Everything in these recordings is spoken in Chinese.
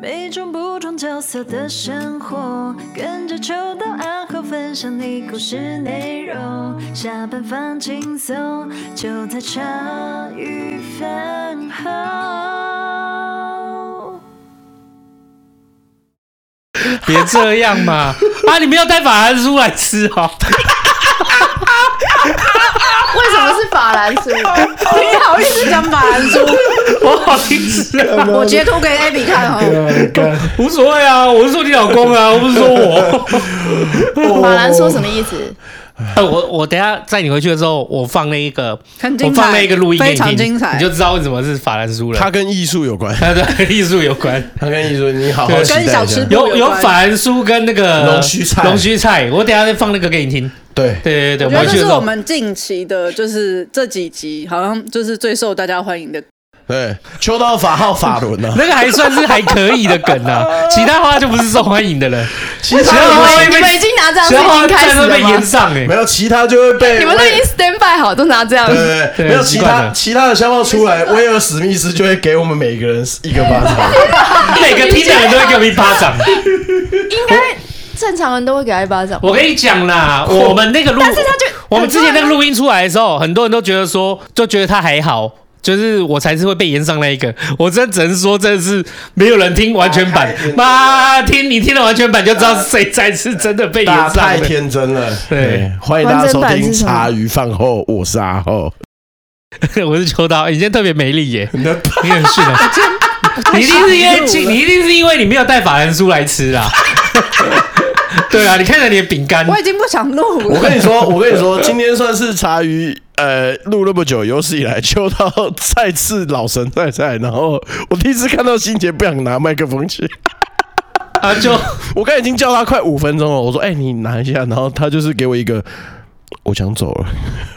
每种不同角色的生活，跟着秋到暗号分享你故事内容。下班放轻松，就在茶余饭后。别这样 嘛！啊，你们要带法兰酥来吃哦。为什么是法兰 酥？你好意思讲法兰酥？ 我好听吃啊， 我截图给 Abby 看哦。无所谓啊，我是说你老公啊，我不是说我。法兰酥什么意思？哎 我我等一下载你回去的时候，我放那一个，很我精彩放那一个录音给你非常听，精彩你就知道为什么是法兰酥了。它跟艺术有关，它的艺术有 关，它跟艺术，你好好期待一跟下小。吃部有有关法。兰酥跟那个龙须菜龙须菜，我等一下再放那个给你听。对，对对对，我我哦觉们回去的得这是时我候，们近期的，就是这几集好像就是最受大家欢迎的。对，秋刀法号法轮啊，那个还算是还可以的梗 啊，其他话就不是受欢迎的了。其其他话会你被们已经拿这样其子他话已经开在始那了被延吗？上哎 没，有其他就会被 你们都已经 stand by 好，都拿这样对子。对对对，没有习其惯他了其他的消防出来，威尔史密斯就会给我们每个人一个巴掌。 每个听的人都会给我们一巴掌。应该正常人都会给他一巴掌。我跟你讲啦，我们那个录，但是他就我们之前那个录音出来的时候，很多人都觉得说，就觉得他还好。就是我才是会被延上那一个，我真只能说真的是没有人听完全版打开，妈听你听了完全版就知道谁才是真的被延大上家太的。天真了。对，欢迎大家收完整版听是什么茶余饭后，我是阿后。我是秋刀，你今天特别没力耶，你的 你很逊啊！你一定是因为你一定是因为你没有带法兰酥来吃啦。对啊，你看着你的饼干，我已经不想录 我了。跟你说， 我跟你说，今天算是茶余呃录那么久有史以来，秋到再次老神在在。然后我第一次看到心杰不想拿麦克风去，啊就 我刚才已经叫他快五分钟了，我说：“哎、你拿一下。”然后他就是给我一个。我想走了，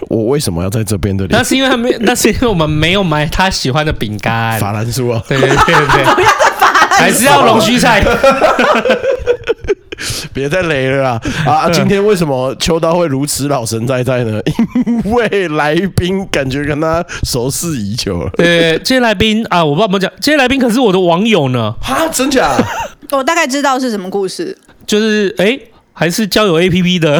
我为什么要在这边的脸那？是因为他没，那是因为我们没有买他喜欢的饼干。法兰叔 啊，对对对对对，还是要龙须菜。别再雷了啦！啊，嗯今天为什么秋刀会如此老神在在呢？ 因为来宾感觉跟他熟视已久了。对，这些来宾啊，我不知道怎么讲，这些来宾可是我的网友呢，哈，真 假？我大概知道是什么故事。就是哎。还是交友 A P P 的，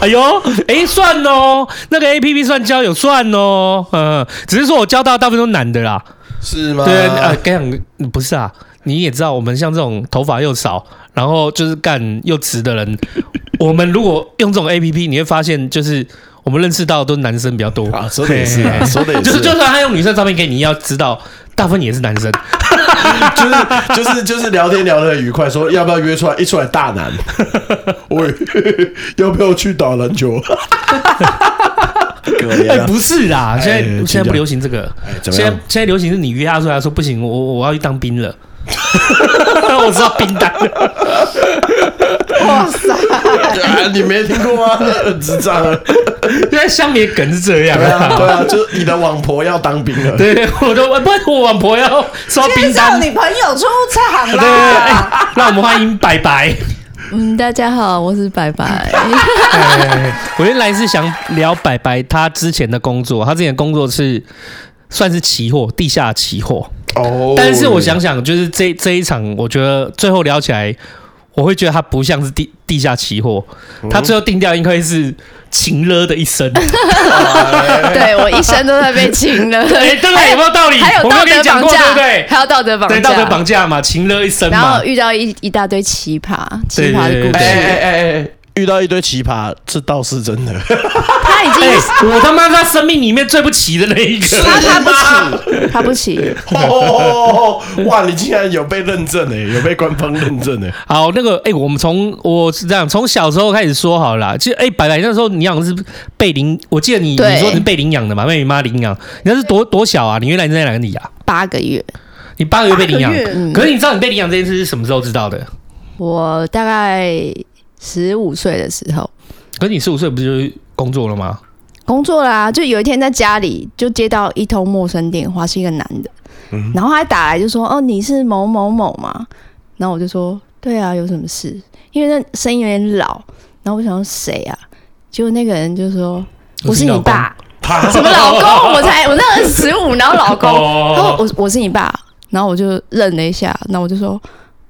哎呦，哎算哦，那个 A P P 算交友算哦，嗯，只是说我交到大部分都男的啦，是吗？对，呃，跟你讲，不是啊，你也知道，我们像这种头发又少，然后就是干又直的人，我们如果用这种 A P P，你会发现就是我们认识到的都是男生比较多啊，说的也是啊，嘿说的也是，就是就算他用女生照片给你，你要知道，大部分也是男生。 就是就是就是聊天聊得很愉快，说要不要约出来，一出来大男，喂，要不要去打篮球？可哎、怜啊！不是啦，现在、请现在不讲流行这个，哎怎现么在样？现在流行是你约他出来说不行，我我要去当兵了。 我知道兵单了，哇塞！啊你没听过吗？ 智障啊！现在乡民的梗是这样对啊，对啊。啊，就是你的网婆要当兵了。对，我都不然我老婆要收介兵单绍。你朋友出场 对，哎、啦！让我们欢迎白白。嗯，大家好，我是白 白。哎我原来是想聊白白他之前的工作，他之前的工作是算是期货，地下期货。哦但是我想想，就是这这一场，我觉得最后聊起来，我会觉得它不像是地地下期货，它最后定调应该是情勒的一生。对我一生都在被亲了， 哎、对不对？有没有道理？还有我没道有跟德你讲绑过，对架，不对？还有道德绑对，架，道德绑架嘛，情勒一生然嘛后。遇到一一大堆奇葩奇葩的对对故对哎哎事，哎哎哎，遇到一堆奇葩，这倒是真的。他已哎、经我他妈他生命里面最不起的那一个， 他他不起，哎他不起，哦，哇，你竟然有被认证诶，有被官方认证欸诶。好，那个，哎、我们从我是这样，从小时候开始说好了啦。其实，哎、白白那时候你好像是被领，我记得你对你说你是被领养的嘛，被你妈领养。你那是多多小啊？你原来在哪里啊？八个月，你八个月被领养八个月。嗯可是你知道你被领养这件事是什么时候知道的？我大概十五岁的时候可是你十五岁不是就工作了吗？工作啦、就有一天在家里就接到一通陌生电话，是一个男的，然后他打来就说：“哦，你是某某某吗？”然后我就说：“对啊，有什么事？”因为那声音有点老，然后我想说谁啊？结果那个人就说：“我是你爸。”他 什么老公？我才我那二十五，然后老公，哦他说我我是你爸，然后我就愣了一下，那我就说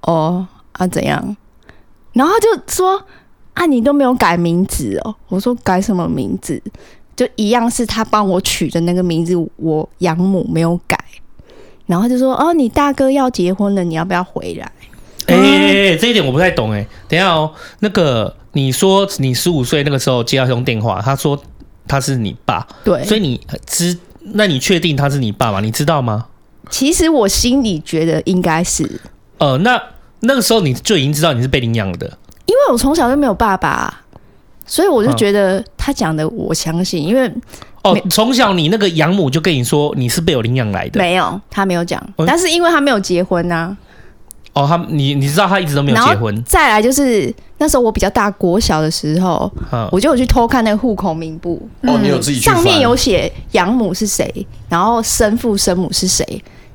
哦啊怎样？然后他就说啊你都没有改名字哦，我说改什么名字？就一样是他帮我取的那个名字，我养母没有改。然后他就说哦你大哥要结婚了，你要不要回来？哎、嗯欸这一点我不太懂哎、等一下哦，那个你说你十五岁那个时候接到这种电话，他说他是你爸，对，所以你知，那你确定他是你爸吗？你知道吗？其实我心里觉得应该是，因呃，那那个时候你就已经知道你是被领养的，为我从小就没有爸爸啊、所以我就嗯觉得他讲的我相信，因为哦没，从小你那个养母就跟你说你是被我领养来的，没有他没有讲哦，但是因为他没有结婚呐、哦，他你你知道他一直都没有然后结婚，再来就是那时候我比较大，国小的时候，嗯，我就有去偷看那个户口名簿，哦，你有自己去上面翻有写养母是谁，然后生父生母是谁，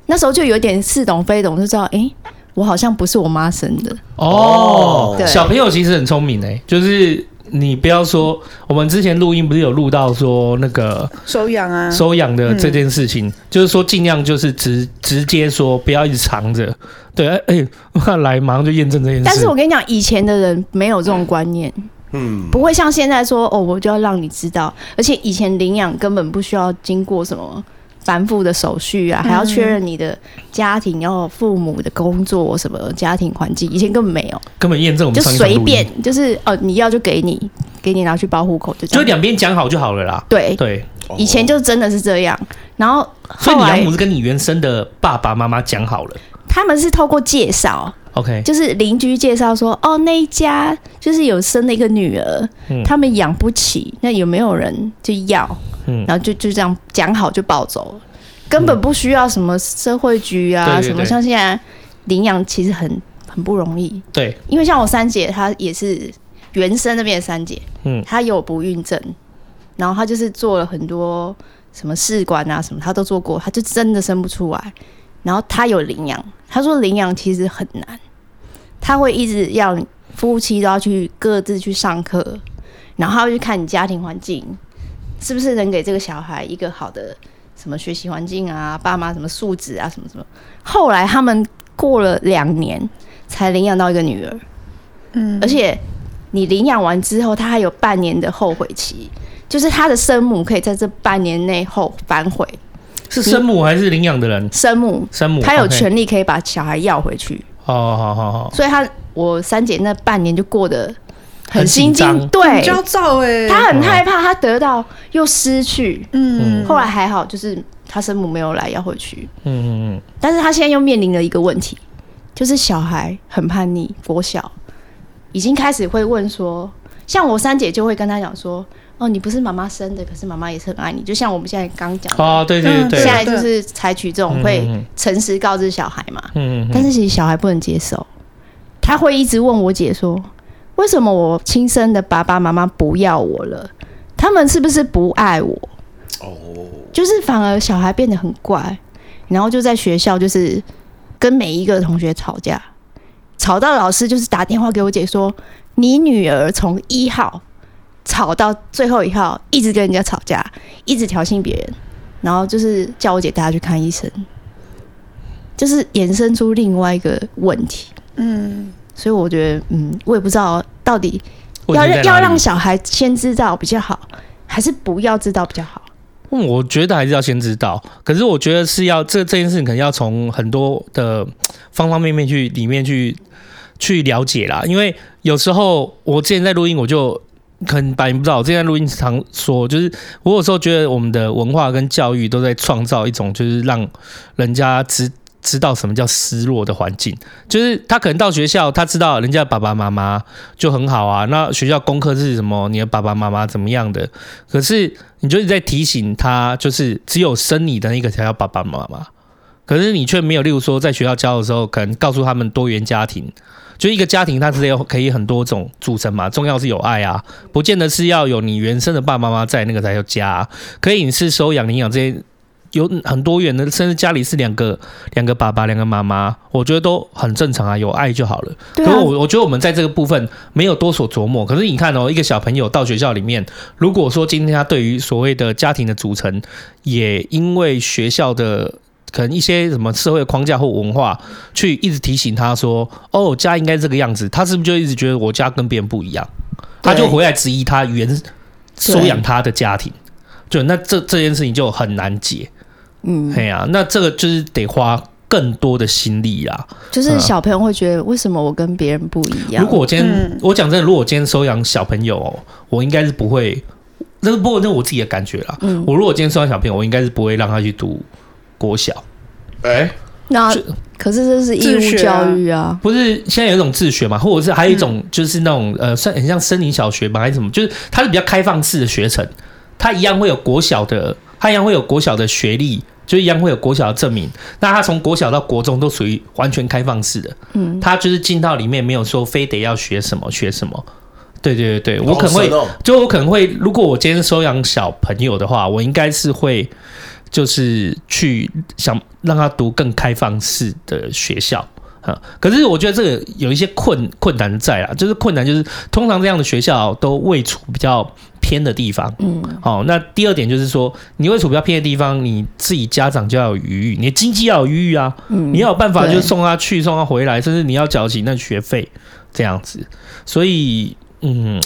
那时候就有点似懂非懂，就知道诶，我好像不是我妈生的，哦，对小朋友其实很聪明哎、就是你不要说，我们之前录音不是有录到说那个嗯收养啊，收养的这件事情，就是说尽量就是直直接说，不要一直藏着。对，哎、哎，我来马上就验证这件事。但是我跟你讲，以前的人没有这种观念，嗯，不会像现在说哦，我就要让你知道，而且以前领养根本不需要经过什么繁复的手续嗯啊，还要确认你的家庭，要有父母的工作什么家庭环境，以前根本没有，根本验证我们就上一场录随音，便就是哦，你要就给你，给你拿去报户口就这就样。两边讲好就好了啦。对，对，以前就真的是这样，然后所以后你养来母是跟你原生的爸爸妈妈讲好了。他们是透过介绍， OK，就是邻居介绍说，哦，那一家就是有生了一个女儿，嗯他们养不起，那有没有人就要？嗯然后就就这样讲好就抱走了，根本不需要什么社会局啊，嗯对对对什么像现在领养其实很很不容易，对，因为像我三姐她也是原生那边的三姐，嗯她有不孕症，然后她就是做了很多什么试管啊什么，她都做过，她就真的生不出来，然后她有领养，她说领养其实很难，她会一直要你夫妻都要去各自去上课，然后她会去看你家庭环境是不是能给这个小孩一个好的什么学习环境啊，爸妈什么素质啊，什么什么。后来他们过了两年才领养到一个女儿，嗯呃而且你领养完之后，他还有半年的后悔期，就是他的生母可以在这半年内后反悔，是生母还是领养的人？生母生母，他有 OK 权利可以把小孩要回去，哦，好好好，所以他我三姐那半年就过得很很紧心惊张，嗯对，焦躁哎，他很害怕他得到又失去，嗯，后来还好，就是他生母没有来要回去，嗯嗯但是他现在又面临了一个问题，就是小孩很叛逆，国小已经开始会问说，像我三姐就会跟他讲说，哦，你不是妈妈生的，可是妈妈也是很爱你，就像我们现在刚讲嗯，，哦，对对嗯对对，现在就是采取这种会诚实告知小孩嘛，嗯嗯但嗯，是其实小孩不能接受，他会一直问我姐说：“为什么我亲生的爸爸妈妈不要我了？他们是不是不爱我？”哦，就是反而小孩变得很怪，然后就在学校就是跟每一个同学吵架，吵到老师就是打电话给我姐说：“你女儿从一号吵到最后一号，一直跟人家吵架，一直挑衅别人，然后就是叫我姐带她去看医生。”就是衍生出另外一个问题。嗯，所以我觉得，嗯，我也不知道到底问要题在让要哪里让小孩先知道比较好，还是不要知道比较好？嗯，我觉得还是要先知道。可是我觉得是要这这件事情，可能要从很多的方方面面去里面去去了解啦。因为有时候我之前在录音，我就很白不知道，我之前在录音常说，就是我有时候觉得我们的文化跟教育都在创造一种，就是让人家知知道什么叫失落的环境。就是他可能到学校，他知道人家爸爸妈妈就很好啊，那学校功课是什么，你的爸爸妈妈怎么样的，可是。你就是在提醒他，就是只有生你的那个才叫爸爸妈妈，可是你却没有，例如说在学校教的时候，可能告诉他们多元家庭，就一个家庭它是有可以很多种组成嘛，重要是有爱啊，不见得是要有你原生的爸爸妈妈在那个才叫家、啊，可以你是收养领养这些。有很多元的，甚至家里是两个两个爸爸、两个妈妈，我觉得都很正常啊，有爱就好了。对可啊是，我我觉得我们在这个部分没有多所琢磨。可是你看哦，一个小朋友到学校里面，如果说今天他对于所谓的家庭的组成，也因为学校的可能一些什么社会框架或文化去一直提醒他说，哦，家应该这个样子，他是不是就一直觉得我家跟别人不一样？他就回来质疑他原收养他的家庭，就那这这件事情就很难解。嗯，哎呀、那这个就是得花更多的心力啦。就是小朋友会觉得为什么我跟别人不一嗯样？如果我今天、嗯我讲真的，如果我今天收养小朋友哦，我应该是不会。那个不过那我自己的感觉啦。嗯我如果今天收养小朋友，我应该是不会让他去读国小。哎，那就可是这是义自务学啊教育啊，不是现在有一种自学嘛，或者是还有一嗯种就是那种、呃，算很像森林小学嘛，还是什么？就是它是比较开放式的学程，它一样会有国小的，它一样会有国小的学历，就一样会有国小的证明。那它从国小到国中都属于完全开放式的，嗯，它就是进到里面没有说非得要学什么学什么。对对对对，我可能好会神哦就我可能会，如果我今天收养小朋友的话，我应该是会就是去想让他读更开放式的学校。啊，可是我觉得这个有一些困困难在啦，就是困难就是通常这样的学校都位处比较偏的地方，嗯，哦，那第二点就是说，你位处比较偏的地方，你自己家长就要有余裕，你的经济要有余裕啊，嗯你要有办法对就是送他去，送他回来，甚至你要缴起那学费这样子。所以，嗯，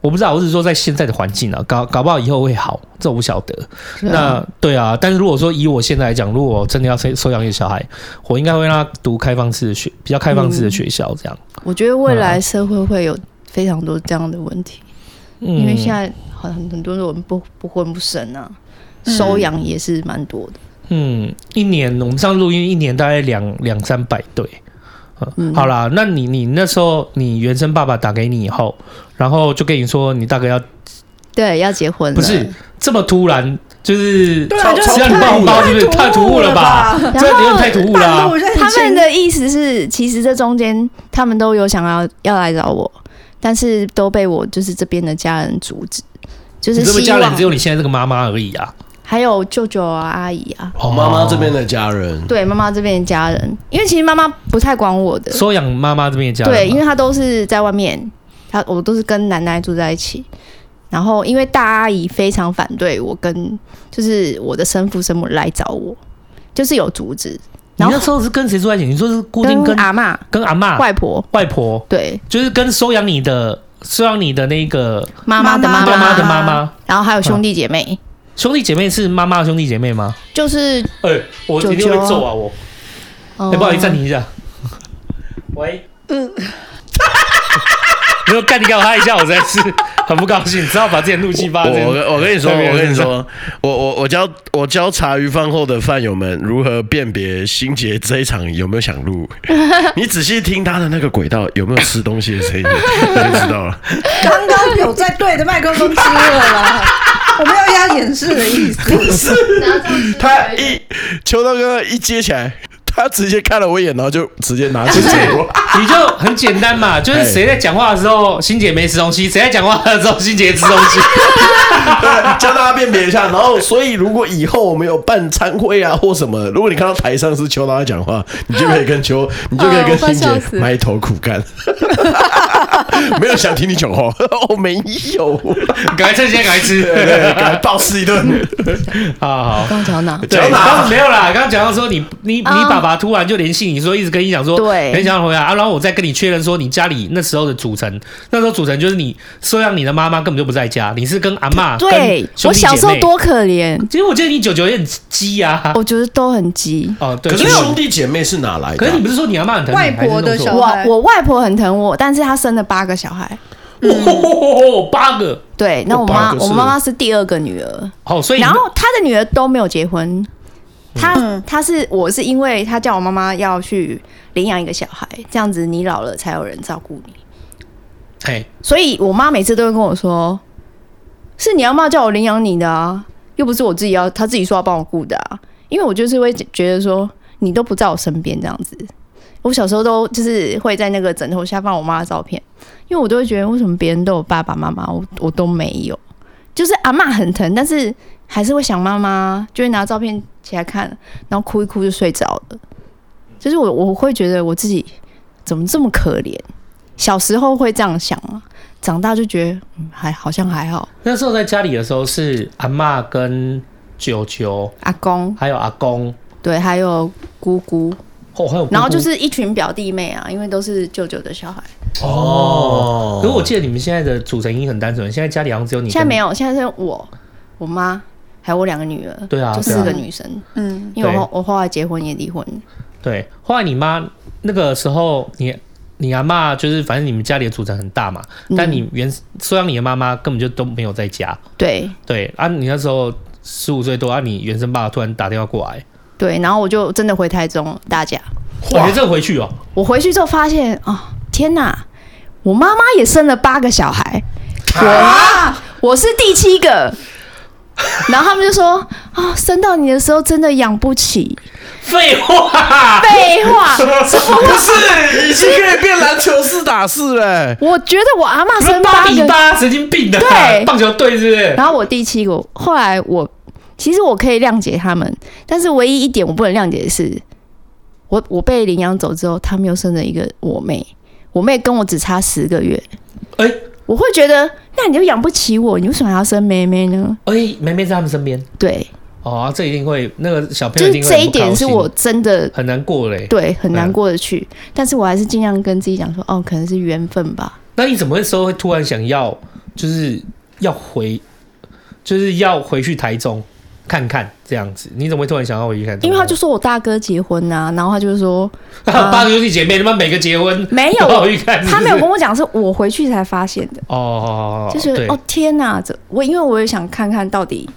我不知道，我只是说在现在的环境啊，搞搞不好以后会好，这我不晓得。是啊那对啊，但是如果说以我现在来讲，如果我真的要收收养一个小孩，我应该会让他读开放式的学，比较开放式的学校这样。我觉得未来社会会有非常多这样的问题，嗯因为现在好像很多人不不婚不生啊，嗯收养也是蛮多的。嗯，一年我们上次录音一年大概两两三百对。嗯，好啦，那你你那时候你原生爸爸打给你以后，然后就跟你说你大概要对，要结婚了不是这么突然，就是对啊，超就实际上你帮我包是不是太突兀了吧？然这有点后太突兀了半啊路。就很他们清的意思是，其实这中间他们都有想要要来找我，但是都被我就是这边的家人阻止，就你是这边希家人望只有你现在这个妈妈而已啊。还有舅舅啊、阿姨啊，我妈妈这边的家人，对妈妈这边的家人，因为其实妈妈不太管我的，收养妈妈这边的家人嘛，对，因为她都是在外面，她我都是跟奶奶住在一起。然后因为大阿姨非常反对我跟就是我的生父生母来找我，就是有阻止，你然后那时候是跟谁住在一起？你说是固定跟啊阿嬷、跟阿妈、外婆，外婆，对就是跟收养你的收养你的那个妈妈的妈妈妈妈的妈嗯妈，然后还有兄弟姐妹，兄弟姐妹是妈妈的兄弟姐妹吗？就是哎，我舅舅一啊定会揍啊！我，呃哎，不好意思，暂停一下。 喂，嗯， 没有干你干我他一下，我实在是很不高兴，只好把自己的怒气发我在这里我我跟你说，特别我跟你说，我我我教我教茶余饭后的饭友们如何辨别心杰这一场有没有想 录。你仔细听他的那个轨道有没有吃东西的 声音，你就知道了。刚刚有在对着麦克风吃了啦，我没有要掩饰的意 思。他一邱道哥一接起来，他直接看了我一眼，然后就直接 拿起给我。你就很简 单嘛，就是谁在讲话的时候，欣姐没吃东西；谁在讲话的时候，欣姐吃东 西。对，教大家辨别一下。然后，所以如果以后我们有办餐会啊或什么，如果你看到台上是邱大哥讲话，你就可以跟邱，你就可以跟欣啊我快笑姐死埋头苦干。没有想听你讲话，我没有， 赶快趁现在赶快对吃。对赶快暴吃一顿。好好。刚刚讲到哪？对，讲哪刚没有啦，刚刚讲到说你你你爸爸突然就联系你说，一直跟你讲说，哦对很想回来啊，然后我再跟你确认说你家里那时候的组成，那时候组成就是你收养你的妈妈根本就不在家，你是跟阿妈对我小时候，多可怜，其实我记得你舅舅也很鸡啊， 我觉得都很急。哦对，弟姐妹是哪来啊可是你不是说你阿妈很疼你外婆的还是弄错小我孩我外婆很疼我，但是她生了八个小孩，嗯哦八个，对，那我八妈个是我妈妈是第二个女儿，好，所以你然后她的女儿都没有结婚。她嗯她是我是因为她叫我妈妈要去领养一个小孩，这样子你老了才有人照顾你，哎，所以我妈每次都会跟我说，是你阿妈叫我领养你的啊，又不是我自己要，她自己说要帮我顾的啊，因为我就是会觉得说你都不在我身边这样子。我小时候都就是会在那个枕头下放我妈的照片，因为我都会觉得为什么别人都有爸爸妈妈，我我都没有。就是阿嬷很疼，但是还是会想妈妈，就会拿照片起来看，然后哭一哭就睡着了。就是我我会觉得我自己怎么这么可怜，小时候会这样想啊，长大就觉得、嗯、还好像还好。那时候在家里的时候是阿嬷跟舅舅阿公还有阿公，对，还有姑姑，哦，还有姑姑然后就是一群表弟妹啊，因为都是舅舅的小孩。哦。可是我记得你们现在的组成音很单纯，现在家里好像只有你。现在没。有，现在是我、我妈还有我两个女儿，对啊就四对啊个女生。嗯，因为我对后我后来结婚也离婚了，对，后来你妈那个时候你。你阿妈就是，反正你们家里的组成很大嘛，但你原虽然你的妈妈根本就都没有在家，对对啊，你那时候十五岁多啊，你原生爸爸突然打电话过来，对，然后我就真的回台中大家。我觉得这回去哦，我回去之后发现，哦，天哪，我妈妈也生了八个小孩，啊我我是第七个。然后他们就说：“哦，生到你的时候真的养不起。废话”，废 话，不是，已经可以变篮球四打四嘞。我觉得我阿妈不是生八比个，八，神经病的，对棒球队是不是？然后我第七个。后来我其实我可以谅解他们，但是唯一一点我不能谅解的是，我我被领养走之后，他们又生了一个我妹，我妹跟我只差十个月。哎我会觉得，那你就养不起我，你为什么还要生妹妹呢？哎，梅梅在他们身边，对，哦，啊这一定会那个小朋友就是定会这一很不高点是兴我真的很难过嘞。对很难过得去，但是我还是尽量跟自己讲说，哦，可能是缘分吧。那你怎么会时候会突然想要，就是要回，就是要回去台中看看这样子？你怎么会突然想要回去看中？因为他就说我大哥结婚呐、然后他就说啊 八个兄弟姐妹，他妈每个结婚没 都要有，回去看，他没们有跟我讲，是我回去才发现的，哦，就是对哦天哪，这我因为我也想看看到底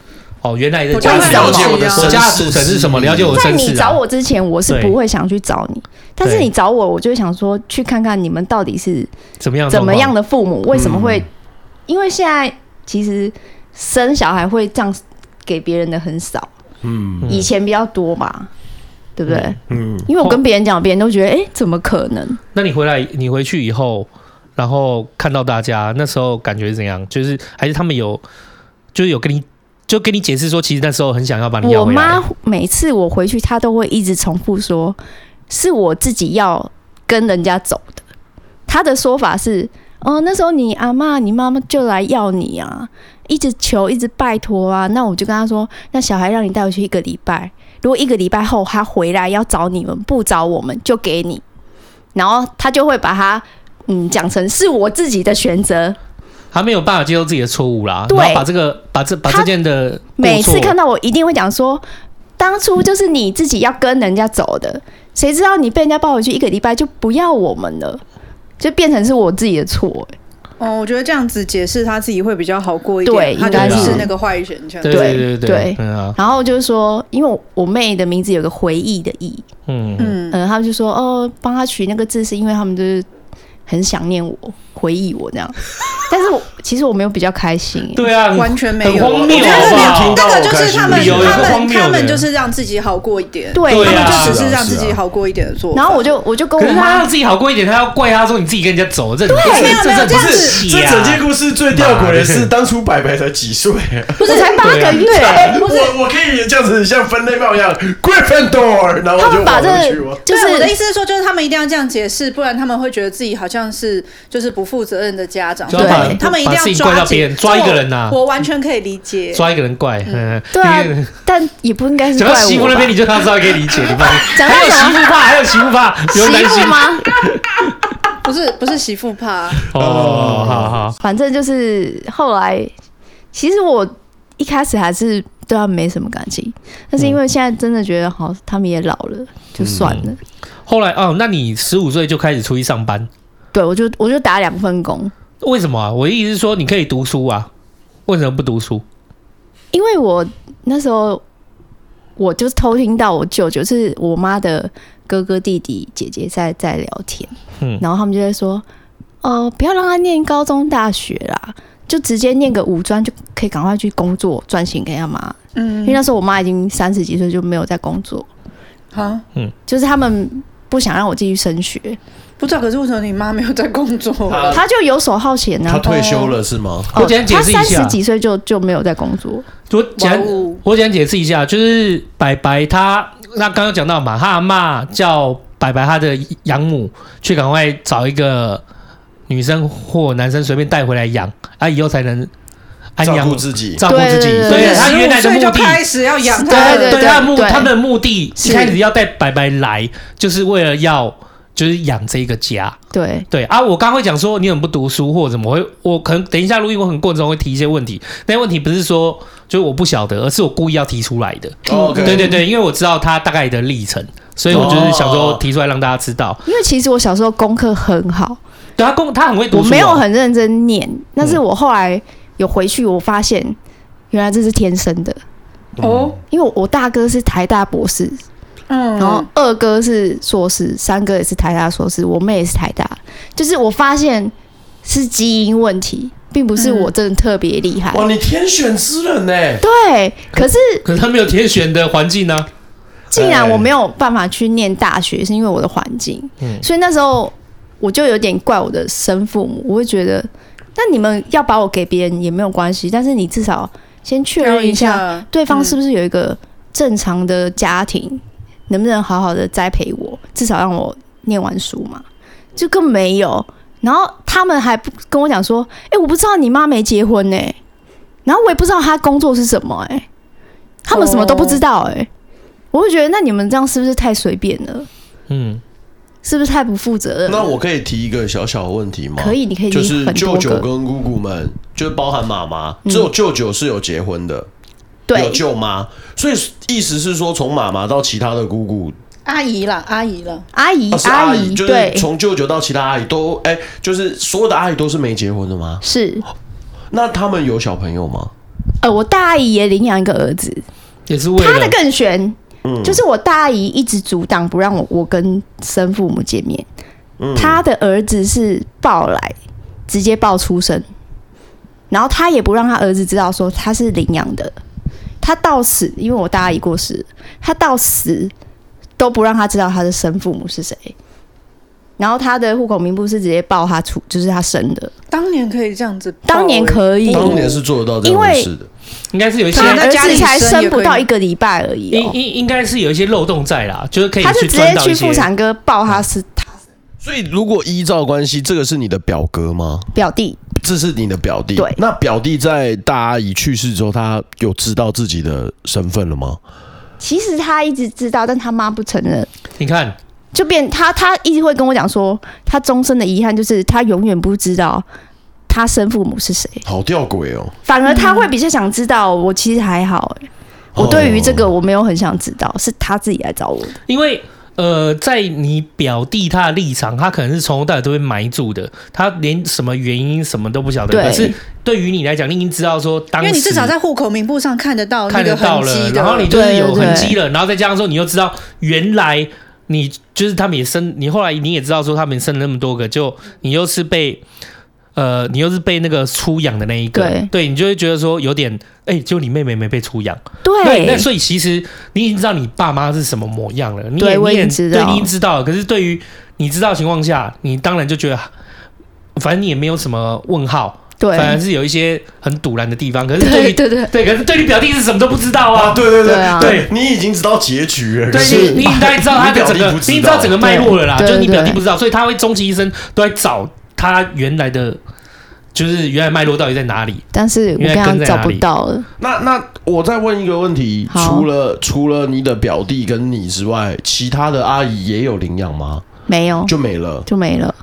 哦，原来的我家就族会了解我我的身世家的组成是什么？了解我的在身你世找啊。我之前，我是对不会想去找你，但是对你找我，我就会想说去看看你们到底是怎么样？怎么样的？的父母为什么会？因为现在其实生小孩会这样给别人的很少，嗯以前比较多嘛，对不对？嗯，因为我跟别人讲，别人都觉得，哎，怎么可能？那你回来，你回去以后，然后看到大家那时候感觉是怎样？就是还是他们有，就是有跟你就跟你解释说，其实那时候很想要把你我要回来妈。每次我回去，她都会一直重复说，是我自己要跟人家走的。她的说法是，哦，那时候你阿妈、你妈妈就来要你啊，一直求，一直拜托啊。那我就跟她说，那小孩让你带回去一个礼拜，如果一个礼拜后他回来要找你们，不找我们就给你。然后她就会把它嗯讲成是我自己的选择。他没有办法接受自己的错误啦，对然后把这个把这把他这件的每次看到到我一定会讲说，当初就是你自己要跟人家走的，谁知道你被人家抱回去一个礼拜就不要我们了，就变成是我自己的错、欸哦，我觉得这样子解释他自己会比较好过一对点，他应就该不是是那个坏人这样对子。对对对对对，嗯啊，然后就是说，因为我我妹的名字有个回忆的忆，嗯，嗯，嗯，他们就说哦，帮她取那个字是因为他们就是很想念我，回忆我这样。但是我其实我没有比较开心、欸对啊，完全没有，很荒谬我觉得好不好那个就是他们，有一个他荒谬们的他们就是让自己好过一点，对对他啊们就只是让是啊自己好过一点的做法。然后我就我就跟可我是他妈要自己好过一点，他要怪他说你自己跟人家走，这不是啊没有没有这不这样子是这这整啊件故事最吊诡的是，当初白白才几岁，啊不是才八个月、我我可以这样子像分类报一样，Gryffindor，然后他我就们把往这回去我个就对我的是意思是说，就是他们一定要这样解释，不然他们会觉得自己好像是就是不负责任的家长，就要把对他们一定把要事情怪抓到别紧人抓一个人呐我我完全可以理解，抓一个人怪，嗯，对啊你，但也不应该 是讲怪到我媳妇那吧边，你就他稍微可以理解，你放心。讲到还有什媳么妇怕，还有媳妇怕，不用担媳心妇。吗？不是不是媳妇怕，哦，好好，反正就是后来，其实我一开始还是对他们没什么感情，但是因为现在真的觉得好，他们也老了，就算了。嗯后来哦，那你十五岁就开始出去上班，对我就我就打两份工，为什么啊？我的意思是说，你可以读书啊，为什么不读书？因为我那时候我就偷听到我舅舅是我妈的哥哥弟弟姐姐在在聊天，嗯然后他们就在说，呃，不要让他念高中大学啦。就直接念个五专就可以赶快去工作赚钱给他妈，因为嗯，那时候我妈已经三十几岁就没有在工作，好，就是他们不想让我继续升学，不知道可是为什么你妈没有在工作？哦啊他就游手好闲呢、他啊。退休了是吗？哦我简单解释一下他三十几岁就就没有在工作，我简哇哦我简单解释一下，就是白白他那刚刚讲到嘛，他阿妈叫白白他的养母去赶快找一个女生或男生随便带回来养，啊以后才能安照养顾自己。照顾自己，对对所以对他原来的所以目就的。开始要养他对了，对对，他的目对他们的目的是一开始要带白白来，就是为了要就是养这个家。对，对啊，我刚刚会讲说你很不读书或怎么会，我可能等一下录音我很过程中会提一些问题，那些问题不是说就是我不晓得，而是我故意要提出来的。哦，OK 对对对，因为我知道他大概的历程，所以我就是想说哦提出来让大家知道。因为其实我小时候功课很好，对他公他很会读嗯我书、哦没有，很认真念，但是我后来有回去，我发现原来这是天生的，哦，因为我我大哥是台大博士，嗯，然后二哥是硕士，三哥也是台大硕士，我妹也是台大，就是我发现是基因问题，并不是我真的特别厉害。哇，你天选之人呢、对，可是可是他没有天选的环境呢、竟然我没有办法去念大学，是因为我的环境，所以那时候我就有点怪我的生父母，我会觉得，那你们要把我给别人也没有关系，但是你至少先确认一下，对方是不是有一个正常的家庭，能不能好好的栽培我，至少让我念完书嘛？就更没有。然后他们还不跟我讲说，哎、我不知道你妈没结婚呢、然后我也不知道她工作是什么、哎，他们什么都不知道、哎、我会觉得那你们这样是不是太随便了？嗯，是不是太不负责任了？那我可以提一个小小的问题吗？可以，你可以就是很舅多舅个，跟姑姑们，就是包含妈妈，嗯只有舅舅是有结婚的，有对，舅妈，所以意思是说，从妈妈到其他的姑姑，阿姨啦，阿姨了，阿姨啊、是阿姨，就是对，从舅舅到其他阿姨都，哎、就是所有的阿姨都是没结婚的吗？是，那他们有小朋友吗？呃，我大阿姨也领养一个儿子，也是为他嗯的了更悬，就是我大阿姨一直阻挡不让我我跟生父母见面，嗯他的儿子是抱来直接抱出生，然后他也不让他儿子知道说他是领养的，他到死，因为我大阿姨过世，他到死都不让他知道他的生父母是谁。然后他的户口名簿是直接报他出，就是他生的。当年可以这样子抱欸，当年可以，当年是做得到这样的事的，应该是有一些他他在儿家里子才生也不可以到一个礼拜而已、应哦。应应该是有一些漏洞在啦，就是可以他就直接钻到去一些妇产科报他是他所以如果依照关系，这个是你的表哥吗？表弟，这是你的表弟，对那表弟在大阿姨去世之后，他有知道自己的身份了吗？其实他一直知道，但他妈不承认，你看，就变他他一直会跟我讲说，他终身的遗憾就是他永远不知道他生父母是谁，好吊诡哦！反而他会比较想知道。我其实还好、欸，我对于这哦哦个我没有很想知道，是他自己来找我的。因为呃，在你表弟他的立场，他可能是从头到尾都被埋住的，他连什么原因什么都不晓得。对可是对于你来讲，你已经知道说当因时为你至少在户口名簿上看得到那看得个到痕了，迹然后你的，就是对有对痕迹了，然后再加上说，你又知道原来你就是他们也生，你后来你也知道说他们生了那么多个，就你又是被。呃，你又是被那个出养的那一个，对你就会觉得说有点，哎、就你妹妹没被出养，对，那对，所以其实你已经知道你爸妈是什么模样了，你对也我你已也经知道对，你已经知道了。可是对于你知道的情况下，你当然就觉得，反正你也没有什么问号，反而对，是有一些很堵然的地方。可是对对，于对，对，对，可是对你表弟是什么都不知道啊。对对对啊对你已经知道结局了，可对是啊你，你应该知道他的整你表个，弟你已经不知道知道整个脉络了啦。对就对是你表弟对不知道，所以他会终其一生都在找他原来的，就是原来脉络到底在哪里。但是我原来刚刚根在找哪不里到了。那那我再问一个问题，好除了除了你的表弟跟你之外，其他的阿姨也有领养吗？没有，就没了，就没了。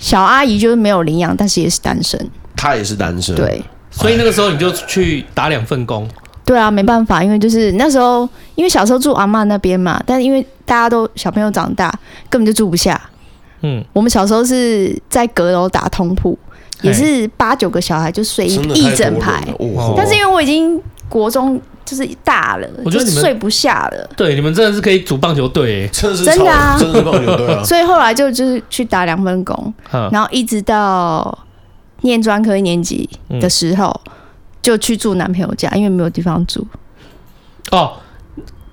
小阿姨就是没有领养，但是也是单身。她也是单身，，对，所以那个时候你就去打两份工，对啊，没办法，因为就是那时候，因为小时候住阿嬷那边嘛，但因为大家都小朋友长大，根本就住不下。嗯，我们小时候是在阁楼打通铺，也是八九个小孩就睡一真的一太多整人排了，哦哦但是因为我已经国中就是大了，我觉得就你们睡不下了，对，你们真的是可以组棒球队、欸。真的是真的啊！超真的是棒球队啊所以后来就就是去打两份工，嗯然后一直到念专科一年级嗯的时候，就去住男朋友家，因为没有地方住。哦，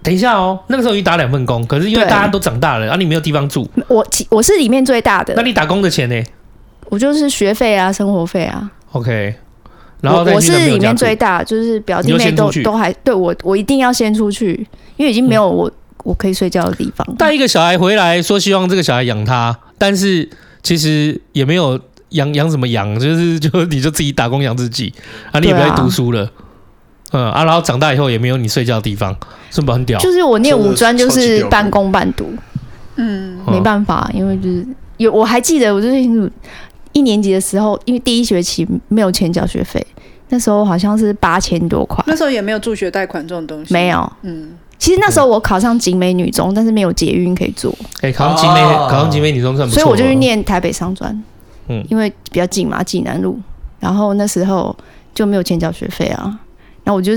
等一下哦，那个时候你打两份工，可是因为对大家都长大了，啊，你没有地方住，我其我是里面最大那的，你打工的钱呢我就是学费啊、生活费啊。 ？OK，然后我再我去是男朋友里家面住最大，就是表弟你就妹先都出去嗯都还对我，我一定要先出去，因为已经没有我、我可以睡觉的地方。带一个小孩回来说希望这个小孩养他，但是其实也没有养养什么养，就是 就你就自己打工养自己啊，你也不对啊爱读书了，嗯啊，然后长大以后也没有你睡觉的地方，是不是很屌？就是我念真的五专就哦超级是屌半工半读，嗯，嗯没办法，因为就是有我还记得，我最清楚一年级的时候，因为第一学期没有钱缴学费，那时候好像是八千多块，那时候也没有助学贷款这种东西，没，有。嗯，其实那时候我考上景美女中，但是没有捷运可以坐，哎、考上集美，哦考上集美女中算不错所了，以我就去念台北商专，嗯因为比较近嘛，济南路。然后那时候就没有钱缴学费啊，然后我就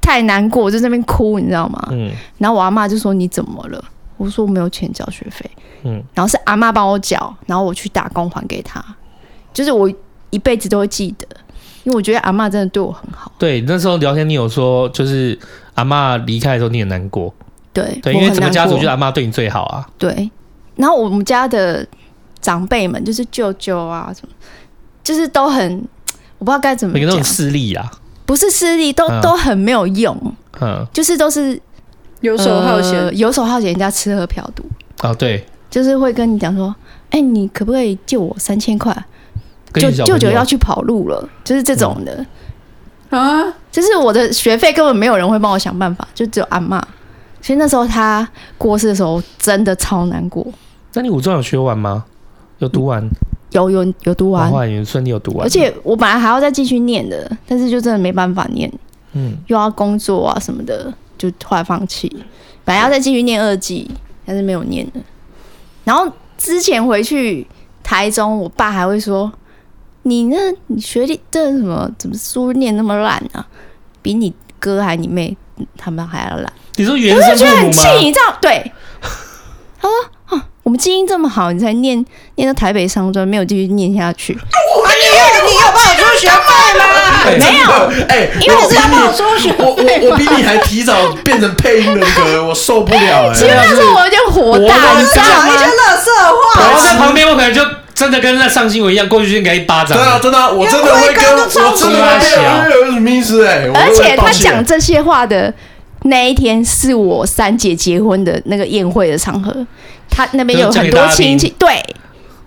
太难过，我就在那边哭，你知道吗？嗯，然后我阿妈就说你怎么了？我说我没有钱缴学费，嗯嗯，然后是阿妈帮我缴，然后我去打工还给她，就是我一辈子都会记得，因为我觉得阿妈真的对我很好，对，那时候聊天你有说，就是阿嬷离开的时候你很难过，对，对，我因为很整个难家族过就阿嬷对你最好啊，对，然后我们家的长辈们就是舅舅啊什么，就是都很，我不知道该怎么每个都讲很，势利啊，不是势利，都、嗯都很没有用，嗯，就是都是游手好闲，呃游手好闲加吃喝嫖赌。哦对，就是会跟你讲说，哎、你可不可以借我三千块？跟舅你小舅舅朋友嗯要去跑路了，就是这种的。呃啊，就是我的学费根本没有人会帮我想办法，就只有阿嬷。所以那时候他过世的时候，真的超难过。那你五中有学完吗？有读完，哦有有有读完后，来你顺利有读完，嗯而且我本来还要再继续念的，但是就真的没办法念，嗯，又要工作啊什么的，就后来放弃。本来要再继续念二技，但是没有念了。然后之前回去台中，我爸还会说：“你那你学历这什么怎么书念那么烂啊？比你哥还你妹他们还要烂。”你说原我就生觉得父很母气，吗？你知道？对，他说：“啊，我们基因这么好，你才念念到台北商专，没有继续念下去。”没有，哎，因为我是要比你我我我比你还提早变成配音人格，我受不了其实哎。那时候我有点火大，你知道讲一些吗？乐色话，然后在旁边，我可能就真的跟那上新闻一样，过去先给他一巴掌真。啊啊的真的，我真的会跟我真的会跟有什么意思哎？而且他讲这些话的那一天是我三姐结婚的那个宴会的场合，他那边有很多亲戚，对，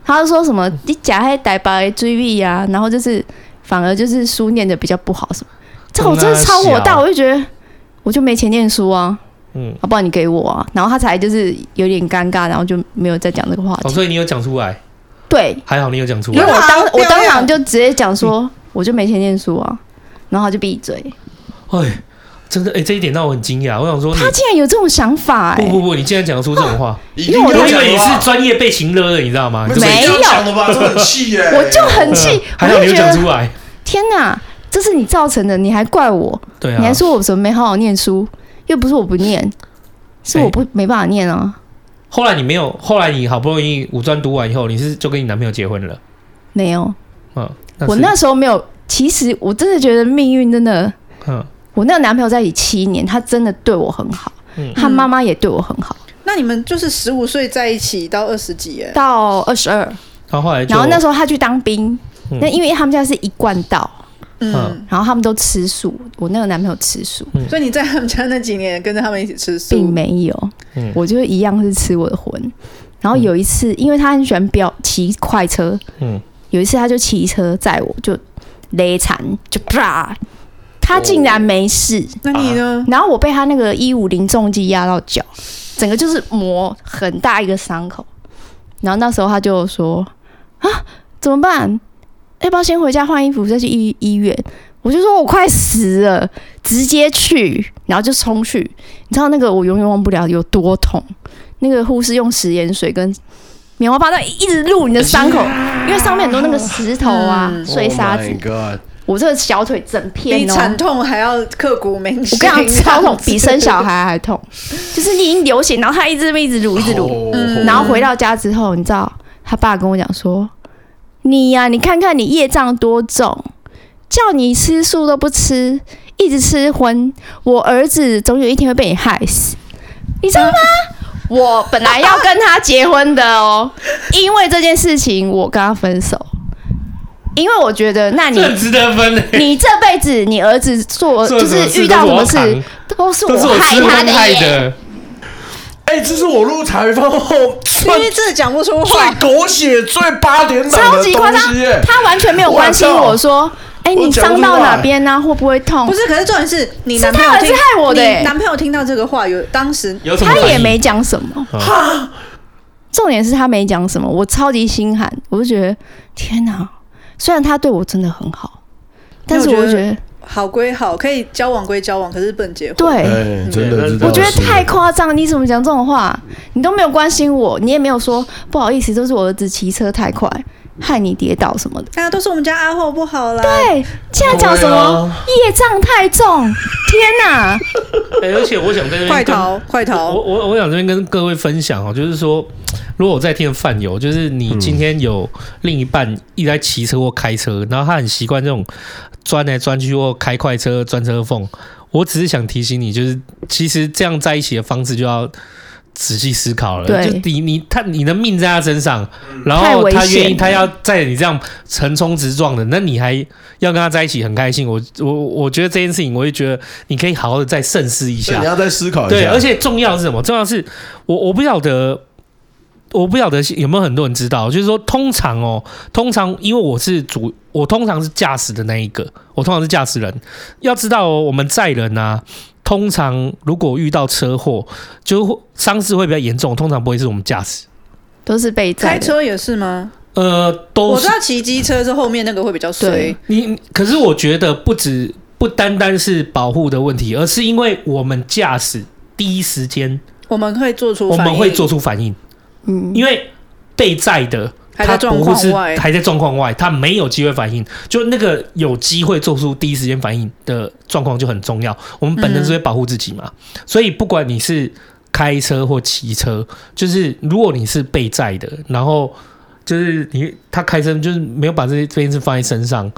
他就说什么你假还逮白追避啊，然后就是反而就是书念的比较不好什么，这个我真的超火那大，小我就觉得我就没钱念书啊。嗯嗯，啊，不然你给我啊，然后他才就是有点尴尬，然后就没有再讲这个话哦，题。所以你有讲出来，对，还好你有嗯讲出因为来。我当有啊我当有啊场就直接讲说，我就没钱念书啊，然后他就闭嘴。哎，真的，哎，这一点让我很惊讶。我想说他你，竟然有这种想法哎、不不不，你竟然讲得出这种话，一因为我我以为你是专业被情勒的，你知道吗？你这么哦没有讲的吧？这很气耶！我就很气，嗯还好我你就有觉讲得出来。天哪，这是你造成的，你还怪我，对你啊哎还，说我怎么没好好念书，又不是我不念，是我不、没办法念啊，后来你没有，后来你好不容易五专读完以后，你是就跟你男朋友结婚了。没有，嗯，我是那时候没有。其实我真的觉得命运真的，嗯，我那个男朋友在一起七年，他真的对我很好，嗯他妈妈也对我很好，那你们就是十五岁在一起到二十几，哎，到二十二，然后后来哎就然后那时候他去当兵，嗯那、因为他们家是一贯道，嗯，然后他们都吃素，我那个男朋友吃素，所以你在他们家那几年跟着他们一起吃素，并没有，嗯我就一样是吃我的魂。然后有一次，因为他很喜欢飙骑快车，嗯有一次他就骑车载我，就勒惨，就啪，他竟然没事，那你呢？然后我被他那个一五零重击压到脚，整个就是磨很大一个伤口。然后那时候他就说啊，怎么办？要不要先回家换衣服再去医医院？我就说我快死了，直接去，然后就冲去。你知道那个我永远忘不了有多痛，那个护士用食盐水跟棉花棒在一直撸你的伤口，因为上面很多那个石头啊、嗯碎 Oh 沙子，我这个小腿整片、哦，比惨痛还要刻骨铭我心，跟你讲，超痛，比生小 孩还痛。就是你已经流血，然后他一直一直撸，一直撸。哦然后回到家之后，你知道他爸跟我讲说：“你呀、你看看你业障多重，叫你吃素都不吃，一直吃荤，我儿子总有一天会被你害死，你知道吗？” 我本来要跟他结婚的哦，因为这件事情我跟他分手，因为我觉得那你这很值得分 欸你这辈子你儿子做做就什么事是遇到什么都是我要事都是都是我害吃他荤害耶。的。哎，这是我录茶余饭后算一字讲不出最 话，狗血、最八点档超的级夸东张西耶，！他完全没有关心我我靠说，哎，我你讲不伤出到话哪边啊？会不会痛不？是，可是重点是你是男朋友他儿子听害我的你欸男朋友听到这个话有当时有什么他反应？也没讲什么。重点是他没讲什么，我超级心寒，我就觉得天哪！虽然他对我真的很好，但是那我我就觉得觉得好归好，可以交往归交往，可是不能结婚。对。哎，真的，对这我觉得倒是太夸张，你怎么讲这种话？你都没有关心我，你也没有说不好意思，都是我儿子骑车太快，害你跌倒什么的。哎呀，都是我们家阿后不好啦。对，现在讲什哦么业障太重？天哪！哎而且我想在这边快跟逃，快我逃！我我想这边跟各位分享哦，就是说，如果我在听的饭友，就是你今天有另一半一直在骑车或开车，然后他很习惯这种钻来钻去或开快车、钻车缝，我只是想提醒你，就是其实这样在一起的方式就要。仔细思考了，对就你你他你的命在他身上，然太后危他险愿意，了他要在你这样横冲直撞的，那你还要跟他在一起很开心，我我我觉得这件事情，我会觉得你可以好好的再慎思一所以下啊你。要再思考一下。对，而且重要的是什么？重要的是我我不晓得，我不晓得有没有很多人知道，就是说通常哦，通常因为我是主，我通常是驾驶的那一个，我通常是驾驶人。要知道、哦，我们载人啊，通常如果遇到车祸，就伤势会比较严重，通常不会是我们驾驶。都是被载开的，车也是吗？呃，都我知是道骑机车是后面那个会比较衰对。你，可是我觉得不止不单单是保护的问题，而是因为我们驾驶第一时间我们会做出我反应，们会做出反应。嗯，因为被载的还在他状不况是外还在状况外，他没有机会反应，就那个有机会做出第一时间反应的状况就很重要。我们本能是会保护自己嘛，所以不管你是开车或骑车，就是如果你是被载的，然后就是你他开车就是没有把这些这件事放在身上。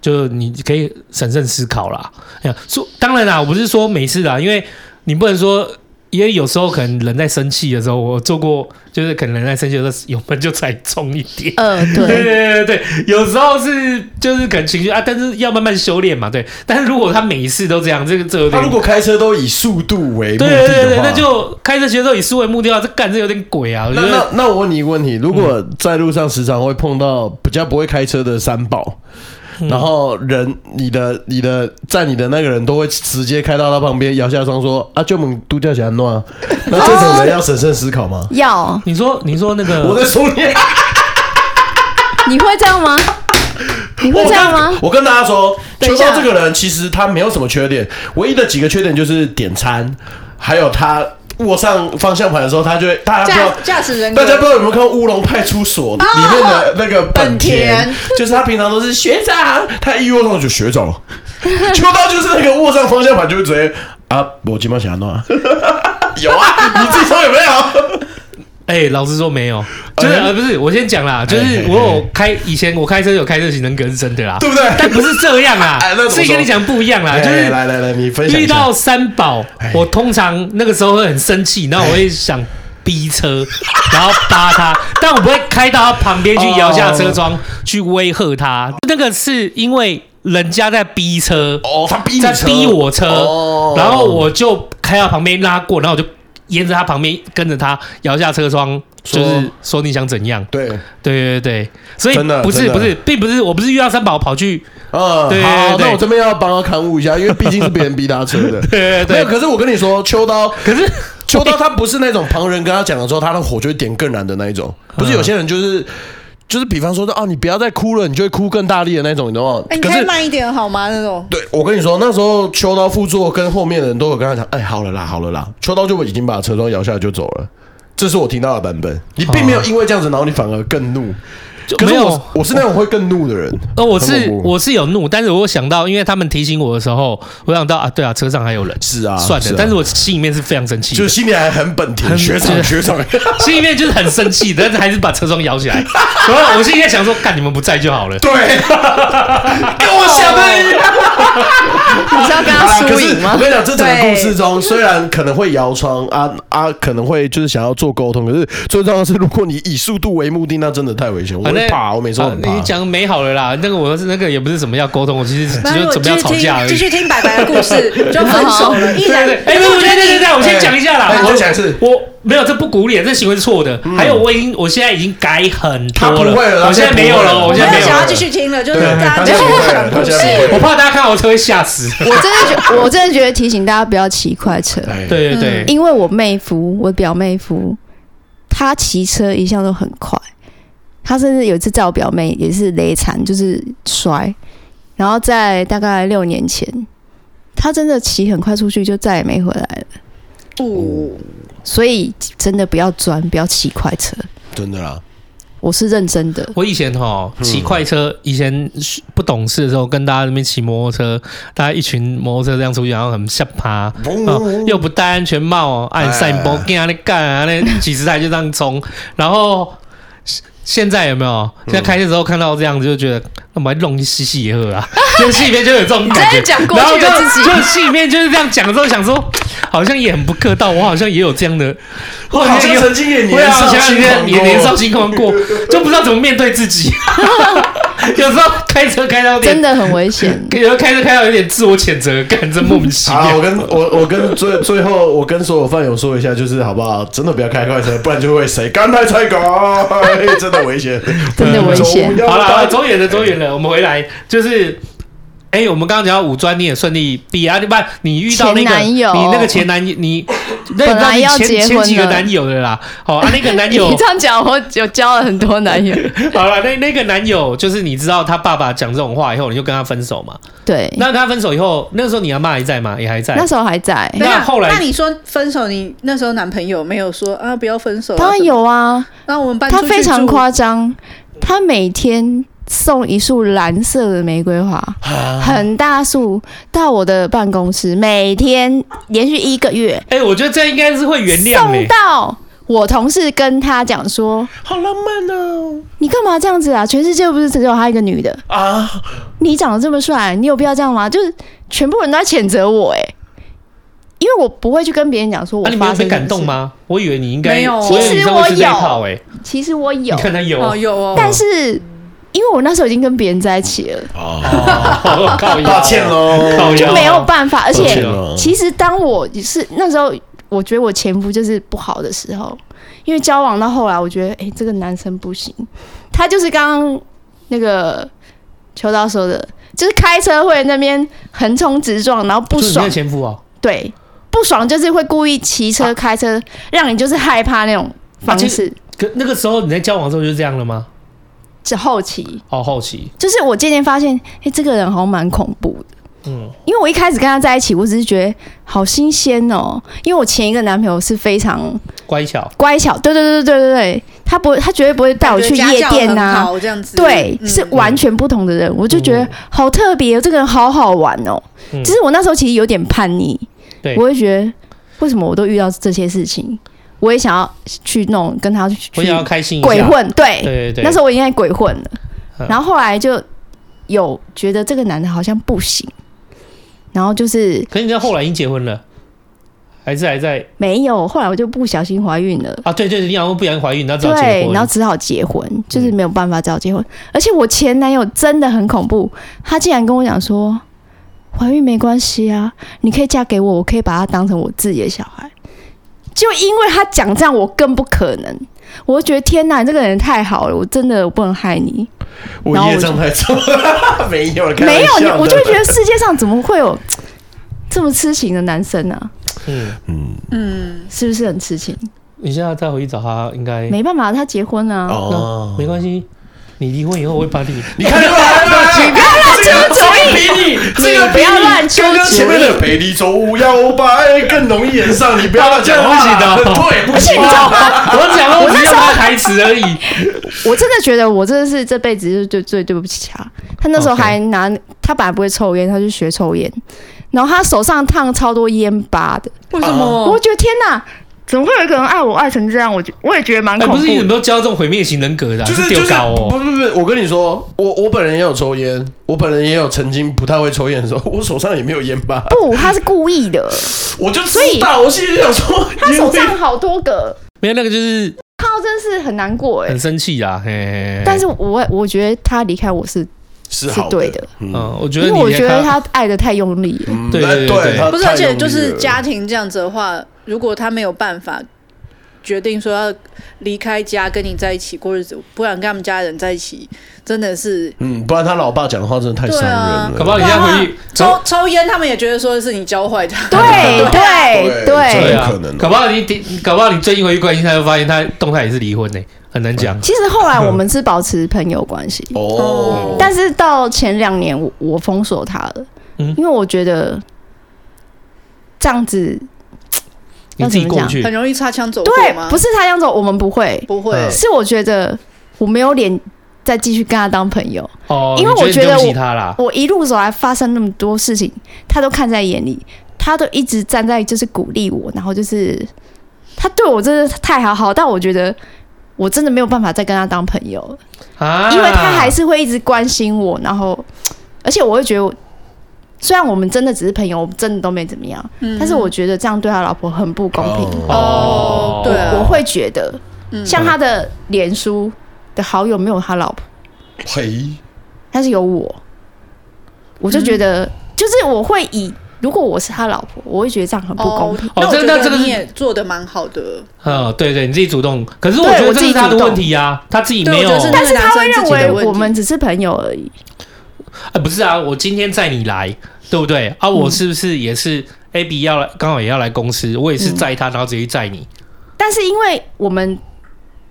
就你可以审慎思考啦。哎呀，说当然啦，我不是说每次啦，因为你不能说，因为有时候可能人在生气的时候，我做过，就是可能人在生气的时候，油门就踩重一点。呃，哦对对对，对对对，有时候是就是可能情绪啊，但是要慢慢修炼嘛，对。但是如果他每一次都这样，这个这有他点如果开车都以速度为目对对的的话，对对，那就开车学都以思维目的啊，这干这有点鬼啊！我觉那得那那我问你一个问题：如果在路上时常会碰到比较不会开车的三宝，嗯然后人你的你的在你的那个人都会直接开到他旁边，摇下窗说啊，就猛度假起来 弄啊，那这种人要审慎思考吗？要你说你说那我个在说你，啊 你会这样吗？你会我这样跟吗？我跟大家说，等秋一下高这个人其实他没有什么缺点，唯一的几个缺点就是点餐，还有他握上方向盘的时候，他就会大家不要驾驾驶人格大家不知道有没有看过《乌龙派出所》里面的那个本田，本田 就是他平常都是学长，他一握上就学长， 秋刀就是那个握上方向盘就会直接啊，我今晚想要 弄啊，有啊，你自己说有没有？哎、老实说没有，就是、哎呃不是，我先讲啦，就哎是哎我有开以前我开车有开车型人格是真的啦，对不对但不是这样啦 哎那怎，么说是跟你讲不一样啦，就哎是来来来，你分享一遇下到三宝哎，我通常那个时候会很生气，然后我会想逼车， 然后扒他，但我不会开到他旁边哦去摇下车窗去威吓他。那个是因为人家在逼车，哦，他逼你在车逼我车哦，然后我就开到旁边拉过，然后我就沿着他旁边跟着他摇下车窗，说就是说你想怎样？对， 对对对，所以真的不是真的不是，并不是我不是遇到三宝跑去，嗯，对好，对那我这边要帮他勘误一下，因为毕竟是别人逼他车的。 对没对有，对，可是我跟你说，秋刀可是秋刀他不是哦那种旁人跟他讲了之后，他的火就会点更燃的那一种。嗯不是有些人就是就是，比方说哦，你不要再哭了，你就会哭更大力的那种，你知道吗哎，？你可开是慢一点好吗？那种对我跟你说，那时候秋刀副座跟后面的人都有跟他讲，哎，好了啦，好了啦，秋刀就已经把车窗摇下来就走了。这是我听到的版本，你并没有因为这样子，然后你反而更怒。哦就 可没是有我，我是那种会更怒的人。呃，我很是恐怖我是有怒，但是我想到，因为他们提醒我的时候，我想到啊，对啊，车上还有人，是啊，算了，啊但是我心里面是非常生气的，就是心里还很本田很学长学长，心里面就是很生气，但是还是把车窗 摇起来。然后我心里在想说，干你们不在就好了。对， 跟我想的一样。你是要跟他啊，可输是赢吗我？跟你讲，这整个故事中，虽然可能会摇窗啊啊，可能会就是想要做沟通，可是最重要的是，如果你以速度为目的，那真的太危险。我啊那很怕，我每次都啊很怕你。讲美好了啦，那个我是那个也不是怎么要沟通，我其实 只反是正我怎么继样续吵架听，而继已。续听白白的故事， 就分手了。毅对然，对，哎，不不，对对对对，我先讲一下啦哎，我再讲一次嗯我没有，这不鼓励，这行为是错的。还有，我已经，我现在已经改很他不多了，会了他我现在没有现在不会了，了我我现没在没有有想要了继，续听了，就是对，大家他继现续在不会了，讲他故现事。在不会了我怕大家看我车会吓 死。我真的觉，我真的觉得提醒大家不要骑快车，哎对对嗯对，因为我妹夫，我表妹夫，他骑车一向都很快，他甚至有一次载我表妹也是雷惨，就是摔，然后在大概六年前，他真的骑很快出去，就再也没回来了。 不，所以真的不要钻，不要骑快车，真的啦，我是认真 的。我以前哈嗯骑快车，以前不懂事的时候，跟大家那边骑摩托车，大家一群摩托车这样出去，然后很吓趴，哦又不戴安全帽哦，按赛波跟那干啊，那几十台就这样冲，然后。现在有没有？现在开车的时候看到这样子，就觉得那么弄一嘻嘻也喝 啊，就戏里面就有这种感觉。讲然后就就戏里面就是这样讲的时候，想说好像也很不客道，我好像也有这样的，我好像曾经也对年啊，少前两轻天狂也过，年少轻狂过，就不知道怎么面对自 己。有时候开车开到有点真，的很危 险。有时候开车开到有点自我谴责感，真莫名其好啦，妙。我跟我我跟最最后我跟所有饭友说一下，就是好不好？真的不要开快车，不然就会谁干太 菜狗，哎真的危险，真的危险走好了，好啦要走远了，走远了，我们回来就是。哎、我们刚刚讲到五专，你也顺利毕业啊？你不，你遇到那个前男你友那个前男友， 你那你本知道来你要前结前婚几个了男友的啦？哦， 啊，那个男友你这样讲，我有交了很多 男友。 好了，那那个男友就是你知道他爸爸讲这种话以后，你就跟他分手嘛？对，那跟他分手以后，那个时候你阿妈还在吗？也还在。那时候还在。等一下那后来那你说分手，你那时候男朋友没有说啊，不要分手啊？当然有啊，那我们搬他出去非常住夸张，他每天送一束蓝色的玫瑰花，啊很大束到我的办公室，每天连续一个月哎、我觉得这应该是会原谅欸送你、到我同事跟他讲说好浪漫哦你干嘛这样子啊？全世界又不是只有她一个女的，啊！你长得这么帅，你有必要这样吗？就是全部人都在谴责我、欸，因为我不会去跟别人讲说我啊，你没发有生、被感动？吗？我以为你应该没有我以为你上次其实我有被泡哎，其实我有你，看他有，哦，哦有哦，但是因为我那时候已经跟别人在一起了， 靠腰哦抱歉，喽，靠腰就没有办法。而抱且歉啊了其实当我是那时候，我觉得我前夫就是不好的时候，因为交往到后来，我觉得哎、诶这个男生不行，他就是刚刚那个秋刀说的。就是开车会那边横冲直撞，然后不就是你爽的，前啊夫哦，对，不爽就是会故意骑车、开车，让你就是害怕那种方啊式。可那个时候你在交往的时候就是这样了吗？这后期，哦，好奇，就是我渐渐发现，哎、这个人好像蛮恐怖的。嗯，因为我一开始跟他在一起，我只是觉得好新鲜哦。因为我前一个男朋友是非常乖巧，乖巧，对对对对对对，他不，他绝对不会带我去夜店呐、呐、这样子对，嗯是完全不同的人，我就觉得嗯好特别，哦这个人好好玩哦。嗯只是我那时候其实有点叛逆，对我会觉得为什么我都遇到这些事情，我也想要去弄跟他去我想要开心一下，鬼混，对，对对对，那时候我应该鬼混了，嗯然后后来就有觉得这个男的好像不行，然后就是可是你在后来已经结婚了，还是还在没有，后来我就不小心怀孕了。啊？对对，对你好像不小心怀孕，然后只好结对，婚，然后只好结婚，就是没有办法只好结婚。而且我前男友真的很恐怖，他竟然跟我讲说，怀孕没关系啊，你可以嫁给我，我可以把他当成我自己的小孩。就因为他讲这样，我更不可能。我就觉得天哪，你这个人太好了，我真的不能害你。我业障太重，没有，开玩没有，笑你的我就觉得世界上怎么会有这么痴情的男生呢、嗯，嗯，是不是很痴情？你现在再回去找他，应该没办法，他结婚啊。哦那，没关系，你离婚以后我会把 你。你看出来了，你不要乱出主意，比你这个你不要乱出刚刚主前面意。的北离走摇摆更容易演上，你不要乱讲话，这样不行对，不行我的。我讲哦了，我只要他台词而已。我真的觉得我真的是这辈子就最最对不起他。他那时候 OK 还拿他本来不会抽烟，他去学抽烟，然后他手上烫超多烟疤的，为什么？我觉得天哪，怎么会有一个人爱我爱成这样？我觉我也觉得蛮哎，恐不是你怖们的。都教这种毁灭型人格的啊，就是丢就是高不哦。不不，我跟你说，我我本人也有抽烟，我本人也有曾经不太会抽烟的时候，我手上也没有烟疤，不，他是故意的，我就知所以道，我心里想说，他因手为上好多个，没有那个就是超真是很难过哎、很生气啦。嘿嘿嘿但是我我觉得他离开我是是是好对的，嗯，我觉因得为你我连觉得他爱的太用力了。嗯对那对对对他不是，太而且用就力是了家庭这样子的话，如果他没有办法决定说要离开家跟你在一起过日子，不想跟他们家人在一起，真的是嗯，不然他老爸讲的话真的太伤人了。啊搞不好人家回去抽抽烟，他们也觉得说是你教坏他。对对对对哎对，啊有可能哦搞不好你搞不好你最近回去关心他，就发现他动态也是离婚呢，很难讲。其实后来我们是保持朋友关系，哦，但是到前两年我我封锁他了，嗯因为我觉得这样子你自己过不很去，容易擦枪走火吗？对，不是他这样走，我们不会，不会，嗯是我觉得我没有脸再继续跟他当朋友。哦，因为你我觉觉得你对不起我他啦，我一路走来发生那么多事情，他都看在眼里，他都一直站在就是鼓励我，然后就是他对我真的太好好，但我觉得我真的没有办法再跟他当朋友了，啊，因为他还是会一直关心我，然后而且我会觉得我。虽然我们真的只是朋友，我们真的都没怎么样，嗯但是我觉得这样对他老婆很不公平。哦，对啊，我会觉得，嗯像他的脸书的好友没有他老婆，嘿，但是有我，我就觉嗯得，就是我会以如果我是他老婆，我会觉得这样很不公平。哦那哦我这觉那这个得是你也做的蛮好的，嗯，对对，你自己主动。可是我对觉得我这自己是他的主动问题呀，他自己对没我有觉得。是那但个是他会男生认自己的问为题我们只是朋友而已，哎，不是啊，我今天载你来，对不对？啊，嗯我是不是也是 AB 要来，刚好也要来公司，我也嗯是载他，然后直接载你。但是因为我们，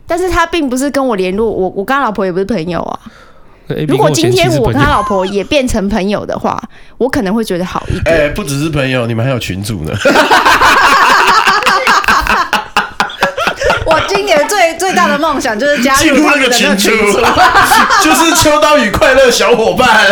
但是他并不是跟我联络，我我跟他老婆也不是朋友啊。 AB 如果今天跟我我跟前妻是朋他友老婆也变成朋友的话，我可能会觉得好 一点。哎，不只是朋友，你们还有群主呢。我今年最最大的梦想就是加进入入他那们个的群群组 组，， 就是秋刀鱼快乐小伙伴，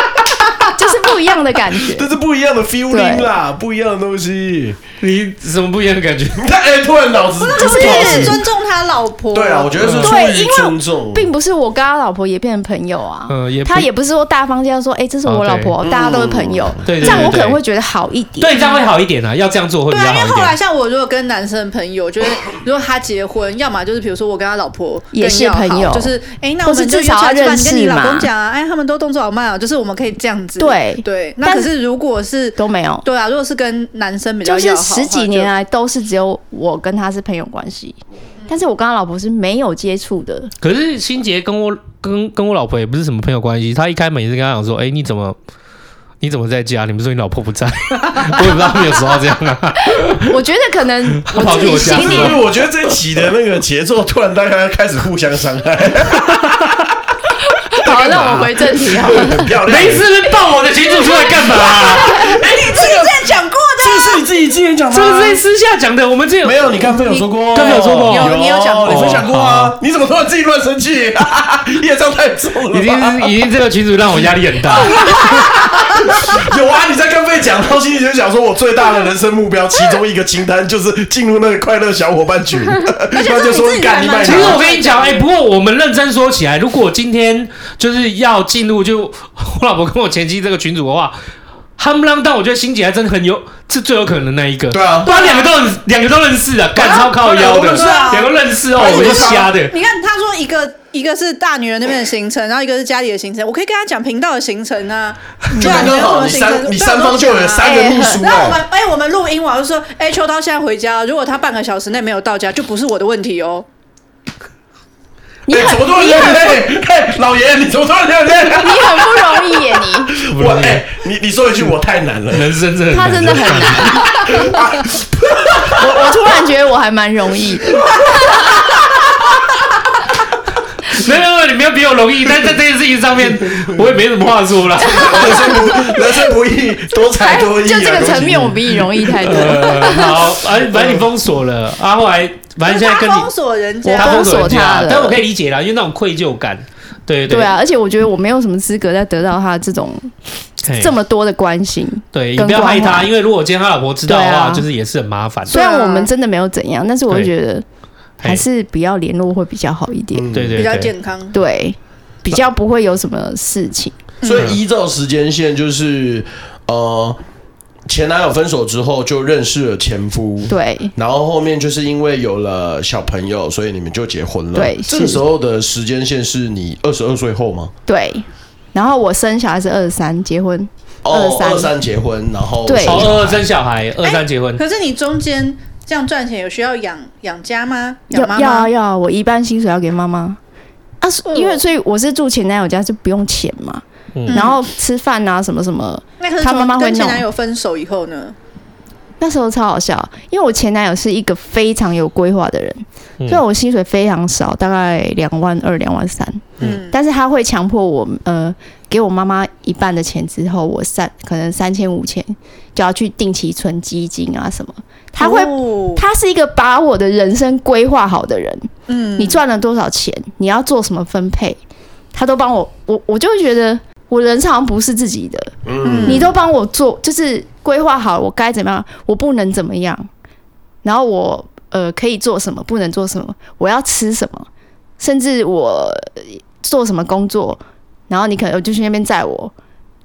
就是不一样的感觉。这是不一样的 feeling 啦，不一样的东西。你什么不一样的感觉？你看，哎，突然脑子就是是尊重他老婆。对啊，我觉得是出对于因为尊 重，并不是我跟他老婆也变成朋友啊，嗯也不哦他也不是说大方向说，哎、这是我老婆，大家都是朋友，嗯对对对这样我可能对会觉得好一点。对，这样会好一点啊，要这样做会比对较啊，因好为一后来点。像我如果跟男生朋友，就是如果他结婚， 要么就是比如说我跟他老婆更也是要好朋友就是哎、那或我是们就至约少出来要吃认饭，你跟你识老嘛公讲啊，哎、他们都动作好慢哦，就是我们可以这样子。对对，那但可是如果是都没有，对啊，如果是跟男生比较就是要好的话嗯十几年来啊都是只有我跟他是朋友关系，但是我跟他老婆是没有接触的。可是心杰跟我跟跟我老婆也不是什么朋友关系，他一开门也是跟他讲说，哎，你怎么你怎么在家？你不是说你老婆不在？我也不知道他们有说到这样啊。我觉得可 能我自己跑去心我里家，因为我觉得这集的那个节奏突然大家开始互相伤 害，好，那我回 正题好啊了。很漂亮。没事，爆我的群主出来干嘛、就， 之前讲过的啊，是你自己之前讲这个是私下讲的，我们这没有，你刚刚有说过，刚刚有说过有你有讲过你分享过啊？你怎么突然自己乱生气？ 业障太重了吧，已经是已经这个群主让我压力很大。有啊，你在跟贝讲，到心里就想说，我最大的人生目标，其中一个清单就是进入那个快乐小伙伴群， 他就说干你卖其实我他。跟你讲，哎、不过我们认真说起来，如果今天就是要进入就我老婆跟我前妻这个群组的话。夯不啷当，我觉得欣姐还真的很有，是最有可能的那一个。对啊不然两个都很，两个都认识啊，干超靠腰对的啊对啊，两个认识哦，而且我你是看瞎的。你看他说一个一个是大女人那边的行程，然后一个是家里的行程，我可以跟他讲频道的行程啊，对啊，刚你有刚什好，么行程你三？你三方就有三个个秘秘书书然后我们啊哎、我们录音，我就说，哎、秋刀现在回家，如果他半个小时内没有到家，就不是我的问题哦。你很怎么突然你间？很哎哎，老爷，你怎么突然间？哎 你很不容易耶，你我哎，你你说一句，我太难了。人生真的很他难，真的很难。 我我突然觉得我还蛮容 易的，没有没有，你没有比我容易，但在这件事情上面，我也没什么话说啦。人生 不人生不易，多才多艺啊。哎就这个层面，我恭喜比你容易太多。呃，好，哎，反正你封锁了，啊，后来反正现在跟你他封锁人我家封，锁人家他了但我可以理解啦，因为那种愧疚感，对对啊，而且我觉得我没有什么资格再得到他这种嘿这么多的关心。对，你跟不要害关他，怀因为如果今天他老婆知道的对话，啊就是也是很麻烦。虽然我们真的没有怎样，但是我会觉得嘿还是不要联络会比较好一嗯点。对对比较对，健康。对，比较不会有什么事情。所以依照时间线，就是呃，前男友分手之后就认识了前夫，对然后后面就是因为有了小朋友，所以你们就结婚了。对这个是时候的时间线是你二十二岁后吗？对。然后我生小孩是二十三，结婚哦， 23二三结婚，然后对哦，二二生小孩，哎二三结婚，可是你中间这样赚钱有需要养养家吗？要养妈哦要啊妈？要啊，我一半薪水要给妈妈啊，所因为所以我是住前男友家就不用钱嘛，嗯然后吃饭啊什么什么，那可是他妈妈从会跟前弄男友分手以后呢？那时候超好笑，因为我前男友是一个非常有规划的人，嗯虽然我薪水非常少，大概两万二、两万三，嗯，但是他会强迫我，呃，给我妈妈一半的钱之后，我三可能三千、五千就要去定期存基金啊什么。他会，哦他是一个把我的人生规划好的人。嗯你赚了多少钱，你要做什么分配，他都帮我，我我就会觉得我人生好像不是自己的，嗯你都帮我做，就是规划好我该怎么样，我不能怎么样，然后我呃可以做什么，不能做什么，我要吃什么，甚至我呃做什么工作，然后你可能就去那边载我，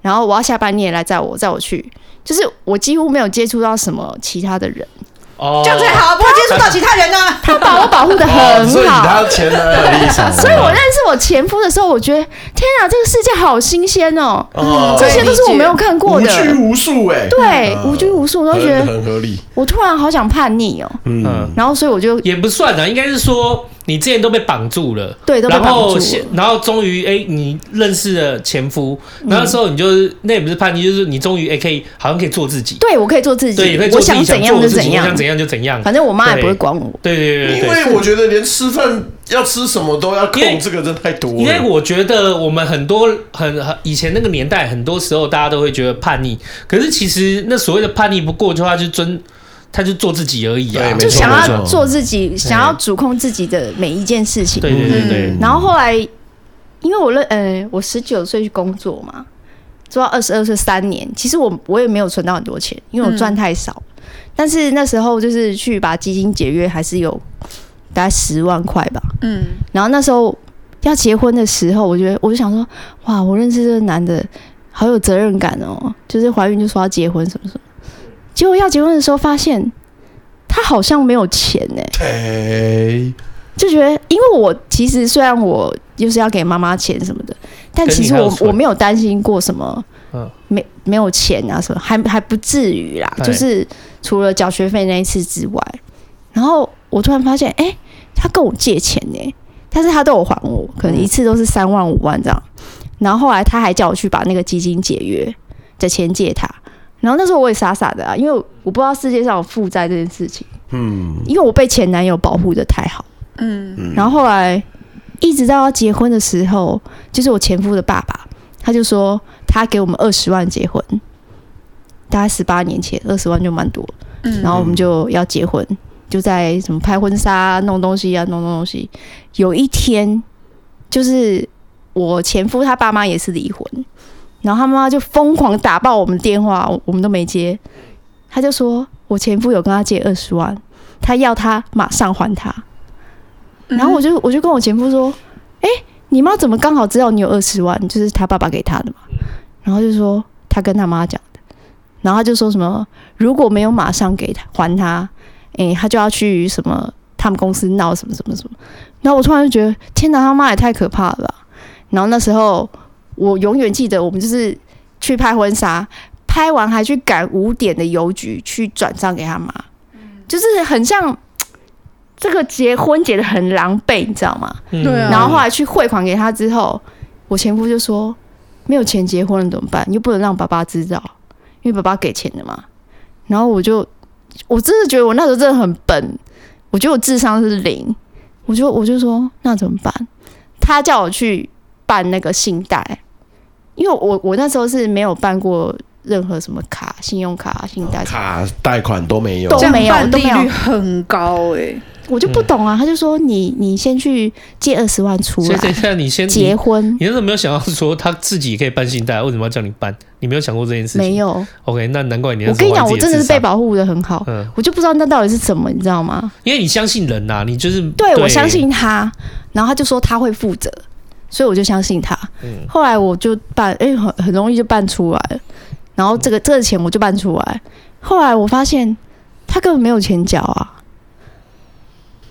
然后我要下班你也来载我，载我去，就是我几乎没有接触到什么其他的人，哦这样才好，不会接触到其他人啊。他把我保护的哦所很以好。他嗯前男友的立场， 所以我认识我前夫的时候，我觉得天啊，这个世界好新鲜哦，哦这些都是我没有看过无的，拘无束欸哎，对，嗯无拘无束，我都觉很得很合理，我突然好想叛逆哦，嗯嗯，然后所以我就也不算啊，应该是说你之前都被绑住了，对都被然绑后住现了，然后终于哎，你认识了前夫，嗯那时候你就是那也不是叛逆，就是你终于哎可以好像可以做自己，对我可以做自对，己也可以，做我自己怎做样的就事情怎我样想，怎样就怎样，反正我妈也对不会管我。对对对因对对。为我觉得连吃饭要吃什么都要因为控，这个真的太多了。因为我觉得我们很多很很以前那个年代，很多时候大家都会觉得叛逆，可是其实那所谓的叛逆不过就他就遵，他就做自己而已对啊没。错就想没要错做自己，想要主控自己的每一件事情。对嗯对对对，嗯然后后来，因为我认，呃，我十九岁去工作嘛，做到二十二岁三年，其实我我也没有存到很多钱，因为我赚太少。但是那时候就是去把基金解约，还是有大概十万块吧。嗯，然后那时候要结婚的时候，我觉得我就想说，哇，我认识这个男的好有责任感哦，就是怀孕就说要结婚什么什么，结果要结婚的时候发现他好像没有钱呢、哎，就觉得，因为我其实虽然我就是要给妈妈钱什么的，但跟你其实还有我存我没有担心过什么，嗯没没有钱啊什么，还还不至于啦，对就是除了缴学费那一次之外，然后我突然发现，哎、他跟我借钱呢、但是他都有还我，可嗯能一次都是三万五万这样，然后后来他还叫我去把那个基金解约的钱借他，然后那时候我也傻傻的啊，因为我不知道世界上有负债这件事情，嗯，因为我被前男友保护的太好。嗯，然后后来一直到要结婚的时候，就是我前夫的爸爸，他就说他给我们二十万结婚，大概十八年前，二十万就蛮多了。嗯然后我们就要结婚，就在什么拍婚纱啊、弄东西啊、弄弄东西。有一天，就是我前夫他爸妈也是离婚，然后他妈妈就疯狂打爆我们电话，我我们都没接。他就说我前夫有跟他借二十万，他要他马上还他。然后我就我就跟我前夫说：“哎、你妈怎么刚好知道你有二十万？就是他爸爸给他的嘛。”然后就说他跟他妈讲的，然后他就说什么如果没有马上给他还他，哎、他就要去什么他们公司闹什么什么什么。然后我突然就觉得，天哪，他妈也太可怕了吧！然后那时候我永远记得，我们就是去拍婚纱，拍完还去赶五点的邮局去转账给他妈，就是很像这个结婚结的很狼狈，你知道吗？嗯对啊然后后来去汇款给他之后，我前夫就说没有钱结婚了怎么办？又不能让爸爸知道，因为爸爸给钱的嘛。然后我就我真的觉得我那时候真的很笨，我觉得我智商是零，我就我就说那怎么办？他叫我去办那个信贷，因为我我那时候是没有办过任何什么卡、信用卡、信哦贷什么的卡贷款都没有都这样没有办都利没有率很高哎，我就不懂啊。他就说你你先去借二十万出所以等一来下你嗯先啊结你婚，你那时候没有想到说他自己也可以办信贷，为什么要叫你办？你没有想过这件事情？没。有。 OK，那难怪你那我时跟候你讲，怀疑我自真己的的是被保护的很好智，商。嗯，我就不知道那到底是怎么，你知道吗？因为你相信人呐、你就是对我相信他，然后他就说他会负责，嗯所以我就相信他。后来我就办，哎、很很容易就办出来了。然后这个这个钱我就搬出来。后来我发现他根本没有钱缴啊，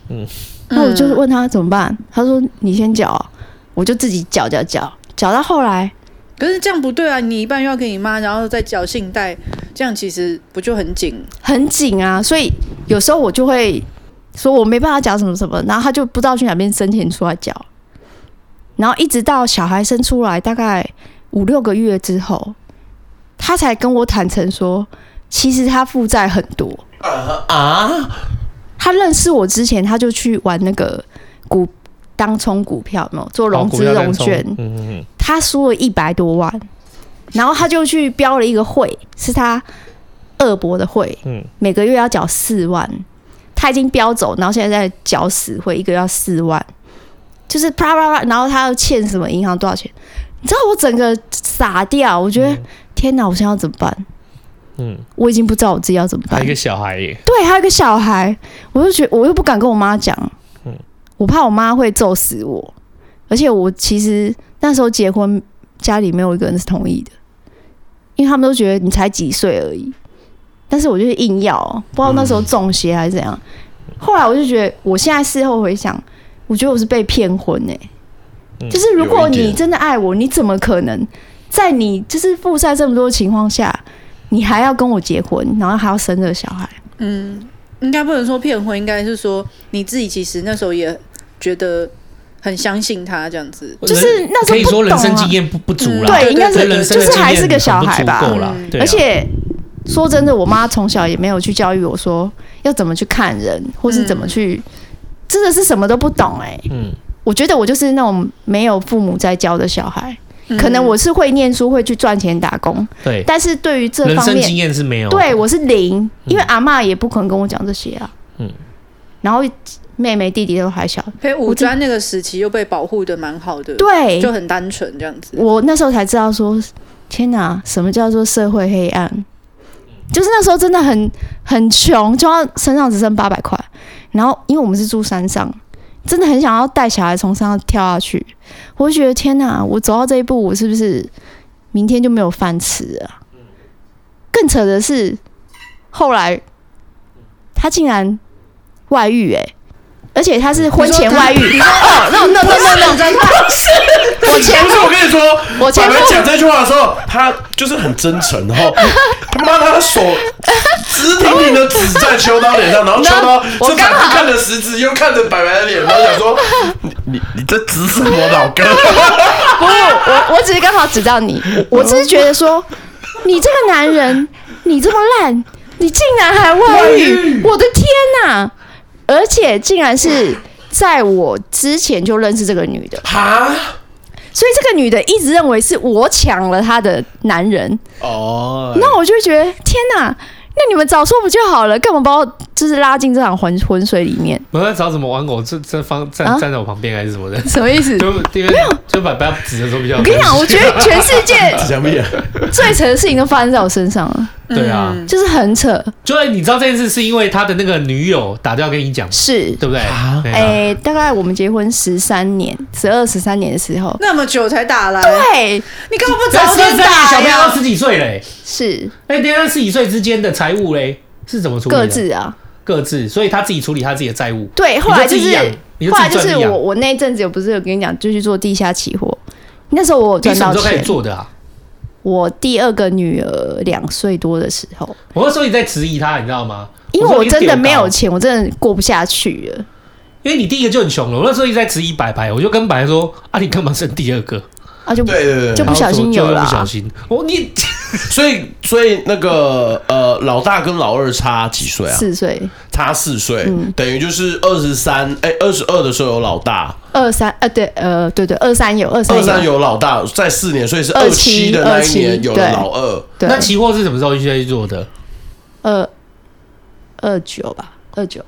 嗯那我就是问他怎么办，他说你先缴啊，我就自己缴缴缴，缴到后来可是这样不对啊！你一半又要给你妈，然后再缴信贷，这样其实不就很紧？很紧啊，所以有时候我就会说我没办法讲什么什么，然后他就不知道去哪边申请出来缴，然后一直到小孩生出来大概五六个月之后，他才跟我坦诚说，其实他负债很多啊。他认识我之前，他就去玩那个股当冲哦股票，有没有做融资融券，嗯嗯他输了一百多万，然后他就去标了一个会，是他二伯的会，嗯每个月要缴四万，他已经标走，然后现在在缴死会，一个月要四万，就是啪啪啪，然后他又欠什么银行多少钱，你知道我整个傻掉，我觉得、天哪，我现在要怎么办？嗯，我已经不知道我自己要怎么还办有一。个小孩耶，对，还有一个小孩，我就觉我又不敢跟我妈讲，嗯我怕我妈会揍死我，而且我其实那时候结婚，家里没有一个人是同意的，因为他们都觉得你才几岁而已，但是我就是硬要，哦不知道那时候中邪还是怎样。嗯后来我就觉得，我现在事后回想，我觉得我是被骗婚哎、嗯就是如有果一点你真的爱我，你怎么可能在你就是负债这么多的情况下，你还要跟我结婚，然后还要生这个小孩？嗯，应该不能说骗婚，应该是说你自己其实那时候也觉得很相信他这样子。就是那时候可以说不人懂生啊经验不不足嗯啦，对，应该所是以人生就的是经还验是个很小不孩足吧够。啦嗯对啊而且说真的，我妈从小也没有去教育我说要怎么去看人，或是怎么去，真的是什么都不懂哎、嗯我觉得我就是那种没有父母在教的小孩，可能我是会念书，会去赚钱打工，嗯对，但是对于这人方生经面，验是哦没有，对我是零，因为阿嬷也不可能跟我讲这些啊。嗯嗯，然后妹妹弟弟都还小，可以五专那个时期又被保护的蛮好的，，对，就很单纯这样子。我那时候才知道说，天哪，什么叫做社会黑暗？就是那时候真的很很穷，就要身上只剩八百块，然后因为我们是住山上，真的很想要带小孩从山上跳下去。我就觉得天哪，我走到这一步，我是不是明天就没有饭吃啊？更扯的是，后来他竟然外遇哎、而且他是婚前外遇，哦，no no no no no，我前不是我跟你说，我前法夫兰讲这句话的时候，他就是很真诚，然后他妈他手直挺挺的指在秋刀脸上，然后秋刀我正反复看着食指，又看着白白的脸，然后想说：“你你你这指什么老哥？不是我，我只是刚好指到你， 我只是觉得说，你这个男人，你这么烂，你竟然还外遇，我的天哪、而且竟然是在我之前就认识这个女的，哈，所以这个女的一直认为是我抢了她的男人，哦，那我就觉得天哪、那你们早说不就好了，干嘛把我就是拉进这场浑浑水里面？我在找什么玩偶，这这方站啊站在我旁边还是什么的，什么意思？就因为就把不要指的时候比较。我跟你讲，我觉得全世界想必啊，最扯的事情都发生在我身上了，对啊，就是很扯，就是你知道这件事是因为他的那个女友打电话跟你讲，是对不对？对啊哎、大概我们结婚十三年、十二、十三年的时候，那么久才打来，对，你干嘛不这早十二点岁小打朋友呀都？十几岁嘞，是哎，等一下十几岁之间的财务嘞是怎么处理的？各自啊，各自，所以他自己处理他自己的债务。对，后来就你自己养是，你就后自来己就赚是力啊我，我那一阵子有不是有跟你讲，就去做地下期货，那时候我有你赚什么时到候开始钱。做的啊？我第二个女儿两岁多的时候，我那时候也在质疑他，你知道吗？因为说我你真的丢没高有钱，我真的过不下去了。因为你第一个就很穷了，我那时候一直在质疑白白，我就跟白白说：“啊，你干嘛生第二个啊，就对对 对，就？”不小心有然后啦就不小心，我你所以所以那个呃，老大跟老二差几岁啊？四岁差四岁，嗯等于就是二十三，哎，二十二的时候有老大，二三呃对呃对对二三有二二三三有老大，在四年，所以是二七七的那一年27有了对老二。对那期货是什么时候去做的？二二九吧二九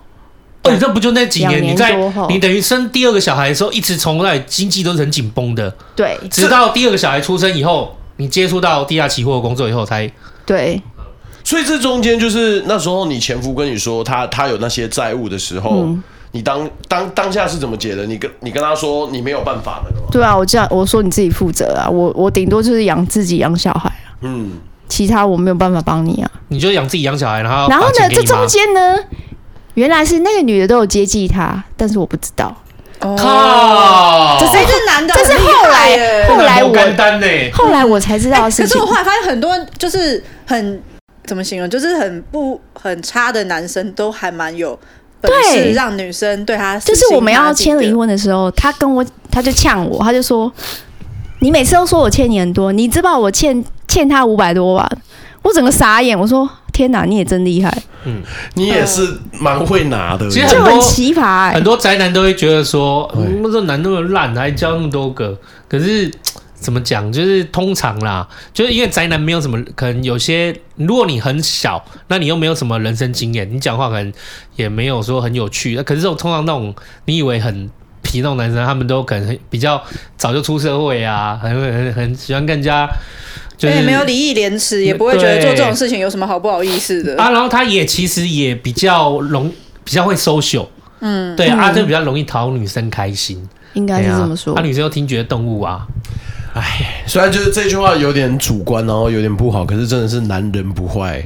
哦，你这不就那几两年？年你在多后你等于生第二个小孩的时候，一直从来经济都是很紧绷的，对直到第二个小孩出生以后，你接触到地下期货的工作以后才对所以这中间就是那时候你前夫跟你说他他有那些债务的时候，嗯你当当当下是怎么解的？你跟你跟他说你没有办法那个吗？对啊，我这样我说你自己负责啊，我我顶多就是养自己养小孩啊。嗯，其他我没有办法帮你啊。你就养自己养小孩，然后然后哦把钱呢，给这你妈中间呢，原来是那个女的都有接济他，但是我不知道。靠，这是哦这男的这是很厉后害来耶后来我干单呢，后来我才知道的哎可事是情我。后来发现很多就是很怎么形容，就是很不很差的男生都还蛮有本事对让女生对他就是我们要签离婚，婚的时候，他跟我他就呛我，他就说：“你每次都说我欠你很多，你知不知道我欠欠他五百多万？”我整个傻眼，我说：“天哪，你也真厉害，你也是蛮会拿的，其实就很很多奇葩、欸。”很多宅男都会觉得说，对嗯，这男那么烂，还交那么多个。可是怎么讲，就是通常啦，就是因为宅男没有什么，可能有些如果你很小，那你又没有什么人生经验，你讲话可能也没有说很有趣。可是这种通常那种你以为很。皮那种男生，他们都可能很比较早就出社会啊，很很很喜欢跟人家，就而是且没有礼义廉耻，也不会觉得对做这种事情有什么好不好意思的。啊，然后他也其实也比较容，比较会 social，嗯，对啊，就比较容易讨女生开心，应该是对啊这么说。啊，女生又听觉动物啊，虽然就是这句话有点主观，然后有点不好，可是真的是男人不坏，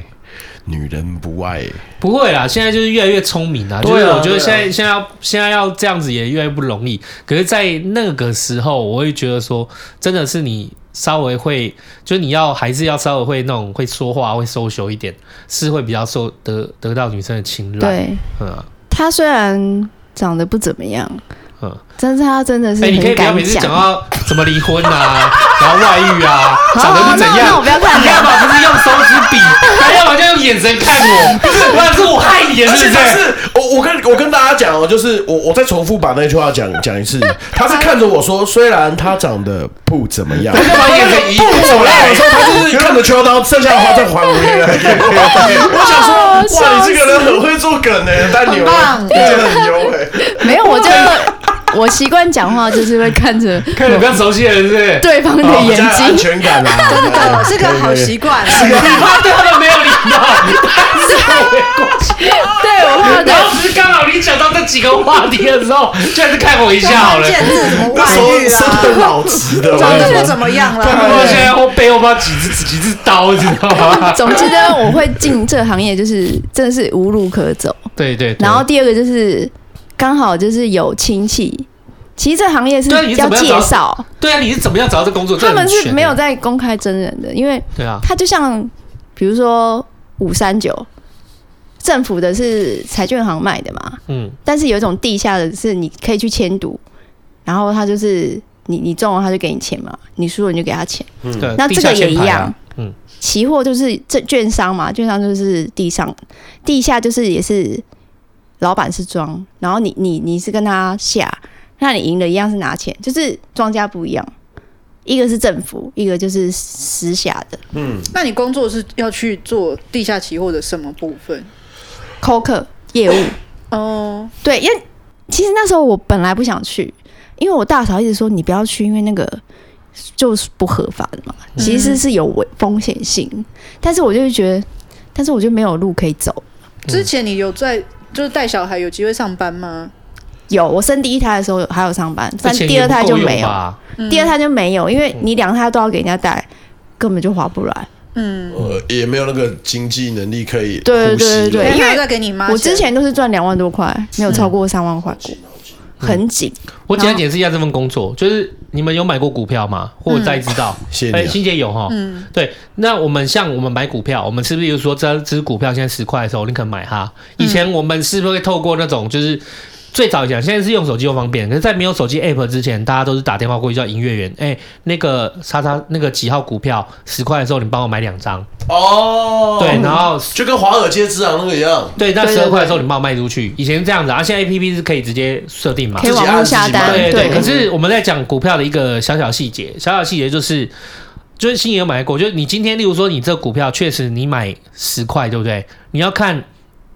女人不爱。不会啦，现在就是越来越聪明啦，对啊就是我觉得现在、对现在要现在要这样子也越来越不容易。可是，在那个时候，我会觉得说，真的是你稍微会，就是你要还是要稍微会那种会说话、会 social 一点，是会比较受得得到女生的青睐。，对嗯啊他虽然长得不怎么样，嗯，但是他真的是哎、你可以很不要敢每次讲讲。到什么离婚啊， 然后外遇啊， 好长得好不怎那那样我。不要看你了。要 么不是用手指比，还要么就用眼神看我，不然是我害你了，而是且不他是？是我我跟我跟大家讲哦，就是我我再重复把那句话讲讲一次，他是看着我说，虽然他长得不怎么 样，他干嘛眼神移不怎么样的时候，他就是看着秋刀，剩下的话再还 回来。我想说，哇，你这个人很会做梗呢，但牛，你真的很牛哎。没有，我就我习惯讲话就是会看着看着比较熟悉的人，是不是？对啊方的哦眼这样安睛。全感啊， 真的对是个好习。惯，你怕对他们没有礼 貌，对我怕然对，后只是刚好你讲到这几个话题的时候，就还是看我一下好了。啊见字什么可以可外以遇那时候啦，真的老直的，我啊长得跟不你说怎么样不啊啦。过现在后背后不知道几只几只刀，你知道 吗？总之呢，我会进这个行业就是真的是无路可走。对对，对然后第二个就是刚好就是有亲戚，其实这行业是对你怎要么样介找绍，对啊，你是怎么样找到这工作？他们这很是玄没有在公开真人的，因为对啊，它就像比如说五三九，政府的是彩券行卖的嘛，嗯，但是有一种地下的是你可以去签赌，然后他就是你你中了他就给你钱嘛，你输了你就给他钱。对那地这下个也线一牌啊样，嗯，期货就是这券商嘛，券商就是地上，地下就是也是老板是庄，然后你你你是跟他下，那你赢了一样是拿钱，就是庄家不一样，一个是政府，一个就是私下的嗯那你工作是要去做地下期货的什么部分？扣客业务。哦，对，因为其实那时候我本来不想去，因为我大嫂一直说你不要去，因为那个就是不合法的嘛，其实是有危风险性。但是我就觉得，但是我就没有路可以走。之前你有在就是带小孩有机会上班吗？有，我生第一胎的时候有还有上班，但这钱啊第也二不胎就够用没有，吧嗯第二胎就没有，因为你两胎都要给人家带，根本就划不来。呃，也没有那个经济能力可以对对对呼吸了对因因为为在给你妈钱，我之前都是赚两万多块，没有嗯超过三万块过，很紧。我简单解释一下这份工作，就是你们有买过股票吗？或者大家知道？谢谢哎，你啊。欣姐有哈，嗯，对。那我们像我们买股票，我们是不是就说这只股票现在十块的时候，你可能买它？以前我们是不是会透过那种就是。最早以前，现在是用手机又方便，可是，在没有手机 app 之前，大家都是打电话过去叫营业员，哎、那个叉叉那个几号股票十块的时候，你帮我买两张，哦，对，然后就跟华尔街之狼那个一样，对，那对十对二块的对时候你帮我卖出去，以前是这样子啊，现在 app 是可以直接设定嘛，可以自己网络按自己下单买对对对可是我们在讲股票的一个小小细节，小小细节就是，就是新也有买过，就是你今天，例如说你这股票确实你买十块，对不对？你要看，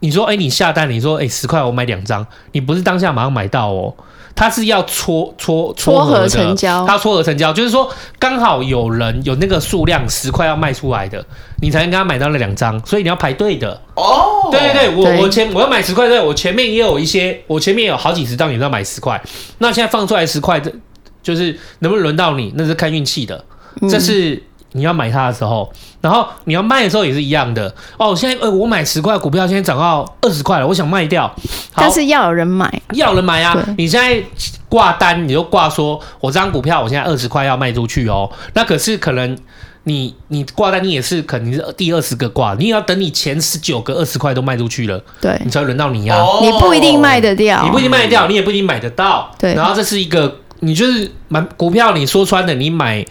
你说哎、你下单，你说哎十块我买两张，你不是当下马上买到哦，它是要撮撮撮合合的成交它撮合成交，就是说刚好有人有那个数量十块要卖出来的，你才能跟他买到那两张，所以你要排队的。哦，对对对，我对我前我要买十块，对我前面也有一些，我前面有好几十张也在买十块，嗯那现在放出来十块，这就是能不能轮到你，那是看运气的，这是你要买它的时候，然后你要卖的时候也是一样的。哦，现在呃，我买十块的股票，现在涨到二十块了，我想卖掉，好但是要有人买，要人买啊对！你现在挂单，你就挂说，我这张股票我现在二十块要卖出去哦。那可是可能你你挂单，你也是肯定是第二十个挂，你也要等你前十九个二十块都卖出去了，对你，才轮到你呀、啊。哦你不一定卖得掉你，不一定卖得掉，你也不一定买得到。对然后这是一个，你就是买股票，你说穿的，你买。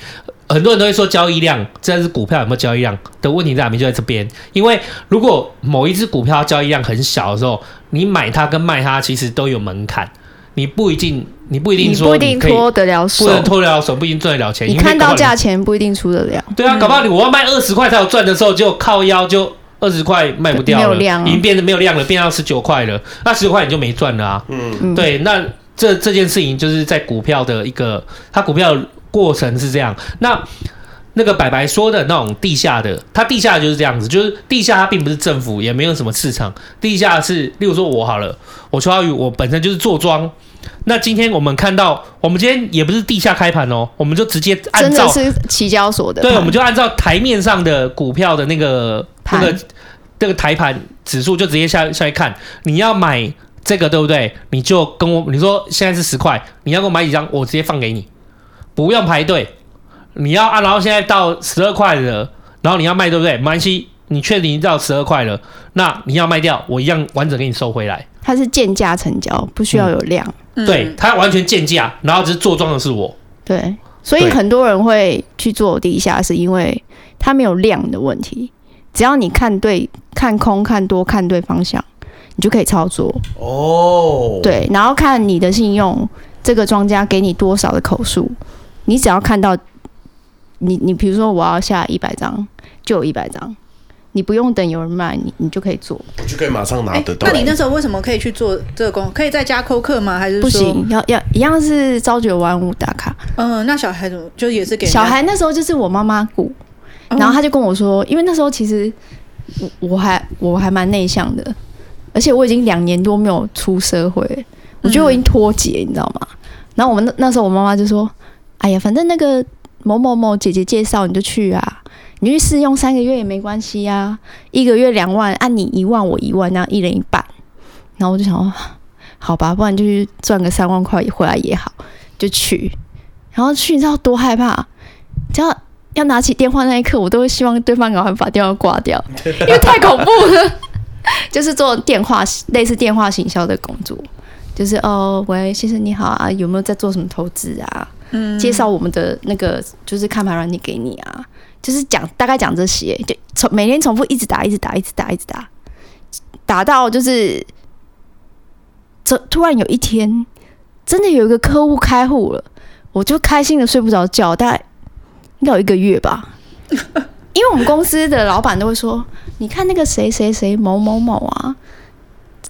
很多人都会说交易量，这是股票有没有交易量的问题在哪边？就在这边，因为如果某一只股票交易量很小的时候，你买它跟卖它其实都有门槛，你不一定，你不一定你说不一你定可以，脱得了手不，能脱得了手，不一定赚得了钱。你因为看搞不到好价钱不一定出得了，对啊，搞不好你我要卖二十块才有赚的时候，就靠腰就二十块卖不掉了，没有量啊已经变得没有量了，变到十九块了，那十九块你就没赚了啊。嗯嗯，对，那这这件事情就是在股票的一个，它股票过程是这样。那那个白白说的那种地下的，它地下就是这样子，就是地下它并不是政府，也没有什么市场，地下是，例如说我好了，我邱浩宇，我本身就是做庄。那今天我们看到，我们今天也不是地下开盘哦，我们就直接按真照的是期交所的盘，对，我们就按照台面上的股票的那个那盘个那个台盘指数，就直接下下去看。你要买这个对不对？你就跟我你说现在是十块，你要给我买几张，我直接放给你，不用排队。你要啊，然后现在到十二块了，然后你要卖对不对？没关系，你确定到十二块了，那你要卖掉，我一样完整给你收回来。它是贱价成交，不需要有量，嗯对，，它完全贱价，然后只是做庄的是我。对，所以对很多人会去做地下，是因为它没有量的问题，只要你看对、看空、看多、看对方向，你就可以操作，哦，对，然后看你的信用，这个庄家给你多少的口数，你只要看到你你比如说我要下一百张，就有一百张。你不用等有人卖，你你就可以做，我就可以马上拿哎得，到那。你那时候为什么可以去做这个工？可以在家扣课吗？还是不说行，？要要一样是朝九晚五打卡。嗯，那小孩怎么就也是给人家小，孩那时候就是我妈妈雇，哦然后他就跟我说，因为那时候其实我我还我还蛮内向的，而且我已经两年多没有出社会了，我觉得我已经脱节，你知道吗？然后我们那那时候我妈妈就说：“哎呀，反正那个某某某姐姐介绍你就去啊，你去试用三个月也没关系啊，一个月两万，按、你一万我一万，那样一人一半。”然后我就想说，好吧，不然就去赚个三万块回来也好，就去。然后去，你知道多害怕？只要要拿起电话那一刻，我都会希望对方赶快把电话挂掉，因为太恐怖了。就是做电话类似电话行销的工作，就是哦，喂，先生你好啊，有没有在做什么投资啊？嗯，介绍我们的那个就是看盘软体给你啊，就是讲大概讲这些，就重每天重复一直打，一直打，一直打，一直打，打到就是这突然有一天，真的有一个客户开户了，我就开心的睡不着觉，大概应该有一个月 吧。因为我们公司的老板都会说，你看那个谁谁谁某某某啊，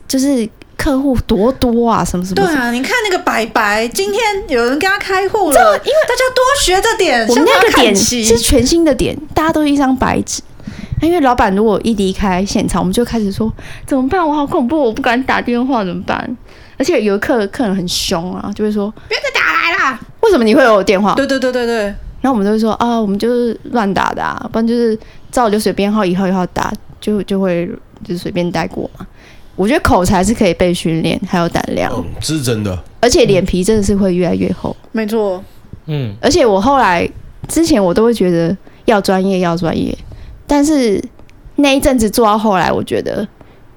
就是客户多多啊，什么什么对什么。啊，你看那个白白，今天有人跟他开户了，因为大家多学着点，我们向那他个点看齐是全新的点，大家都一张白纸。因为老板如果一离开现场，我们就开始说怎么办？我好恐怖，我不敢打电话，怎么办？而且有一客客人很凶啊，就会说别再打来啦。为什么你会有我电话？对对对对对，然后我们都会说啊，我们就是乱打的、啊，不然就是照流水编号一号一号打，就就会就随便带过嘛。我觉得口才是可以被训练，还有胆量，哦嗯，这是真的。而且嗯脸皮真的是会越来越厚。没错，嗯，而且我后来之前我都会觉得要专业要专业，但是那一阵子做到后来，我觉得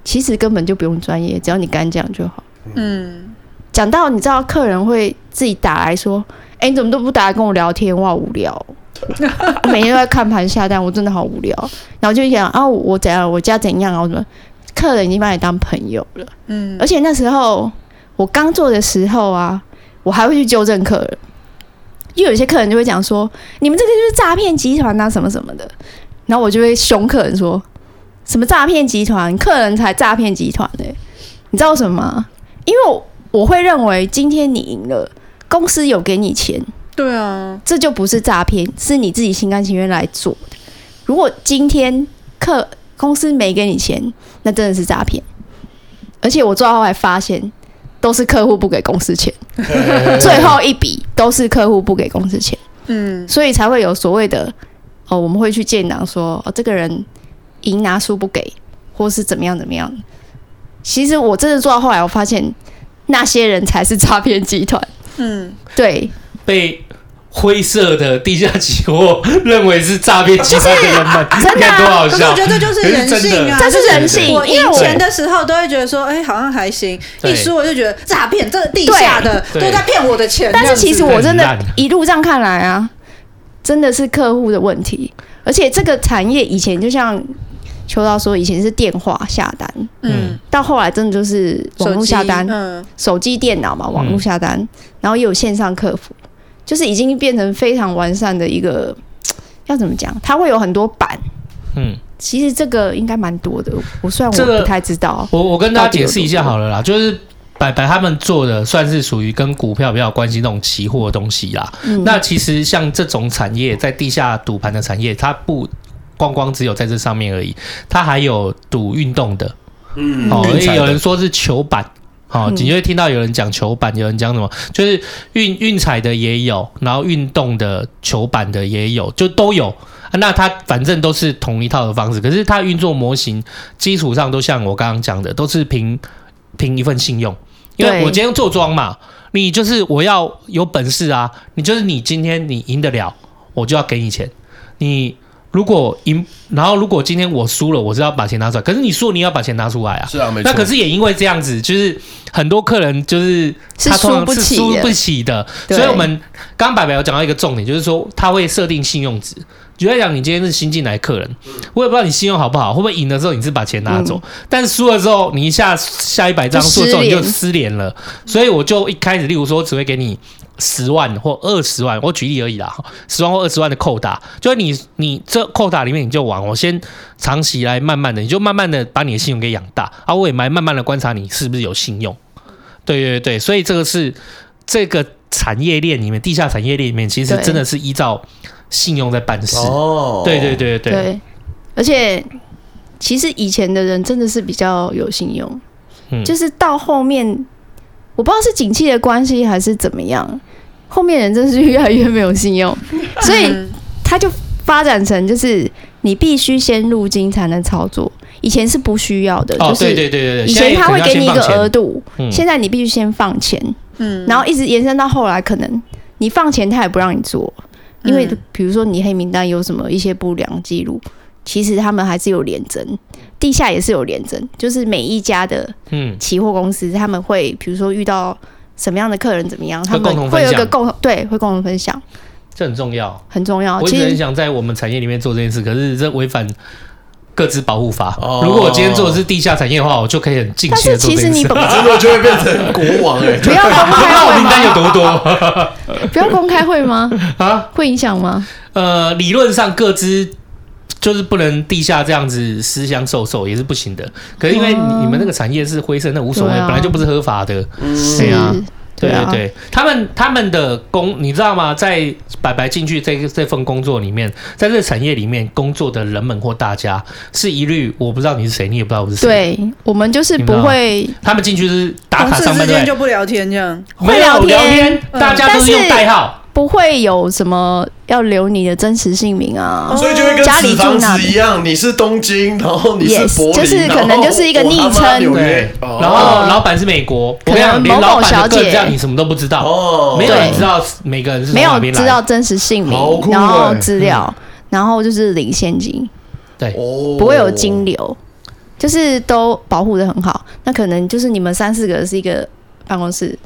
其实根本就不用专业，只要你敢讲就好。嗯，讲到你知道客人会自己打来说：“哎、你怎么都不打来跟我聊天？我好无聊哦。”我每天都在看盘下单，我真的好无聊。然后就想啊，我怎样，我家怎样啊，我怎么？客人已经把你当朋友了，嗯。而且那时候我刚做的时候啊，我还会去纠正客人，因为有些客人就会讲说：“你们这个就是诈骗集团啊，什么什么的。”然后我就会凶客人说：“什么诈骗集团？客人才诈骗集团呢、你知道为什么吗？因为我我会认为今天你赢了，公司有给你钱，对啊，这就不是诈骗，是你自己心甘情愿来做的。如果今天客公司没给你钱，那真的是诈骗。而且我做到后来发现，都是客户不给公司钱，最后一笔都是客户不给公司钱，嗯，所以才会有所谓的哦，我们会去建档说，哦，这个人赢拿书不给，或是怎么样怎么样。其实我真的做到后来，我发现那些人才是诈骗集 团。嗯，对，被灰色的地下期货认为是诈骗集团的人 们，真的啊看多好可是笑我觉！得这就是人性啊，这是人就性我，因为赢我钱的时候都会觉得说，哎，好像还行；对一输我就觉得诈骗，这地下的都对在骗我的钱。但是其实这样子我真很的烂一路这样看来啊，真的是客户的问题，而且这个产业以前就像秋刀说，以前是电话下单，嗯，到后来真的就是网络手机下单，嗯，手机、电脑嘛，网络嗯下单，然后也有线上客服，就是已经变成非常完善的一个，要怎么讲？它会有很多版，嗯，其实这个应该蛮多的，我虽然这个我不太知道，我我跟大家解释一下好了啦，就是白白他们做的算是属于跟股票比较有关系那种期货的东西啦。嗯，那其实像这种产业，在地下赌盘的产业，它不光光只有在这上面而已，它还有赌运动的，嗯哦，运因为彩有人的说是球板。哦，嗯你就会听到有人讲球板，有人讲什么，就是运运彩的也有，然后运动的球板的也有，就都有。啊那它反正都是同一套的方式，可是它运作模型基础上都像我刚刚讲的，都是凭凭一份信用。因为对我今天做庄嘛，你就是我要有本事啊，你就是你今天你赢得了，我就要给你钱。你如果赢，然后如果今天我输了，我是要把钱拿出来，可是你输了，你也要把钱拿出来啊。是啊，没错。那可是也因为这样子，就是很多客人就是是他通常输不起是输的不起的。对所以我们刚刚白白有讲到一个重点，就是说他会设定信用值。举例来讲，你今天是新进来的客人，我也不知道你信用好不好，会不会赢的时候你是把钱拿嗯走，但输了之后你一下下一百张就输了之后失你联就失联了。所以我就一开始，例如说只会给你十万或二十万，我举例而已啦，十万或二十万的扣打，就是你你这扣打里面你就玩，我先长期来慢慢的，你就慢慢的把你的信用给养大啊，我也来慢慢的观察你是不是有信用。对对对，所以这个是这个产业链里面，地下产业链里面，其实对真的是依照信用在办事。哦，对对，对对，对，而且其实以前的人真的是比较有信用，嗯就是到后面我不知道是景气的关系还是怎么样，后面人真是越来越没有信用，所以嗯他就发展成就是你必须先入金才能操作，以前是不需要的，哦就对是对对对，以前他会给你一个额度，度，嗯现在你必须先放钱，嗯，然后一直延伸到后来，可能你放钱他也不让你做，因为嗯比如说你黑名单有什么一些不良记录，其实他们还是有联征，地下也是有联征，就是每一家的嗯，期货公司他们会，比如说遇到什么样的客人怎么样，他会共们同会有一个分享共同对会共同分享，这很重要。很重要。我一哦其直很实想在我们产业里面做这件事，可是这违反各自保护法。哦如果我今天做的是地下产业的话，我就可以很尽但情是的做其这实件 你事。不真的就会变成国王 哎、不要公那我开会名单有吗？多多 不要公开会吗？ 啊？会影响吗？呃，理论上各自就是不能地下这样子私相授受也是不行的。可是因为哦你们那个产业是灰色，那无所谓，对啊本来就不是合法的。是对啊，对对啊对对，他们他们的工，你知道吗？在白白进去这个这份工作里面，在这个产业里面工作的人们或大家，是一律我不知道你是谁，你也不知道我是谁。，对我们就是你不们啊会他们进去就是打同卡事上之班对间不就对？不聊天这样。会没有聊聊天嗯天，大家都是但用是代号。不会有什么要留你的真实姓名啊，哦所以就会跟家里纸住房哪子一样，你是东京，然后你是 Yes，柏林，就是可能就是一个昵对称对，，然后老板是美国，我跟你讲，连老板的个人这样你什么都不知道，哦，没有人对知道每个人是从没哪有边知来道，真实姓名，啊好酷然后欸资料，然后就是零现金，对，哦不会有金流，就是都保护的很好。那可能就是你们三四个是一个办公室，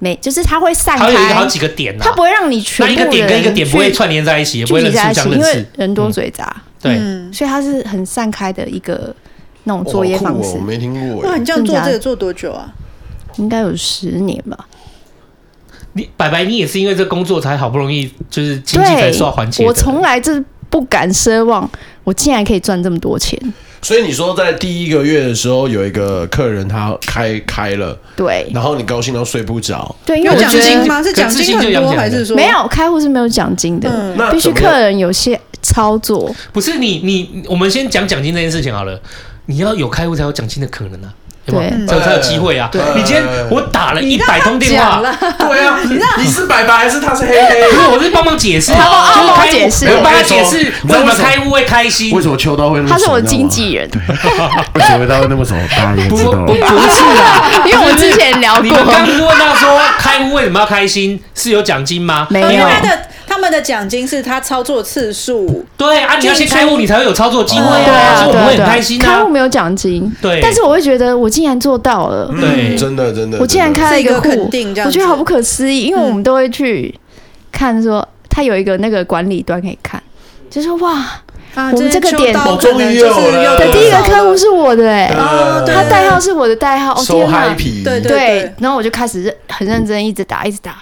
每就是他会散它有一个好开，几个点呐啊他，不会让你全那一部个的点跟一个人点不会去串联在一起，也不聚会认集在一互起，相因认为识，嗯人多嘴杂，对，嗯，所以他是很散开的一个那种哦作业好酷方哦式我，没听过哇，哎你。这样真做假这的个做多久啊？应该有十年吧。你白白你也是因为这工作才好不容易就是经对，济才受到缓解的，我从来就是不敢奢望，我竟然可以赚这么多钱。所以你说在第一个月的时候，有一个客人他开开了，对然后你高兴到睡不着，对，因为有我奖觉金得吗？是奖金很多还是说没？有开户是没有奖金的，嗯，那必须怎么样客人有些操作。不是你你我们先讲奖金这件事情好了，你要有开户才有奖金的可能啊，对吧？对这样才有机会啊！你今天我打了一百通电话讲，了，对 啊，你是白白还是他是黑 黑？可是我是帮忙解释，帮就是帮我开解释我帮他没解有释你为知道什为么什么开户会开心。为什么秋刀会那么？他是我经，纪人， 为什么他会那么熟？大家应该不知不道不了。是啊，因为我们之前聊你们刚刚过，问到说开户为什么要开心，是有奖金吗？没哦因为有他的他们的奖金是他操作次数，对啊，你要先开户，你才会有操作机会对啊，所啊以我对们啊会对很啊开，心开啊户。没有奖金，对，嗯但是我会觉得我竟然做到了，对真的真的，嗯我竟然真的开了一个是一个户肯定这，样我子嗯觉得好不可思议，因为我们都会去看说，他有一个那个管理端可以看，就说哇，啊，我们这个秋点刀我可终能于就有是了又对的多第一个少客户了是我的哎、呃对他代号是我的代号，哦收天嗨哪！皮，对对对，然后我就开始认很认真，一直打，一直打，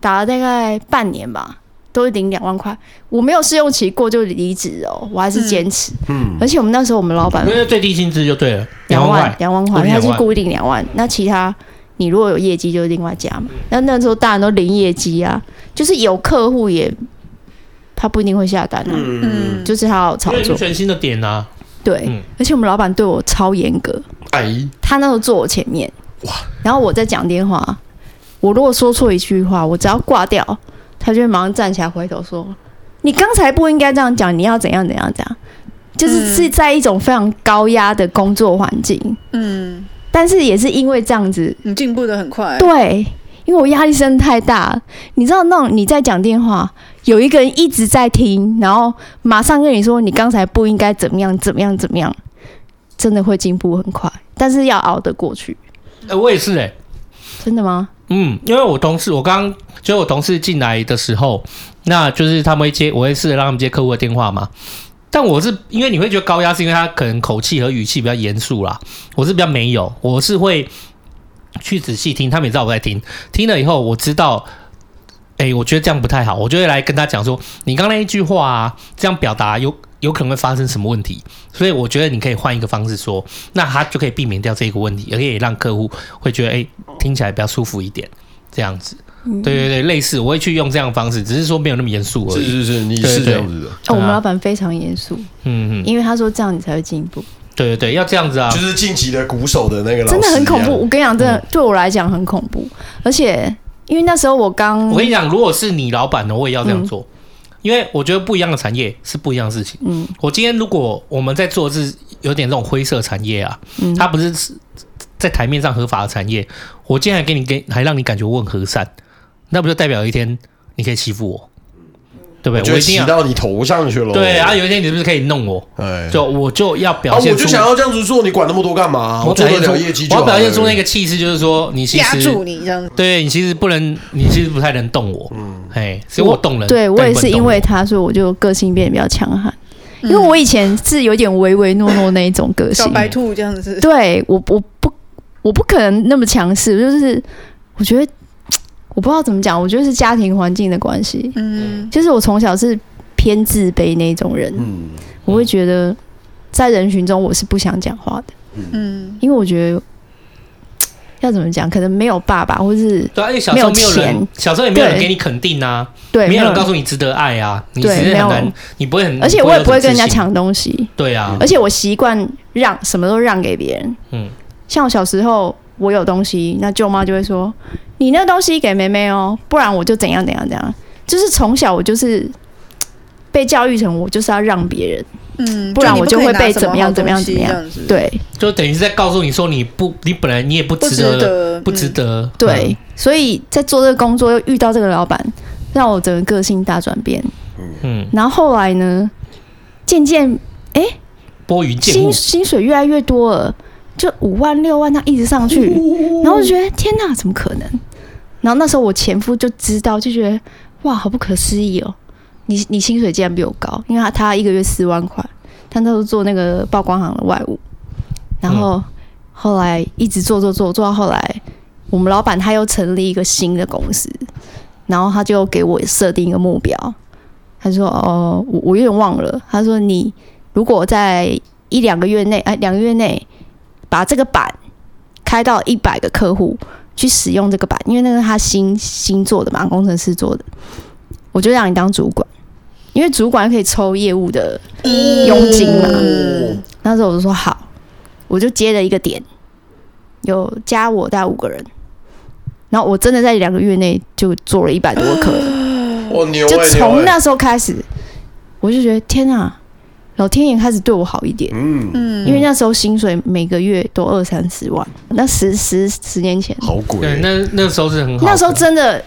打了大概半年吧，都领两万块。我没有试用期过就离职哦，我还是坚持。嗯而且我们那时候我们老板因为嗯最低薪资就对了，两万万块，两万固块，定他两是万固定两万，那其他你如果有业绩就是另外加嘛。那那时候大人都零业绩啊，就是有客户也他不一定会下单啊，嗯，就是他要因炒为是作。全新的点啊。对，嗯而且我们老板对我超严格，哎，他那时候坐我前面，然后我在讲电话，我如果说错一句话，我只要挂掉，他就会马上站起来回头说：“你刚才不应该这样讲，你要怎样怎样怎样。”就是嗯是在一种非常高压的工作环境，嗯，但是也是因为这样子，你进步的很快，对，因为我压力真的太大了。你知道那种你在讲电话，有一个人一直在听，然后马上跟你说你刚才不应该怎么样怎么样怎么样，真的会进步很快，但是要熬得过去。哎，我也是哎，真的吗？嗯，因为我同事，我刚就是我同事进来的时候，那就是他们会接，我会试着让他们接客户的电话嘛。但我是因为你会觉得高压，是因为他可能口气和语气比较严肃啦。我是比较没有，我是会去仔细听，他们也知道我在听。听了以后，我知道，哎、我觉得这样不太好，我就会来跟他讲说，你刚刚那一句话啊，这样表达有有可能会发生什么问题，所以我觉得你可以换一个方式说，那他就可以避免掉这个问题，而且也让客户会觉得，哎、听起来比较舒服一点，这样子。对对对，类似我会去用这样的方式，只是说没有那么严肃而是已。是是，你是这样子的，哦，我们对啊老板非常严肃，嗯嗯，因为他说这样你才会进步，对对对，要这样子啊就。是晋级的鼓手的那个老师真一样，的很恐怖。我跟你讲，真嗯的对我来讲很恐怖，而且因为那时候我刚，我跟你讲，如果是你老板呢，我也要这样做，因为我觉得不一样的产业是不一样的事情。嗯我今天如果我们在做的是有点这种灰色产业啊，嗯，它不是在台面上合法的产业，我今天还给你给还让你感觉我很和善，那不就代表有一天你可以欺负我，对不对？我就我会一定骑要到你头上去了。对啊，有一天你是不是可以弄我？哎，就我就要啊，表我现就出，想要这样子做，你管那么多干嘛？我做表得现出了业绩就我好了，表现出那个气势，就是说你其压实住你这样子，对你其实不能，你其实不太能动我，嗯，哎，是我动人，对但我也你不能是因动为他，所以我就个性变得比较强悍。因为嗯我以前是有点唯唯诺诺那一种个小性，白兔这样子，对我我不我不可能那么强势，就是我觉得我不知道怎么讲，我觉得是家庭环境的关系，嗯，就是我从小是偏自卑那种人，嗯，我会觉得在人群中我是不想讲话的，嗯，因为我觉得要怎么讲，可能没有爸爸，或是对啊，因为小时候没有没有人钱，小时候也没有人对给你肯定啊，对没有人告人，诉你值得爱啊，你对只是没有很难，你不会很，而且我也不会跟人家你有什么自信，抢东西，对啊，而且我习惯让什么都让给别人。嗯像我小时候，我有东西，那舅妈就会说：“你那东西给妹妹哦，不然我就怎样怎样怎样。”就是从小我就是被教育成我就是要让别人，嗯，不然你我就可以会拿被什怎么样好怎么东样西怎么这样样子，对就等于是在告诉你说你不，你本来你也不不值值得，得，不值嗯，得，对，所以在做这个工作又遇到这个老板，让我整个个性大转变。嗯，嗯，然后后来呢，渐渐拨云见雾薪，薪水越来越多了，就五万六万，他一直上去，然后我就觉得天哪，怎么可能？然后那时候我前夫就知道，就觉得哇，好不可思议哦！你你薪水竟然比我高，因为他他一个月四万块，他那时候做那个曝光行的外务，然后后来一直做做做做到后来，我们老板他又成立一个新的公司，然后他就给我设定一个目标，他说哦，我我有点忘了，他说你如果在一两个月内，哎，两个月内把这个版开到一百个客户去使用这个版，因为那个是他新新做的嘛，工程师做的，我就让你当主管，因为主管可以抽业务的佣金嘛。嗯那时候我就说好，我就接了一个点，有加我大概五个人，然后我真的在两个月内就做了一百多颗了。我牛欸就从，牛欸那时候开始，我就觉得天啊，老天爷开始对我好一点，嗯，嗯，因为那时候薪水每个月都二三十万，那十十十年前，好鬼对，欸，那那时候是很好的，那时候真的，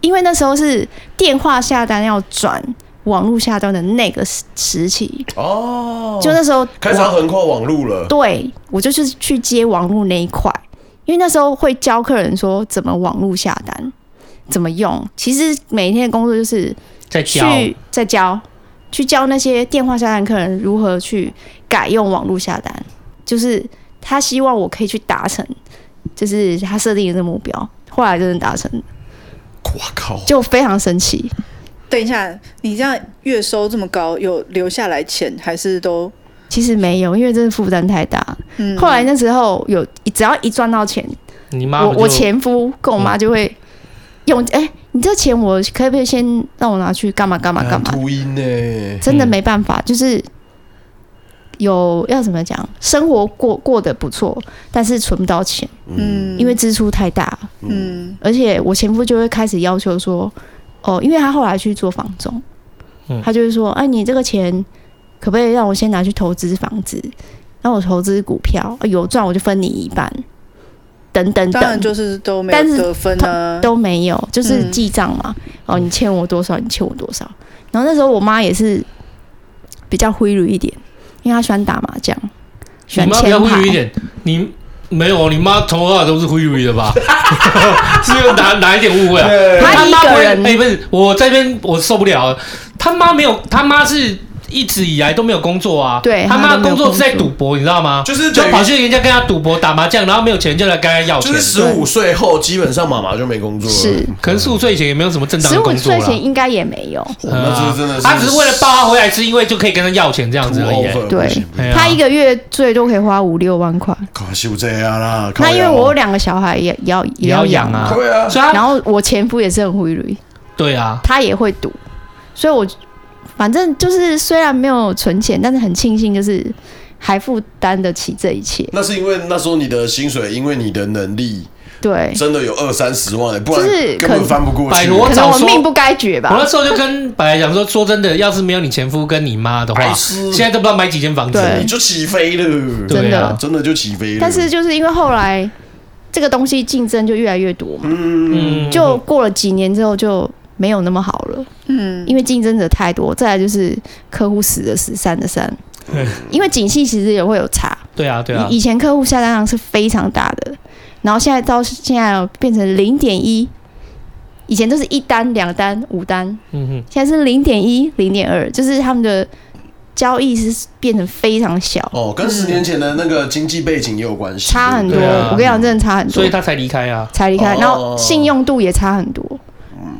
因为那时候是电话下单要转网络下单的那个时时期，哦，就那时候开始要横跨网路了，对我就是去接网络那一块，因为那时候会教客人说怎么网络下单，怎么用。其实每天的工作就是在教去再教，去教那些电话下单客人如何去改用网络下单，就是他希望我可以去达成，就是他设定的这个目标。后来真的达成了，哇靠，就非常神奇。等一下，你这样月收这么高，有留下来钱还是都？其实没有，因为真的负担太大。嗯，后来那时候有，只要一赚到钱，你妈我不就嗯我前夫跟我妈就会用，哎、你这钱我可不可以先让我拿去干嘛干嘛干嘛？嗯秃鹰呢？真的没办法，就是有要怎么讲，生活过过得不错，但是存不到钱，嗯，因为支出太大，嗯而且我前夫就会开始要求说，哦，因为他后来去做房仲嗯，他就是说，哎，你这个钱可不可以让我先拿去投资房子，让我投资股票，呃有赚我就分你一半，等等当然等，就是都没但有是得分啊，都没有，就是嗯记账嘛。哦，嗯你欠我多少，你欠我多少。然后那时候我妈也是比较灰溜一点，因为她喜欢打麻将，喜你欢妈比较签灰牌溜一。点，你没有，你妈从头到尾都是灰溜的吧？ 是不是有哪哪一点误会啊？她他一妈不个会，人哎、不是，我这边我受不了了，他妈没有，他妈是一直以来都没有工作啊，对他妈他都没有工作是在工作赌博，你知道吗？就是就等于跑去人家跟他赌博打麻将，然后没有钱就来跟他要钱，就是十五岁后，基本上妈妈就没工作了，是可能十五岁以前也没有什么正当十的五工作岁啦。嗯前应该也没有，哦那这真的是，他只是为了抱他回来，是因为就可以跟他要钱这样子而已、 over，对不行哎呀她一个月最多可以花五六万块。靠，就这样啦。靠那因为我有腰两个小孩也也要也也要要养养啊对啊，所以他然后我前夫也是很灰溜，对啊，他也会赌，所以我反正就是虽然没有存钱，但是很庆幸就是还负担得起这一切。那是因为那时候你的薪水，因为你的能力对，真的有二三十万，不就是然根本可翻不过去。百罗我可早能我说命不该绝吧。我那时候就跟本来讲说，说真的，要是没有你前夫跟你妈的话白，痴现在都不知道买几间房子。对你就起飞了，对真的啊真的就起飞了。但嗯是就是因为后来这个东西竞争就越来越多嘛，嗯，嗯，就过了几年之后就没有那么好了，嗯，因为竞争者太多。再来就是客户死的死，散的散对，因为景气其实也会有差。对啊，对啊以，以前客户下单量是非常大的，然后现在到现在变成零点一，以前都是一单、两单、五单，嗯嗯，现在是零点一、零点二，就是他们的交易是变成非常小，哦，跟十年前的那个经济背景也有关系，差很多。对不对啊我跟你讲，真的差很多所以。他才离开啊。才离开，哦嗯然后信用度也差很多，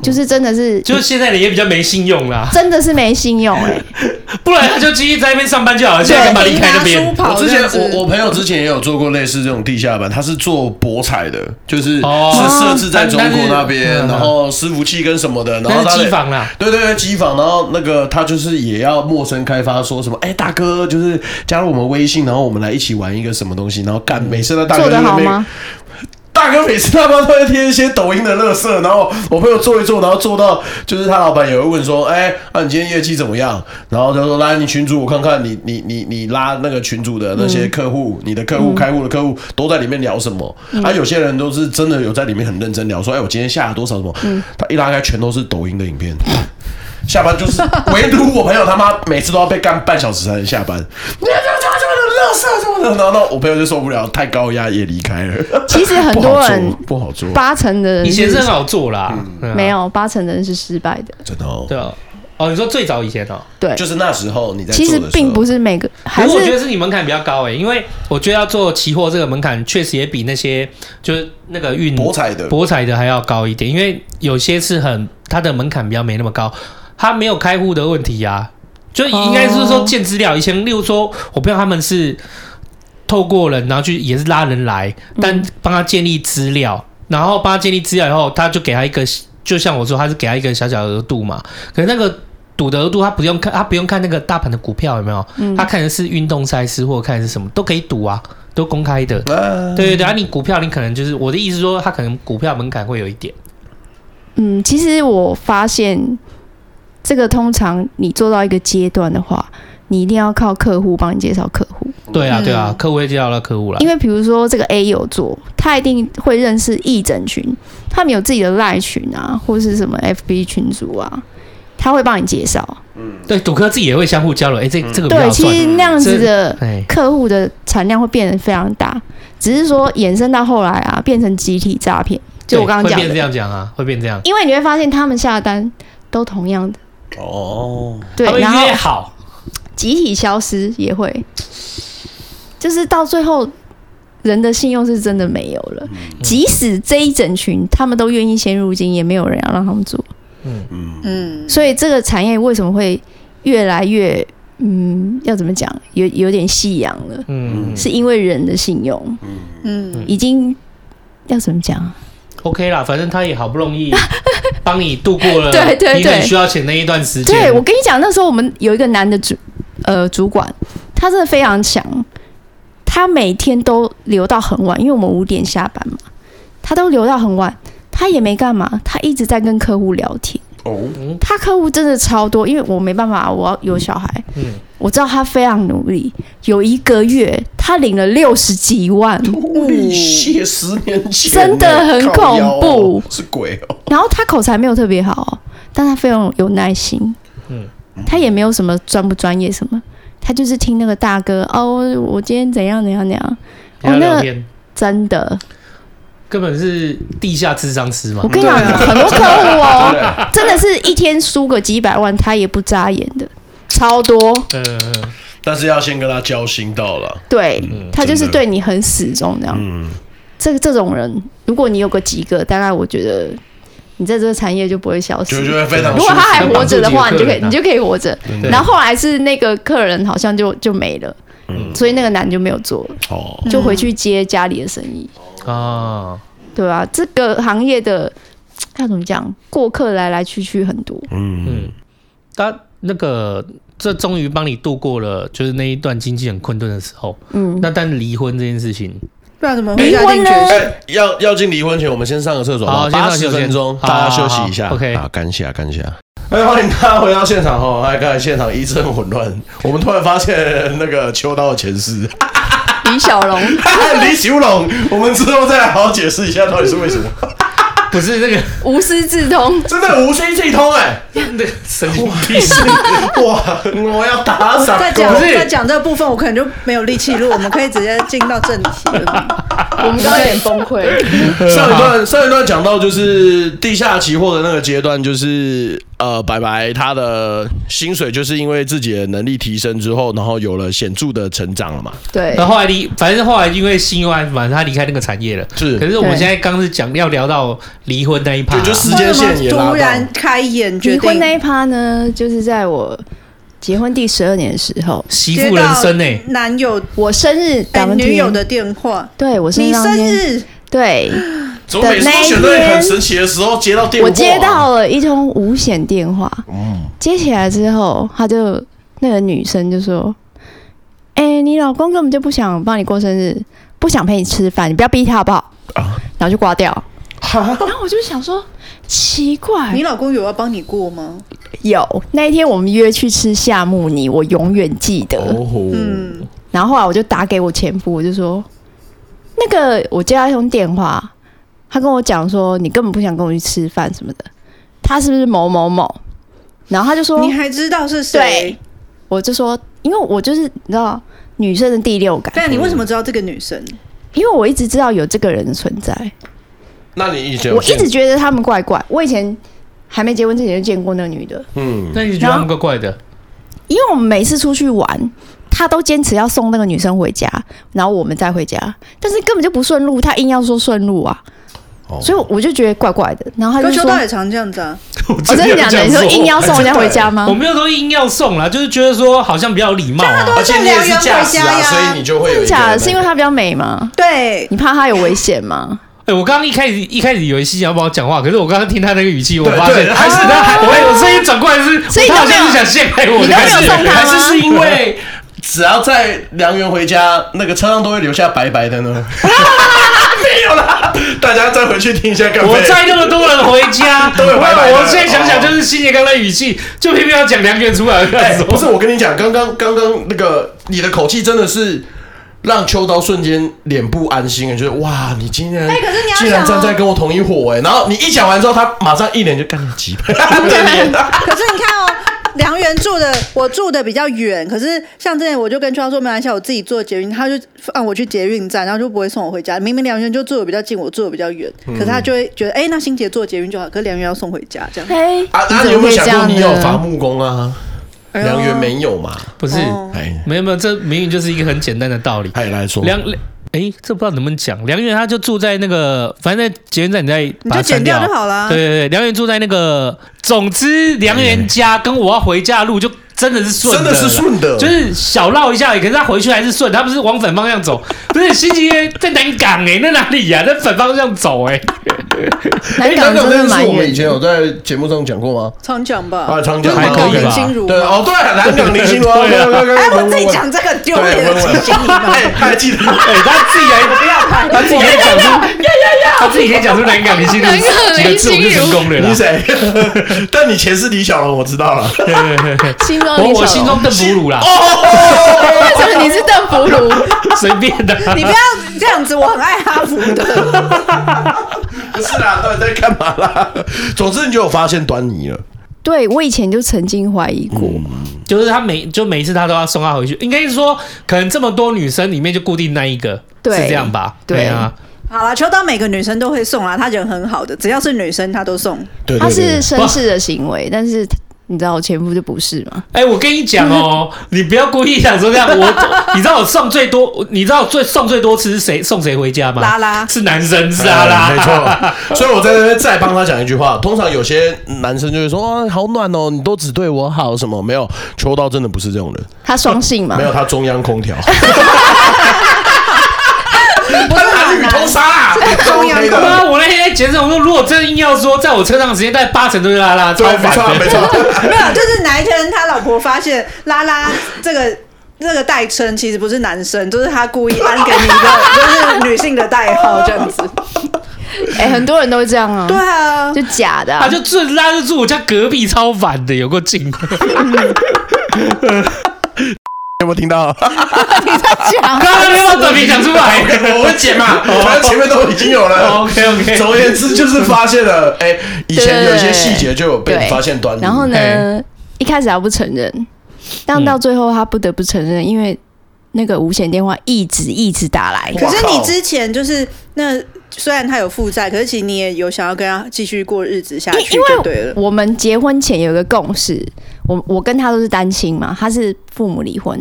就是真的是，就是现在你也比较没信用啦，真的是没信 用哎、不然他就继续在那边上班就好了。现在干嘛离开那拿边书？跑我之这前样子我我朋友之前也有做过类似这种地下版，他是做博彩的，就是哦是设置在中但国是那边，嗯然后伺服器跟什么的，然后那他是的机。房啊啦，对对对，机房，然后那个他就是也要陌生开发，说什么哎大哥，就是加入我们微信，然后我们来一起玩一个什么东西，然后干每次那大哥做得就是好那个吗？大哥每次他妈都会贴一些抖音的乐色，然后我朋友做一做，然后做到就是他老板也会问说，哎、那、你今天业绩怎么样？然后他说来你群主我看看你你你你拉那个群主的那些客户，你的客户开户的客户都在里面聊什么？啊，有些人都是真的有在里面很认真聊，说哎、我今天下了多少什么？他一拉开全都是抖音的影片。下班就是，唯独我朋友他妈每次都要被干半小时才能下班，你这这这乐色什么的，然后那我朋友就受不了，太高压也离开了。其实很多人不好做，不好八成的人以前是是很好做啦，嗯对啊没有，八成的人是失败的。做真的哦。对啊。哦，你说最早以前哦，对，就是那时候你在做其的时实候并不是每个，还不过我觉得是是你门槛比较高诶、欸因为我觉得要做期货这个门槛确实也比那些就是那个运博彩的，博彩的还要高一点，因为有些是很它的门槛比较没那么高，它没有开户的问题呀、啊就应该是说建资料。以前例如说，我朋友他们是透过人，然后去也是拉人来，但帮他建立资料，然后帮他建立资料以后，他就给他一个，就像我说，他是给他一个小小的额度嘛，可是那个。赌的额度，他不用看，他不用看那个大盘的股票有没有，他看的是运动赛事或者看的是什么都可以赌啊，都公开的。嗯啊，对对对，啊，你股票你可能就是我的意思说，它可能股票门槛会有一点。嗯，其实我发现这个通常你做到一个阶段的话，你一定要靠客户帮你介绍客户，对啊嗯对啊，客户会介绍到客户了因。为比如说这个 A 有做，他一定会认识 E 整群，他们有自己的赖群啊，或是什么 FB 群组啊，他会帮你介绍。对，赌客自己也会相互交流，哎，这这个比较对，好其赚。实那样子的哎，客户的产量会变得非常大，只是说衍生到后来啊，变成集体诈骗。就我对刚刚会讲变的这，样讲啊，会变这样。因为你会发现他们下的单都同样的，哦，他对，们然后约好，集体消失也会，就是到最后人的信用是真的没有了。即使这一整群他们都愿意先入金，也没有人要让他们做，嗯，所以这个产业为什么会越来越嗯，要怎么讲，有有点夕阳了，嗯是因为人的信用嗯已经要怎么讲啊？ ，OK 啦，反正他也好不容易帮你度过了 对对你对很需要钱那一段时间。对，我跟你讲，那时候我们有一个男的主呃主管，他真的非常强，他每天都留到很晚，因为我们五点下班嘛，他都留到很晚，他也没干嘛，他一直在跟客户聊天。哦，他客户真的超多，因为我没办法，我要有小孩，嗯我知道他非常努力，有一个月他领了六十几万，历谢十年前真的很靠腰哦恐怖是鬼哦，然后他口才没有特别好哦，但他非常有耐心。嗯他也没有什么专不专业什么，他就是听那个大哥哦，我今天怎样怎样怎样，跟他哦那聊个天，真的。根本是地下智商师嘛我。跟你讲，啊很多客户啊哦，真的是一天输个几百万，他也不眨眼的，超多。嗯嗯嗯但是要先跟他交心到了，对、他就是真的对你很始终这样。嗯，这这种人，如果你有个几个，大概我觉得你在这个产业就不会消就失觉。得非常如果他还活着的话，你就可以嗯你就可以活着。对然后后来是那个客人好像就就没了，嗯所以那个男就没有做了。哦，就回去接家里的生意，啊，对吧、这个行业的要怎么讲，过客来来去去很多，嗯嗯，他那个这终于帮你度过了，就是那一段经济很困顿的时候。嗯，那但离婚这件事情，不然怎么会下离定婚呢决心？哎，要要进离婚前，我们先上个厕所吧好，先上八个十厕所分钟，先大家休息一下。好好好，OK 啊，干一下，干一下。哎，欢迎大家回到现场哈！哎，刚才现场一阵混乱，我们突然发现那个秋刀的前世， 李小 龙李小龙，我们之后再来好好解释一下到底是为什么， 不是那个无师自通，真的无师自通哎！ 那个神经病，哇，我要打啊赏再讲不是再讲这部分，我可能就没有力气录，我们可以直接进到正题 了。 我们刚刚有点崩溃。上一段上一段讲到就是地下期货的那个阶段，就是呃，白白他的薪水就是因为自己的能力提升之后，然后有了显著的成长了嘛。对然，后后来离，反正后来因为新外，反正他离开那个产业了。是可是我们对现在刚是讲要聊到离婚那一趴、对就时为间什线也么拉突到。然开演决离婚定？那一趴呢，就是在我结婚第十二年的时候，媳接妇人到生哎、男友我生日哎打扮女友，的电话，对我生日你当生天，日对怎么每次都选在很神奇的时候接到电话？啊嗯我接到了一通无线电话，接起来之后，他就那个女生就说：“哎、你老公根本就不想帮你过生日，不想陪你吃饭，你不要逼他好不好？”啊然后就挂掉。哈， 然后我就想说，奇怪你，老公有要帮你过吗？有那一天我们约去吃夏目尼，我永远记得。哦，嗯，然后后来我就打给我前夫，我就说，那个我接到一通电话，他跟我讲说你根本不想跟我去吃饭什么的，他是不是某某某？然后他就说，你还知道是谁对？我就说，因为我就是你知道女生的第六感，但你为嗯什么知道这个女生？因为我一直知道有这个人的存在，那你以前有我一见直觉得他们怪怪。我以前还没结婚之前就见过那个女的，嗯，那你觉得他们怪怪的？因为我们每次出去玩，他都坚持要送那个女生回家，然后我们再回家，但是根本就不顺路，他硬要说顺路啊。哦所以我就觉得怪怪的，然后他高就秋说道也常这样子啊，：“我我真的假的？你说硬要送人家回家吗我？没有说硬要送啦，就是觉得说好像比较有礼貌、啊。而且你也是驾驶啊，所以你就会有真的一个那假个的？是因为他比较美吗？对，你怕他有危险吗？哎、我刚刚一开始一开始以为西想要帮我讲话，可是我刚刚听他那个语气，我对发现啊对还是他，我我声音转过来是，所以你他好都没有像是想陷害我你的感都没有觉，送他吗还是是因为只要在良缘回家，那个车上都会留下白白的呢。 没有啦，大家再回去听一下干杯。我载那么多人回家，都有白白的我我现在想想就是新杰刚才语气，就偏偏要讲两卷出来哦哎、干什不么？是，我跟你讲，刚刚刚刚那个你的口气真的是让秋刀瞬间脸不安心，觉得哇，你竟然、哎可是你要竟然想哦站在跟我同一伙哎、然后你一讲完之后，他马上一脸就干你鸡巴 的 脸，可是你看哦，梁园住的我住的比较远，可是像之前我就跟川说没关系，我自己坐捷运，他就放我去捷运站，然后就不会送我回家。明明梁园就住的比较近，我住的比较远，嗯可是他就会觉得，哎、那欣姐坐捷运就好，可是梁园要送回家这样。嗯哎，啊，那、怎你有么没会有这想过样你有呢伐木工啊？哎呦良缘没有嘛？不是，哦哎，没有没有，这明明就是一个很简单的道理。哎，来说，梁梁，哎，这不知道能不能讲。梁远他就住在那个，反正在捷运站，你再你把它就剪删掉就好啦对对对，梁远住在那个，总之梁远家跟我要回家的路就真的是顺，真的是。顺的，就是小绕一下而已，可是他回去还是顺，他不是往反方向走，不是新吉在南港哎、那哪里呀、在反方向走哎、哎南港那真的个那个蛮是我们以远。前有在节目上讲过吗？常讲吧，啊常讲不是还可以吧林心如吗对，哦，对，南港林心如啊，对啊哎哎，我自己讲这个丢脸的事情，哎，他还记得， 哎、他自己还他自己可以讲出，哎他自己可以讲出南港明星的南港几个字，我就林心如成功了你啦是。谁？ 但你前世李小龙，我知 道了。哦新装我李我小心龙，中邓福如啦，为什么你是邓福如？ 随便的。你不要这样子，我很爱哈佛的。不是啦，到底在干嘛啦？总之你就有发现端倪了。对我以前就曾经怀疑过，就是他每就每一次他都要送她回去，应该是说可能这么多女生里面就固定那一个，对是这样吧？对啊，好了，秋刀每个女生都会送啦，她人很好的，只要是女生她都送。对啊他对是对，绅士的行为，但是你知道我前夫就不是嘛？哎、我跟你讲 哦，你不要故意想说这样，我你知道我送最多，你知道最送最多次是谁送谁回家吗？拉拉是男生是啊啦，哎 没错。所以我在这边再帮他讲一句话。通常有些男生就会说啊，好暖哦，你都只对我好什么？没有，秋刀真的不是这种人，他双性嘛没？有他中央空调。他男女通杀啊，中央他的。妈，我那天在节目我说，如果真的硬要说，在我车上的时间，大概八成都是拉拉，超对，没烦错 啊的。没错。没有，就是哪一天他老婆发现拉拉这个。这个代称其实不是男生，就是他故意安给你一个就是女性的代号这哦样子。哎，很多人都会这样啊对，啊，就假的啊他。就住拉就住我家隔壁，超烦的，有够近。 有没有听到？啊刚刚没有短评讲出来。 哦我会剪嘛，反正前面都已经有了。 OK OK，总而言之，就是发现了，哎、以前有一些细节就有被对发现端倪。然后呢嘿，一开始他不承认，但到最后他不得不承认，因为那个无线电话一直一直打来。可是哇你靠之前就是那虽然他有负债，可是其实你也有想要跟他继续过日子下去因就对为了。我们结婚前有一个共识，我我跟他都是单亲嘛，他是父母离婚，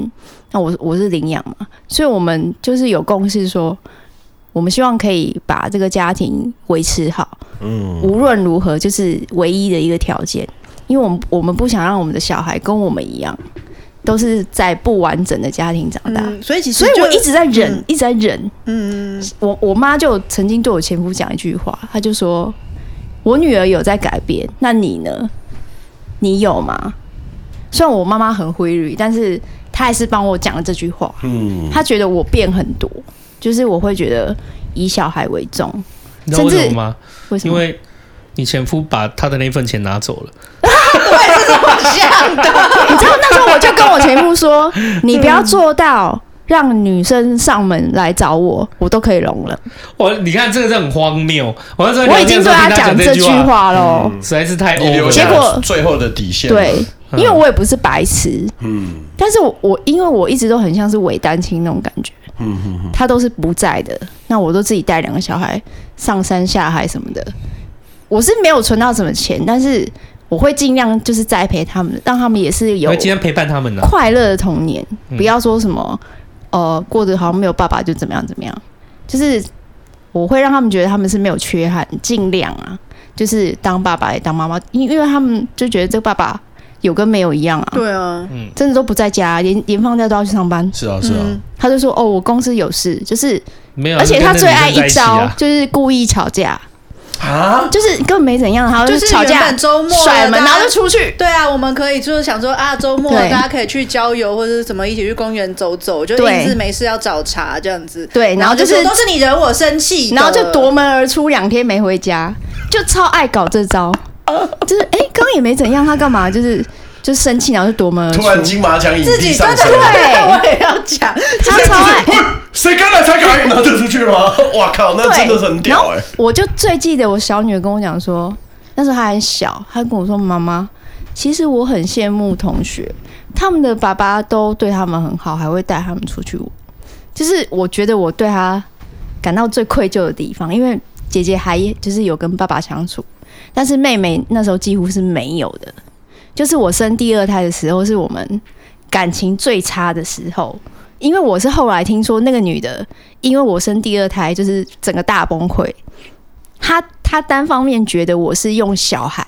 那我我是领养嘛，所以我们就是有共识说，我们希望可以把这个家庭维持好，嗯，无论如何就是唯一的一个条件，因为我们我们不想让我们的小孩跟我们一样，都是在不完整的家庭长大，嗯，所以其实所以就我一直在忍，嗯一直在忍。嗯，我我妈就曾经对我前夫讲一句话，她就说：“我女儿有在改变，那你呢？你有吗？”虽然我妈妈很规律，但是她还是帮我讲了这句话。嗯，她觉得我变很多，就是我会觉得以小孩为重。你知道为什么吗？为什因么？为你前夫把他的那份钱拿走了。 你知道那时候我就跟我前夫 说：“你不要做到让女生上门来找我，我都可以容忍。我你看这个是很荒谬。我那时候我已经对对她讲这这句话，嗯话喽。实在是太你 over 留了。结下果最后的底线。对，，嗯因为我也不是白痴，嗯但是我我因为我一直都很像是伪单亲那种感觉，嗯嗯嗯，他都是不在的，那我都自己带两个小孩上山下海什么的，我是没有存到什么钱，但是我会尽量就是栽培他们，让他们也是我有会今天陪伴他们呢、啊快乐的童年，嗯不要说什么呃过得好像没有爸爸就怎么样怎么样，就是我会让他们觉得他们是没有缺憾，尽量啊，就是当爸爸也当妈妈，因因为他们就觉得这个爸爸有跟没有一样啊，对啊，真的都不在家，连连放假都要去上班。是啊是啊，嗯他就说：“哦，我公司有事，就是，没有，而且他就最跟那爱女生在一起啊招，就是故意吵架。啊，就是根本没怎样，然后就是吵原架本周末甩门，大家然后就出去。对啊，我们可以就是想说啊，周末对大家可以去郊游或者是什么，一起去公园走走，就对一直没事要找茬这样子。对然后就是说都是你惹我生气的，然后就夺门而出，两天没回家，就超爱搞这招，就是哎，刚刚也没怎样，他干嘛？就是就生气，然后就夺门而突然出，金马奖影自帝己上真的升，对我也要讲，他超 爱。谁刚才才搞运，然后就出去了吗？ 哇靠，那真的是很然后屌哎、 我就最记得我小女儿跟我讲说，那时候她很小，她跟我说：“妈妈，其实我很羡慕同学，他们的爸爸都对他们很好，还会带他们出去玩。就是我觉得我对她感到最愧疚的地方，因为姐姐还就是有跟爸爸相处，但是妹妹那时候几乎是没有的。就是我生第二胎的时候，是我们感情最差的时候。”因为我是后来听说那个女的，因为我生第二胎，就是整个大崩溃。她她单方面觉得我是用小孩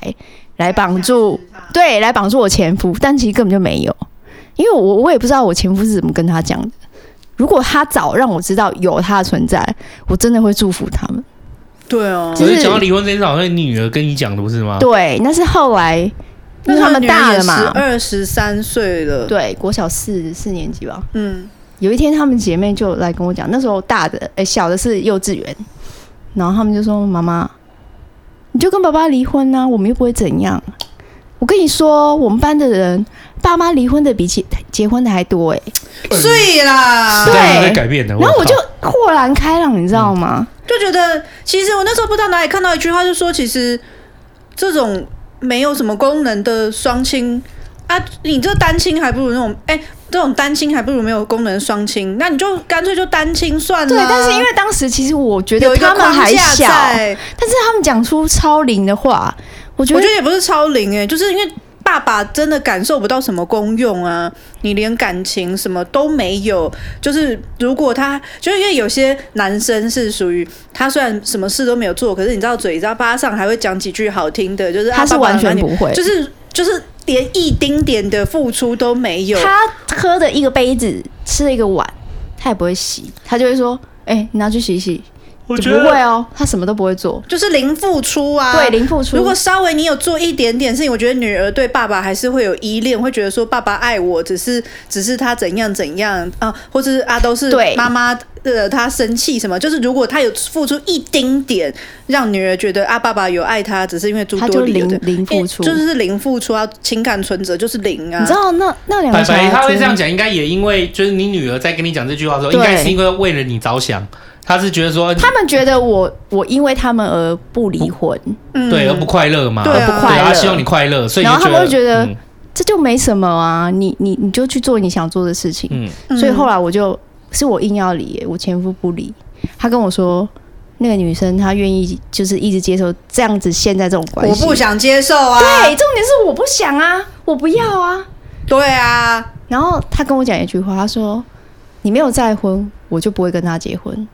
来绑住，对，来绑住我前夫，但其实根本就没有，因为我我也不知道我前夫是怎么跟他讲的。如果他早让我知道有他的存在，我真的会祝福他们。对哦就可是是讲到离婚这件事，好像你女儿跟你讲的不是吗？对，但是后来，因为他们大了嘛，二十三岁了，，对，国小四四年级吧，嗯，有一天，她们姐妹就来跟我讲，那时候大的，诶，小的是幼稚园，然后她们就说：“妈妈，你就跟爸爸离婚啊，我们又不会怎样。”我跟你说，我们班的人爸妈离婚的比结结婚的还多诶。醉啦时，代对在改变的。啊哎然后靠我就豁然开朗，你知道吗？就觉得其实我那时候不知道哪里看到一句话，就说其实这种没有什么功能的双亲啊，你这单亲还不如那种哎。这种单亲还不如没有功能的双亲，那你就干脆就单亲算了。对，但是因为当时其实我觉有得一个他们框还架小，在，但是他们讲出超龄的话，我觉我得觉得也不是超龄哎、就是因为爸爸真的感受不到什么功用啊，你连感情什么都没有。就是如果他，就是因为有些男生是属于他虽然什么事都没有做，可是你知道嘴巴巴上还会讲几句好听的，就是啊他是爸爸完全哪里不会就是就是连一丁点的付出都没有。他喝的一个杯子，吃了一个碗，他也不会洗，他就会说：“哎、你拿去洗一洗。”我就觉不得会哦，他什么都不会做，就是零付出啊，对零付出如果稍微你有做一点点事情，我觉得女儿对爸爸还是会有依恋，会觉得说爸爸爱我，只是只是他怎样怎样啊，或者是啊都是对妈妈呃他生气什么，就是如果他有付出一丁点，让女儿觉得啊爸爸有爱她，只是因为诸他多就理由零的零付出。就是零付出啊，情感存折就是零啊，你知道那那两白个小白孩他会子这样讲，应该也因为就是你女儿在跟你讲这句话的时候，对应该是因为为了你着想，她是觉得说他们觉得我我因为他们而不离婚，嗯对而不快乐嘛，对啊而不快乐她希望你快乐，所以然后就他们会觉得嗯这就没什么啊，你你你就去做你想做的事情。嗯，所以后来我就是我硬要离耶、我前夫不离，他跟我说那个女生她愿意就是一直接受这样子现在这种关我系，不想接受啊，对，重点是我不想啊，我不要啊。对啊，然后他跟我讲一句话，他说：“你没有再婚，我就不会跟他结婚。”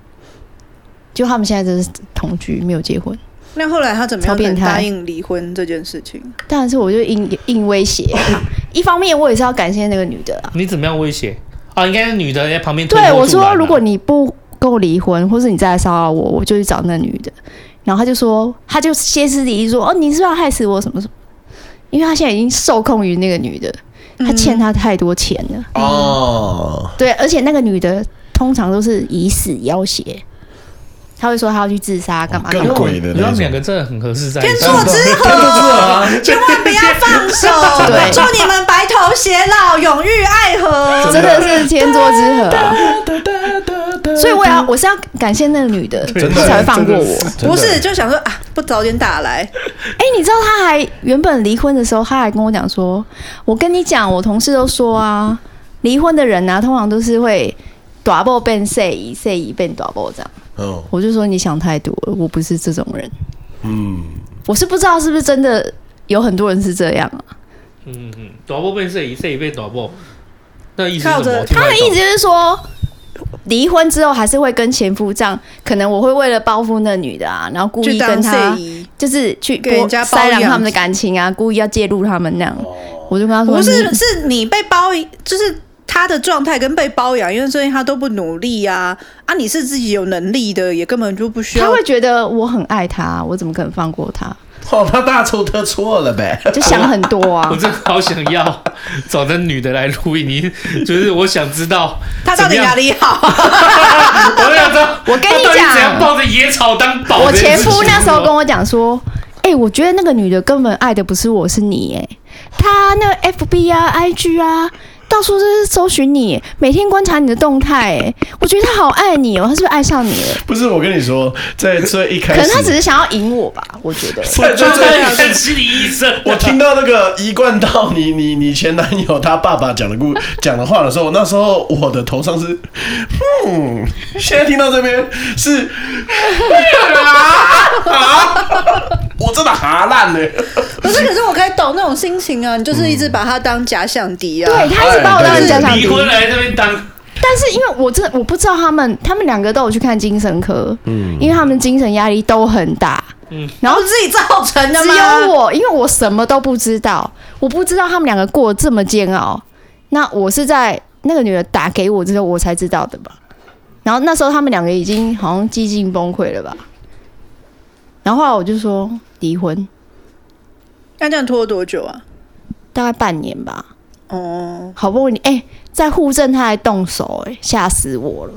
就他们现在真是同居，没有结婚。那后来他怎么超样变能态答应离婚这件事情？但是我就硬硬威胁 啊，一方面我也是要感谢那个女的啊。你怎么样威胁啊？应该是女的在旁边推波对我助澜啊说：“如果你不跟我离婚，或是你再来骚扰我，我就去找那女的。”然后他就说，他就歇斯底里说：“哦，你是不是要害死我什么什么？”因为他现在已经受控于那个女的，他欠她太多钱了。哦，对，而且那个女的通常都是以死要挟，她会说她要去自杀干嘛哦更干嘛。鬼的那你知道他们种两 个真的很合适在一天起，作之合，啊千万不要放手。对祝你们白头偕老，永浴爱河。真的是天作之合 啊、所以我要我是要感谢那个女的，真的她才会放过我。不是，就想说啊，不早点打来，哎、你知道她还原本离婚的时候，她还跟我讲说：“我跟你讲，我同事都说啊，离婚的人啊，通常都是会短爆变 say 一 say 一变短爆这样。”哦嗯我就说你想太多了，我不是这种人。嗯，我是不知道是不是真的有很多人是这样啊。嗯嗯，短波变摄影，摄影变短波，那意思靠是什着么？他他的意思就是说，离婚之后还是会跟前夫这样，可能我会为了报复那女的啊，然后故去意当跟他谢姨。就是去给人家包塞养哦狼他们的感情啊，故意要介入他们那样。我就跟他说，不是，你是你被包，就是他他的状态跟被包养，因为最近他都不努力啊啊！你是自己有能力的，也根本就不需他要会觉得我很爱他，我怎么可能放过 他？哦，他大错特错了呗。就想很多啊我。真的好想要找那女的来录音，你就是我想知道他到底哪里好。怎么样？我想知道，我跟她你到底讲怎样抱着野草当宝？我前夫那时候跟，我讲说，哎、我觉得那个女的根本爱的不是我，是你哎、她那 FB 啊、IG 啊。到处都是搜寻你，每天观察你的动态，哎我觉得她好爱你哦，她是不是爱上你了？ 不是我跟你说，在最一开可始，能她只是想要赢我吧，我觉得。 在在他最一在开始看 心理医生，我听到那个一贯到你你你前男友他爸爸讲的故讲的话的时候，那时候我的头上是，嗯，现在听到这边是，啊啊，我真的哈烂了、 不是，可是我可以懂那种心情啊，你就是一直把他当假想敌啊。对，她一直把我当人家想离婚来这边当，但是因为我真的我不知道他们，他们两个都有去看精神科，嗯，因为他们精神压力都很大，嗯，然后我自己造成的只吗？有我，因为我什么都不知道，我不知道他们两个过得这么煎熬。那我是在那个女的打给我之后，我才知道的吧。然后那时候他们两个已经好像几近崩溃了吧。然后后来我就说离婚，那这样拖多久啊？大概半年吧。哦，好不容易，哎、在户政他还动手、哎，吓死我了，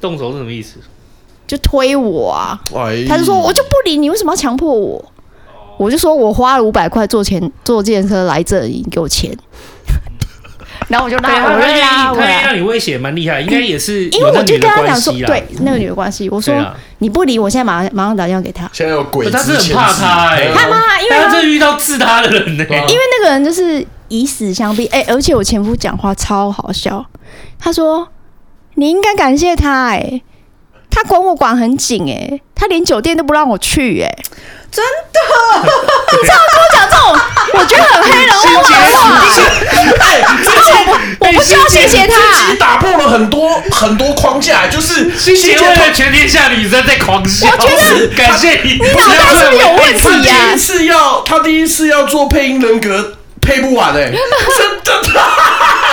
动手是什么意思？就推我啊。哎他就说我就不理你，为什么要强迫我？我就说我花了五百块坐钱坐电车来这里，你给我钱。 然后我就对拉，我哎就拉他回他愿意来，让你威胁，蛮厉害，应该也是因有为那我就女跟的他关讲说，系啦嗯对那个女的关系，我说对啊哦你不理我，现在马上马上打电话给他。现在有鬼可子他前世，啊真的很怕他欸哎、他妈，因为他他这遇到治他的人呢、欸因为那个人就是以死相逼，哎、而且我前夫讲话超好笑，他说你应该感谢他、哎，他管我管很紧，哎，他连酒店都不让我去、哎，真的，你知道跟我讲这种，我觉得很黑人问号的话，哎，这我不我不需要谢谢这集他。打破了很多很多框架，就是新结婚同的全天下女生在狂笑，我觉得感谢你，你脑袋是不是有问题他第呀、一次要他第一次要做配音人格配不完哎、真的，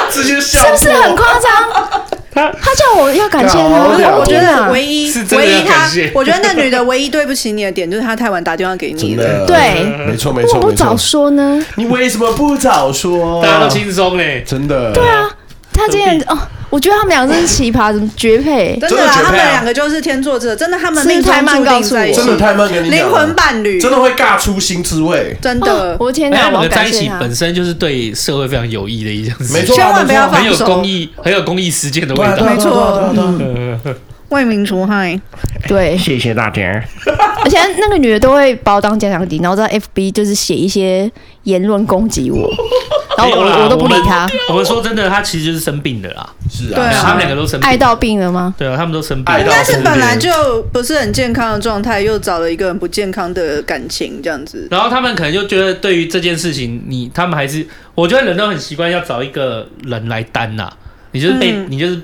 直接笑是破，不是很夸张？他他叫我要感谢他，搞我对说啊哦我觉天哪得唯一是真的唯要一感他谢，我觉得那女的唯一对不起你的点就是她太晚打电话给你真了。的对没错没为什错么不没错早，说呢？你为什么不早说？大家都轻松欸嘞，真的对啊，他今天哦，我觉得他们两个真是奇葩，怎么绝配？真的啦，真的绝配啊他们两个就是天作之合，真的，他们命是太中慢注告定诉我在一起，真的太慢跟你讲了灵魂伴侣，真的会尬出新滋味，真哦的，我的天哪，哎他我们要两个在感一谢起他。本身就是对社会非常有益的一件事，没错千啊，万不要没错啊很放有公手，益，很有公益实践的味对啊道。对啊对啊没错对啊对啊对啊为民除害。对，谢谢大家。而且那个女的都会把我当假想敌，然后在 FB 就是写一些言论攻击我，然没后有啦我我都不理们她。我们说真的，他其实就是生病的啦，是对啊，啊他们两个都生病，爱到病了吗？对啊，他们都生病爱了，到应该是本来就不是很健康的状态，又找了一个很不健康的感情，这样子。然后他们可能就觉得对于这件事情，你他们还是，我觉得人都很习惯要找一个人来担呐、你就是被、嗯你就是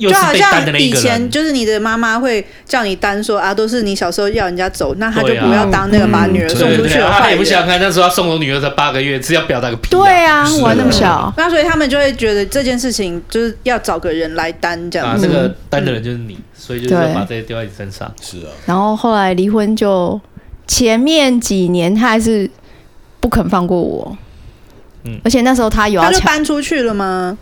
又就是好被担的像那一以个前，人，就是你的妈妈会叫你单说啊，都是你小时候要人家走，那他就对啊不要当那个把女儿对送对出去对，的他坏也不想想人。看那时候要送我女儿才八个月，是要表达个屁、啊，对啊，是玩那么小，那所以他们就会觉得这件事情就是要找个人来担这啊样，子。这个担的人就是你，所以就是对把这些丢在你身上。是啊，然后后来离婚就前面几年他还是不肯放过我，嗯而且那时候他有他要就抢搬出去了吗？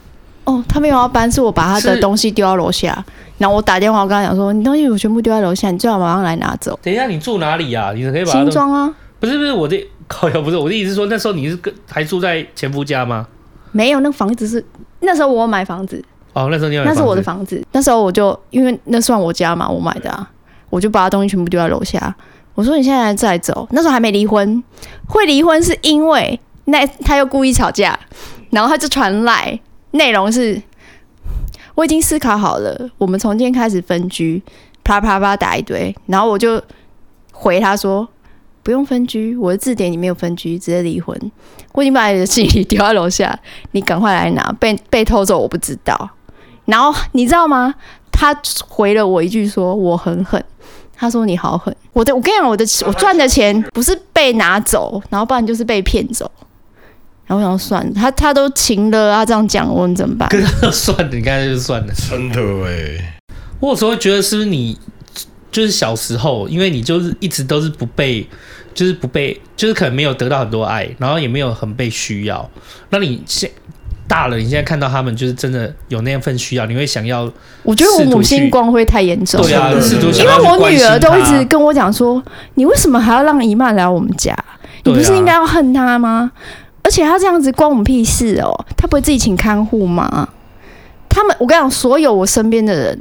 哦，他没有要搬，是我把他的是东西丢到楼下，然后我打电话我跟他讲说，你东西我全部丢在楼下，你最好马上来拿走。等一下，你住哪里啊？你可以把它新弄装啊，不是不是我的靠呀，不是我的意思是说，那时候你是跟还住在前夫家吗？没有那个房子是那时候我有买房子，哦，那时候你有那是我的子房子，那时候我就因为那算我家嘛，我买的啊，我就把他东西全部丢在楼下。我说你现在再走，那时候还没离婚，会离婚是因为那他又故意吵架，然后他就传来内容是，我已经思考好了，我们从今天开始分居，啪啪啪打一堆，然后我就回他说不用分居，我的字典里没有分居，直接离婚，我已经把你的行李丢在楼下，你赶快来拿，被被偷走我不知道。然后你知道吗？他回了我一句说：“我很狠。”他说：“你好狠！”我的，我跟你讲，我的我赚的钱不是被拿走，然后不然就是被骗走。然后我想说算了，他他都晴了啊，这样讲我们怎么办？ 算了，你刚才就算了。真的哎，我有时候觉得是不是你就是小时候，因为你就是一直都是不被，就是不被，就是可能没有得到很多爱，然后也没有很被需要。那你现大了，你现在看到他们就是真的有那份需要，你会想要我觉得我母性光辉太严重了。对啊，真的试图想因为要去我关女心儿都一直他跟我讲说，你为什么还要让姨妈来我们家？你不对是啊应该要恨她吗？而且她这样子关我们屁事哦，她不会自己请看护吗？他们，我跟你讲，所有我身边的人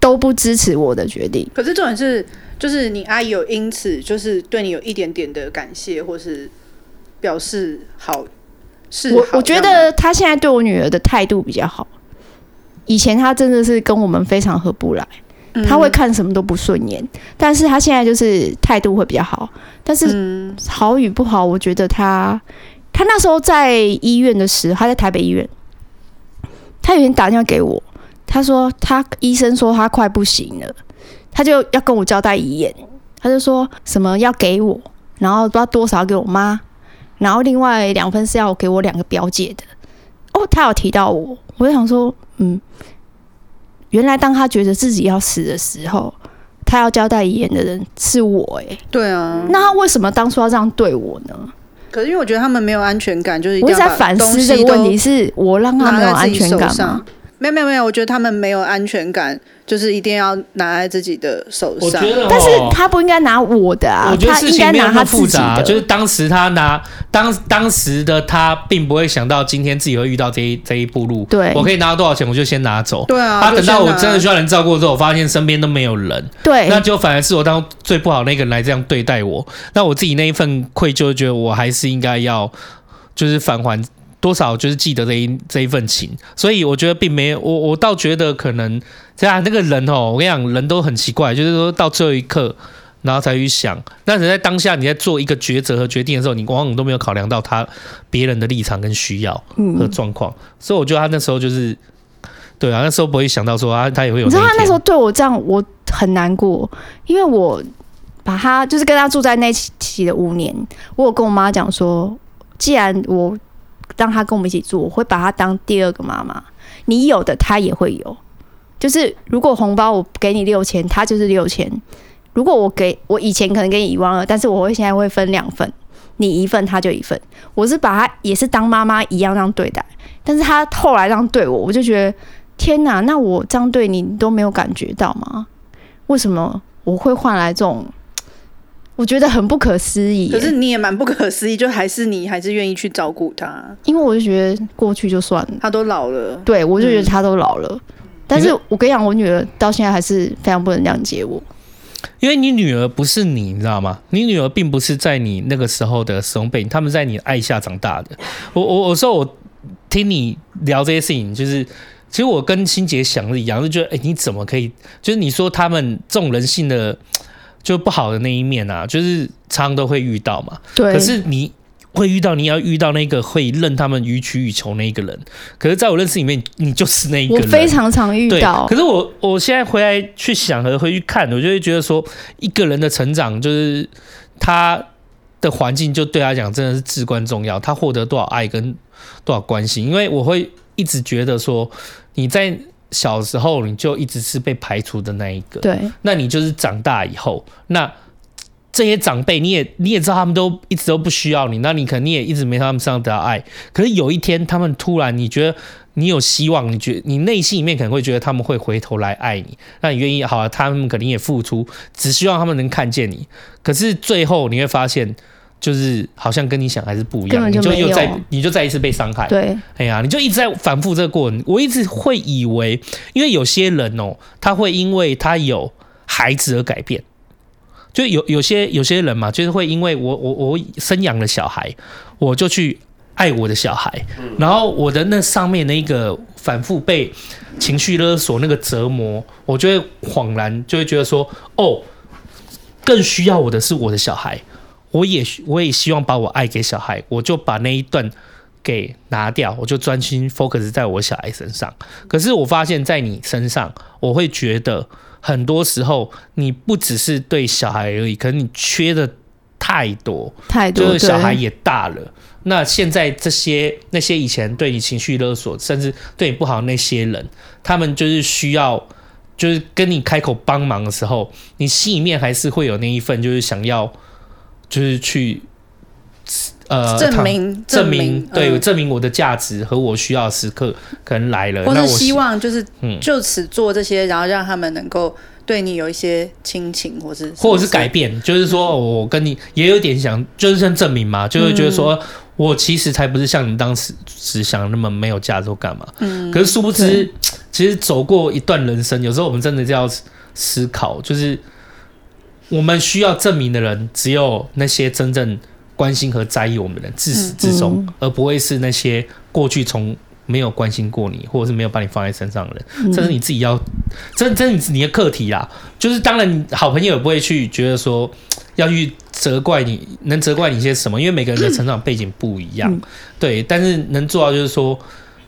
都不支持我的决定。可是重点是，就是你阿姨有因此就是对你有一点点的感谢，或是表示好是我我觉得她现在对我女儿的态度比较好，以前她真的是跟我们非常合不来。嗯她会看什么都不顺眼，但是她现在就是态度会比较好，但是嗯好与不好，我觉得他他那时候在医院的时候，他在台北医院，他有人打电话给我，他说他医生说他快不行了，他就要跟我交代遗言，他就说什么要给我，然后不知道多少给我妈，然后另外两份是要给我两个表姐的。哦，他有提到我，我就想说，嗯，原来当他觉得自己要死的时候，他要交代遗言的人是我、欸，对啊。那他为什么当初要这样对我呢？可是因为我觉得他们没有安全感，就是一我定一直要在把反东思西这个问都题，是我让他拿没有在安自己全手感吗上？。没有没有没有，我觉得他们没有安全感，就是一定要拿在自己的手我上。觉得哦，但是他不应该拿我的啊哦我，觉得他事应情该没有拿那他么自复己杂，的。就是当时他拿当当时的他，并不会想到今天自己会遇到这一这一步路。对我可以拿到多少钱，我就先拿走。对啊，他就等到先我拿真的需要人照顾的时候，我发现身边都没有人，对，那就反而是我当最不好那个人来这样对待我。那我自己那一份愧疚，觉得我还是应该要就是返还多少，就是记得这一这一份情。所以我觉得并没有，我我倒觉得可能这样那个人哦，我跟你讲，人都很奇怪，就是说到最后一刻。然后才去想，但是在当下你在做一个抉择和决定的时候，你往往都没有考量到他别人的立场跟需要和嗯，状况，所以我觉得他那时候就是，对啊，那时候不会想到说啊他他也会有你知一道他那天时候对我这样，我很难过，因为我把他就是跟他住在那一起的五年，我有跟我妈讲说，既然我让他跟我们一起住，我会把他当第二个妈妈，你有的他也会有。就是如果红包我给你六千，他就是六千；如果我给我以前可能给你一万二，但是我会现在会分两份，你一份他就一份。我是把他也是当妈妈一样这样对待，但是他后来这样对我，我就觉得天哪，那我这样对你你都没有感觉到吗？为什么我会换来这种？我觉得很不可思议耶。可是你也蛮不可思议，就还是你还是愿意去照顾他，因为我就觉得过去就算了，他都老了。对我就觉得嗯他都老了。但是我跟你讲，我女儿到现在还是非常不能谅解我。因为你女儿不是你，你知道吗？你女儿并不是在你那个时候的时空背景，他们在你的爱下长大的。我我我说我听你聊这些事情，就是其实我跟欣姐想的一样，就觉得哎、诶你怎么可以？就是你说他们这种人性的就不好的那一面啊，就是常常都会遇到嘛。对，可是你会遇到，你要遇到那个会任他们予取予求那一个人。可是在我认识里面，你就是那一个我人。非常常遇对，到可，是我我现在回来去想和回去看，我就会觉得说，一个人的成长就是他的环境就对他讲真的是至关重要，他获得多少爱跟多少关心。因为我会一直觉得说，你在小时候你就一直是被排除的那一个，对那你就是长大以后，那这些长辈你也你也知道他们都一直都不需要你，那你可能你也一直没从他们身上得到爱。可是有一天，他们突然你觉得你有希望，你觉你内心里面可能会觉得他们会回头来爱你，那你愿意好、啊，他们肯定也付出，只希望他们能看见你。可是最后你会发现。就是好像跟你想还是不一根样，本你就就没有又再你就再一次被伤害。对，哎呀，你就一直在反复这个过程。我一直会以为，因为有些人哦，他会因为他有孩子而改变。就有有些有些人嘛，就是会因为我我我生养了小孩，我就去爱我的小孩，然后我的那上面那个反复被情绪勒索那个折磨，我就会恍然就会觉得说，哦，更需要我的是我的小孩，我也我也希望把我爱给小孩，我就把那一段给拿掉，我就专心 focus 在我小孩身上。可是我发现，在你身上，我会觉得很多时候你不只是对小孩而已，可能你缺的。太多，太多就是小孩对也大了。那现在这些那些以前对你情绪勒索，甚至对你不好的那些人，他们就是需要，就是跟你开口帮忙的时候，你心里面还是会有那一份，就是想要，就是去，呃，证抗明证明，对，嗯证明我的价值和我需要的时刻可能来了，或那是我希望就是嗯就此做这些，然后让他们能够对你有一些亲情，或是或者是改变，就是说嗯哦我跟你也有点想，就是像证明嘛，就是觉得说、嗯我其实才不是像你当时只想那么没有价值或干嘛。嗯可是殊不知，其实走过一段人生，有时候我们真的就要思考，就是我们需要证明的人，只有那些真正关心和在意我们的人，自始至终，嗯而不会是那些过去从。没有关心过你，或者是没有把你放在身上的人，嗯这是你自己要，这这是你的课题啦。就是当然，好朋友也不会去觉得说要去责怪你，能责怪你些什么？因为每个人的成长背景不一样，嗯对。但是能做到就是说，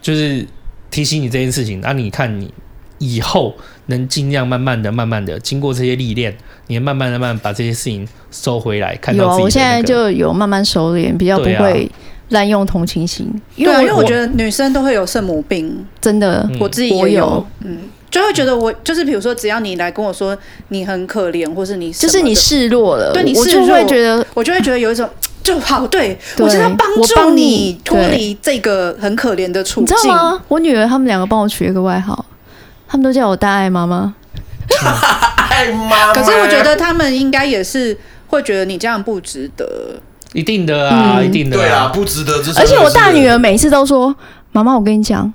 就是提醒你这件事情，那、你看你以后能尽量慢慢的、慢慢的经过这些历练，你慢慢地慢慢地把这些事情收回来，看有到啊，自己的、那个。我现在就有慢慢熟脸，比较不对啊会滥用同情心，对啊，因为我我觉得女生都会有圣母病，真的嗯我自己也我有有，嗯，就会觉得我就是比如说，只要你来跟我说你很可怜，或是你什就么是你的示弱了，对你我示就会弱觉得我就会觉得有一种就好，对对我现在帮我助帮你你脱对离这个很可怜的处你知境。道吗？我女儿她们两个帮我取了一个外号，她们都叫我大爱妈妈。爱妈妈可是我觉得他们应该也是会觉得你这样不值得。一定的啊，嗯一定的、对啊，，不值得这。而且我大女儿每次都说：“妈妈，我跟你讲，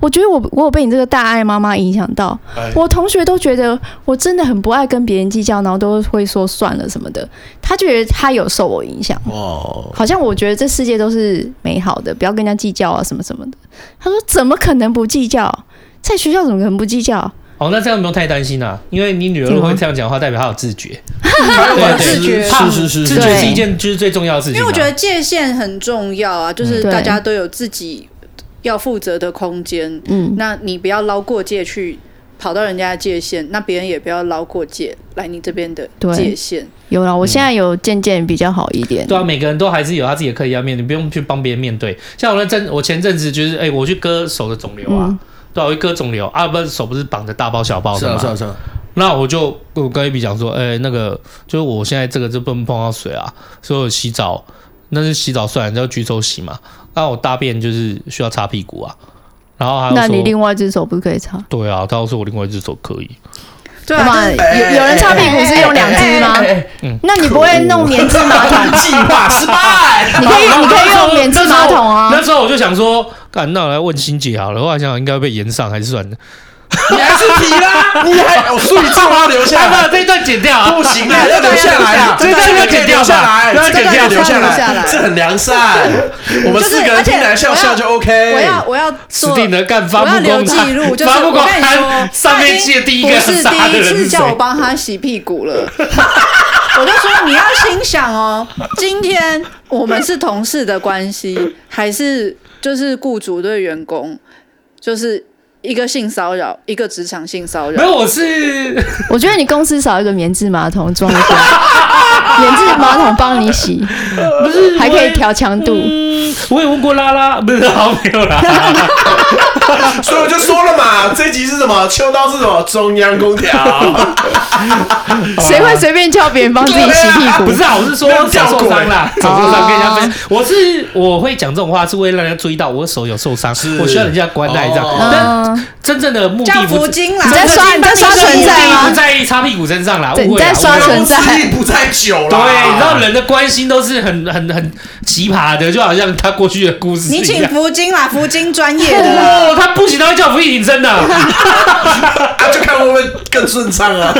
我觉得我我有被你这个大爱妈妈影响到哎，我同学都觉得我真的很不爱跟别人计较，然后都会说算了什么的。她觉得她有受我影响，哦，好像我觉得这世界都是美好的，不要跟人家计较啊什么什么的。她说：怎么可能不计较？在学校怎么可能不计较？哦，那这样不用太担心啦、因为你女儿如果会这样讲话，代表她有自觉，开玩对自觉是是是自是，觉对是一件就是最重要的事情嘛。因为我觉得界限很重要啊，就是嗯对大家都有自己要负责的空间。嗯，那你不要捞过界去跑到人家的界限，那别人也不要捞过界来你这边的对界限。有了，我现在有渐渐比较好一点。对啊，每个人都还是有他自己的课题要面对，不用去帮别人面对。像我那阵，我前阵子就是，哎、我去割手的肿瘤啊，嗯对啊，我去割肿瘤啊，不是手不是绑着大包小包是的啊嘛，是啊是啊，那我就我跟 A B 讲说，哎、那个就是我现在这个就不能碰到水啊，所以我洗澡，那是洗澡算了，要举手洗嘛。那我大便就是需要擦屁股啊，然后还有那你说另外一只手不是可以擦？对啊，他说我另外一只手可以，对干啊，嘛？就是有有人擦屁股是用两只吗？嗯那你不会 弄棉质马桶？计划失败。你可以，你可以用免治马桶啊那。时候我就想说，干，那我来问欣姐好了。我还想想应该会被延上，还是算了，你还是提啦，你还我数你这要留下哎，来，不，这一段剪掉啊，不行啊，要留下来，这段要剪掉吧留下来，这段这个要留下留下来来，这很良善。我们四个人听起来笑笑就 OK。我哎要我要做死定了，干发我要布留公记摊录，就是发布我公跟你摊说，上面界第一个他已经不是杀第的一人次是谁叫我帮他洗屁股了。 我就说你要心想哦， 今天我们是同事的关系，还是就是雇主对员工，就是一个性骚扰，一个职场性骚 没扰。有，我是我觉得你公司少一个棉质马桶装一下，棉质马桶帮 你洗，不是呃还可以调强度。嗯，我也问过拉拉，不是好没有 啦，所以我就说了嘛，这集是什么？秋刀是什么？中央空调。谁会随便叫别人帮自己洗屁股不？是啊，我是说没有手掉过受伤啦，手受伤跟人家啊分享。我是我会讲这种话，是为了让人家注意到我手有受伤是，我需要人家关爱这样哦。但嗯，真正的目叫的不福是，金来，你在刷你在刷存啊在目的不吗？在擦屁股身上啦，对误会啦你在刷误会啦存在力不在久了。对，你知道人的关心都是很很很奇葩的，就好像他过去的故事你一请样。福金啦，福金专业 的啦。哦，他不行，他会叫福一挺身的。啊，就看会不会更顺畅啊？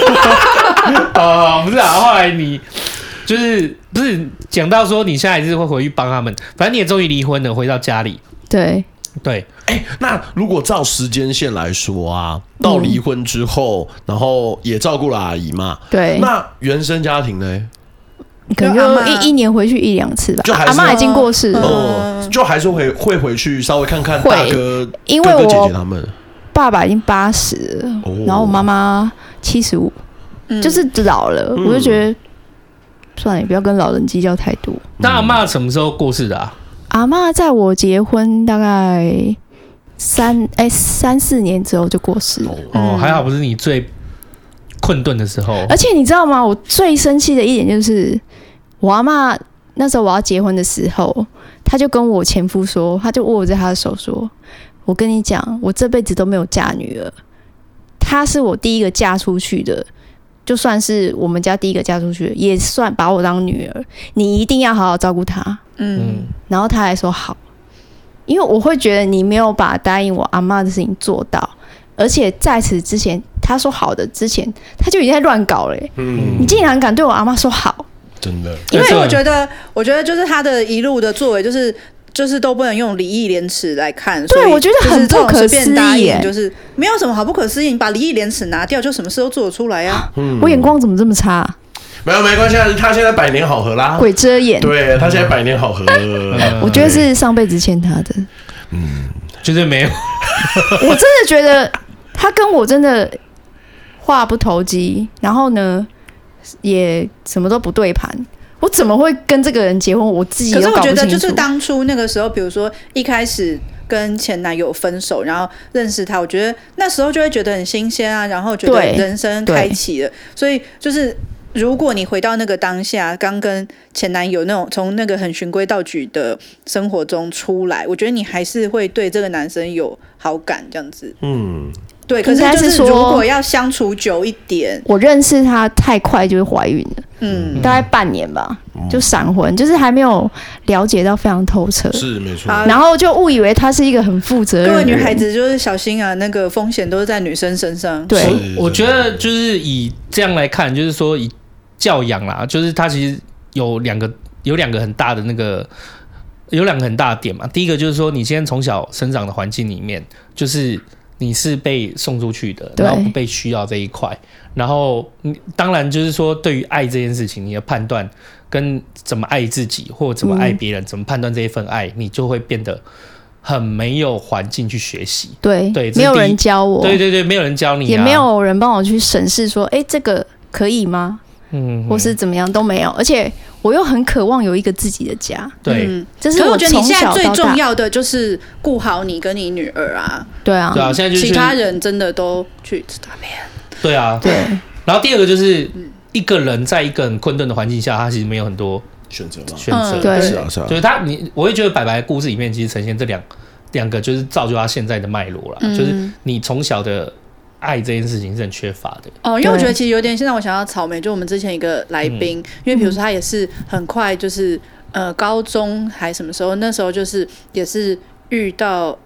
哦，不是啊，后来你就是不是讲到说你现在还是会回去帮他们，反正你也终于离婚了，回到家里，对，对，哎，那如果照时间线来说啊，到离婚之后，然后也照顾了阿姨嘛，对那原生家庭呢？可能就就阿嬷一一年回去一两次吧就。还是阿妈已经过世了，哦，就还是会会回去稍微看看嗯会大哥、因为哥哥姐我姐他们。爸爸已经八十了哦，然后我妈妈七十五，嗯就是老了，我就觉得算了，也不要跟老人计较太多。那阿妈什么时候过世的啊？阿嬷在我结婚大概三哎、三四年之后就过世了。嗯哦，还好不是你最困顿的时候。而且你知道吗？我最生气的一点就是，我阿嬷那时候我要结婚的时候，她就跟我前夫说，她就握着他的手说：“我跟你讲，我这辈子都没有嫁女儿，她是我第一个嫁出去的，就算是我们家第一个嫁出去的，也算把我当女儿。你一定要好好照顾她。”嗯，然后他还说好，因为我会觉得你没有把答应我阿妈的事情做到，而且在此之前他说好的之前，他就已经在乱搞了耶、嗯，你竟然敢对我阿妈说好，真的，因为我得觉得，我觉得就是他的一路的作为，就是就是都不能用礼义廉耻来看。对所以我觉得就是很这种不可随便答思议应耶就是没有什么好不可思议。你把礼义廉耻拿掉，就什么事都做得出来啊呀、嗯我眼光怎么这么差、没有没关系，啊他现在百年好合啦。鬼遮眼。对他现在百年好合，嗯我觉得是上辈子欠他的，绝对没有。我真的觉得他跟我真的话不投机，然后呢也什么都不对盘，我怎么会跟这个人结婚？我自己可是都我搞不觉得，就清是楚。当初那个时候，比如说一开始跟前男友分手，然后认识他，我觉得那时候就会觉得很新鲜啊，然后觉得对人生对开启了。所以就是，如果你回到那个当下，刚跟前男友那种从那个很循规蹈矩的生活中出来，我觉得你还是会对这个男生有好感这样子。嗯，对，可应该就是是说如果要相处久一点，我认识他太快就会怀孕了。嗯，大概半年吧，哦就闪婚，就是还没有了解到非常透彻，是没错。好然后就误以为他是一个很负责任各的位人。女孩子就是小心啊，那个风险都是在女生身上。对，是我觉得就是以这样来看，就是说以教养啦，就是它其实有两个有两个很大的那个有两个很大的点嘛。第一个就是说，你先从小生长的环境里面，就是你是被送出去的，对然后不被需要这一块。然后你当然就是说，对于爱这件事情，你的判断跟怎么爱自己或怎么爱别人，怎么判断这一份爱，你就会变得很没有环境去学习。对对这是没有第一人教我，对对对，没有人教你、啊，也没有人帮我去审视说，哎，这个可以吗？嗯，嗯，或是怎么样都没有，而且我又很渴望有一个自己的家，对。嗯这可是我我觉得从你现在小最到重大要的就是顾好你跟你女儿啊，对啊对，啊，现在就是其他人真的都去打面。对啊。对然后第二个就是一个人在一个很困顿的环境下，他其实没有很多选择嘛，选择。嗯对是啊是啊就，是他，你我会觉得白白的故事里面其实呈现这两两个，就是造就他现在的脉络嗯啦。就是你从小的爱这件事情是很缺乏的。哦，因为我对觉得其实有点现在我想到草莓，就我们之前一个来宾，因为比如说他也是很快就是呃高中还什么时候，那时候就是也是遇到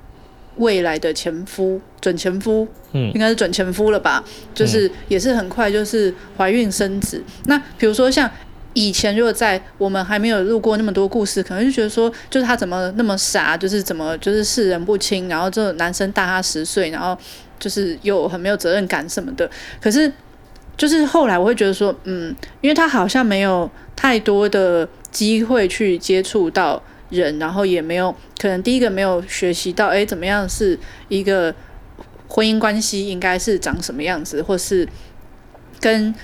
未来的前夫准前夫，嗯应该是准前夫了吧，就是也是很快就是怀孕生子。那比如说像。以前如果在我们还没有录过那么多故事，可能就觉得说，就是他怎么那么傻，就是怎么就是世人不清，然后这种男生大他十岁，然后就是又很没有责任感什么的。可是就是后来我会觉得说，嗯，因为他好像没有太多的机会去接触到人，然后也没有可能第一个没有学习到，哎，怎么样是一个婚姻关系应该是长什么样子，或是跟。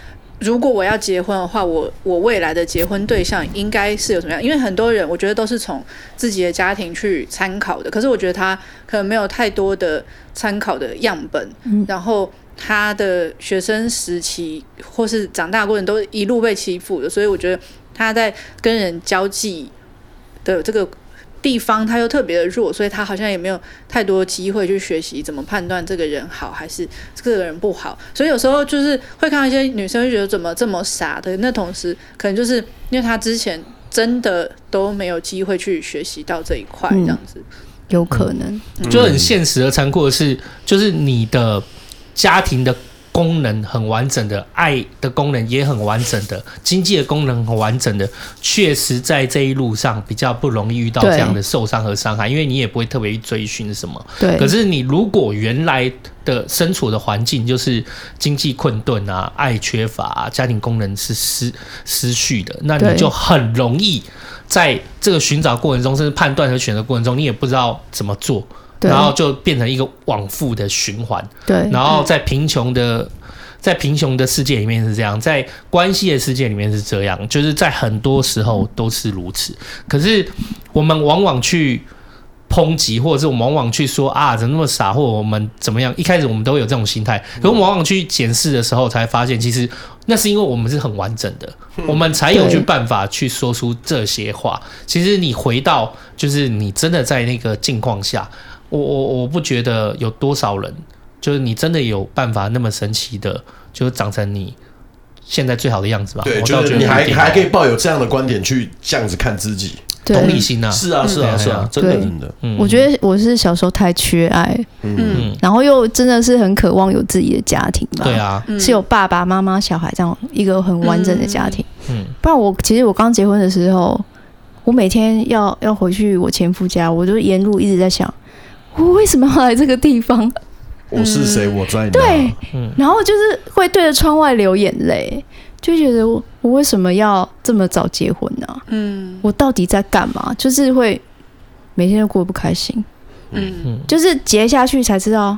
如果我要结婚的话，我我未来的结婚对象应该是有什么样？因为很多人我觉得都是从自己的家庭去参考的，可是我觉得他可能没有太多的参考的样本，然后他的学生时期或是长大过程都一路被欺负的，所以我觉得他在跟人交际的这个地方，他又特别的弱，所以他好像也没有太多机会去学习怎么判断这个人好还是这个人不好。所以有时候就是会看到一些女生会觉得怎么这么傻的，那同时可能就是因为他之前真的都没有机会去学习到这一块，这样子。有可能，就很现实而残酷的是，就是你的家庭的功能很完整的，爱的功能也很完整的，经济的功能很完整的，确实在这一路上比较不容易遇到对这样的受伤和伤害，因为你也不会特别去追寻什么。对，可是你如果原来的身处的环境就是经济困顿啊、爱缺乏、啊、家庭功能是失失去的，那对你就很容易在这个寻找过程中，甚至判断和选择过程中，你也不知道怎么做，对然后就变成一个往复的循环，对然后在贫穷的在贫穷的世界里面是这样，在关系的世界里面是这样，就是在很多时候都是如此。可是我们往往去抨击，或者是我们往往去说啊，怎么那么傻，或者我们怎么样？一开始我们都会有这种心态，可我们往往去检视的时候，才发现其实那是因为我们是很完整的，我们才有去办法去说出这些话。其实你回到，就是你真的在那个境况下，我我我不觉得有多少人，就是你真的有办法那么神奇的，就是长成你现在最好的样子吧？我对，倒就觉是得你还一定啊还可以抱有这样的观点去这样子看自己。对，同理心啊，是啊，是啊，嗯是啊，真对的真的。嗯我觉得我是小时候太缺爱，嗯，然后又真的是很渴望有自己的家庭吧。对，啊，是有爸爸妈妈、小孩这样一个很完整的家庭。嗯不然我其实我刚结婚的时候，我每天要要回去我前夫家，我就沿路一直在想，我为什么要来这个地方？我是谁？我在哪？对，嗯然后就是会对着窗外流眼泪，就觉得我我为什么要这么早结婚呢、嗯我到底在干嘛？就是会每天都过得不开心，嗯嗯就是结下去才知道，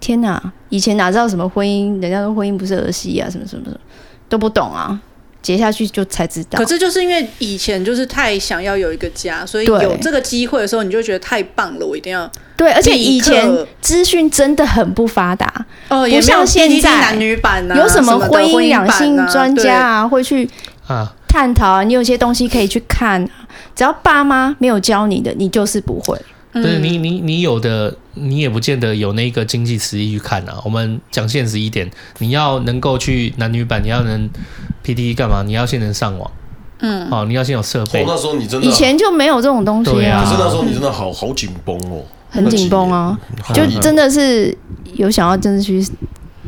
天哪！以前哪知道什么婚姻？人家说婚姻不是儿戏啊，什么什么什么都不懂啊，结下去就才知道可。是就是因为以前就是太想要有一个家，所以对有这个机会的时候，你就觉得太棒了，我一定要。对，而且以前立刻资讯真的很不发达，哦，也没有不像现在 PTT 男女版啊，有什么的婚姻版两啊性专家，啊，会去啊，探讨啊，你有些东西可以去看啊。只要爸妈没有教你的，你就是不会。对就是你你你有的，你也不见得有那个经济实力去看啊。我们讲现实一点，你要能够去男女版，你要能 P T E 干嘛？你要先能上网，嗯，哦，你要先有设备哦，，那时候你真的，以前就没有这种东西啊对可啊是那时候你真的好好紧绷哦，很紧绷啊，那几就年。真的是有想要真的去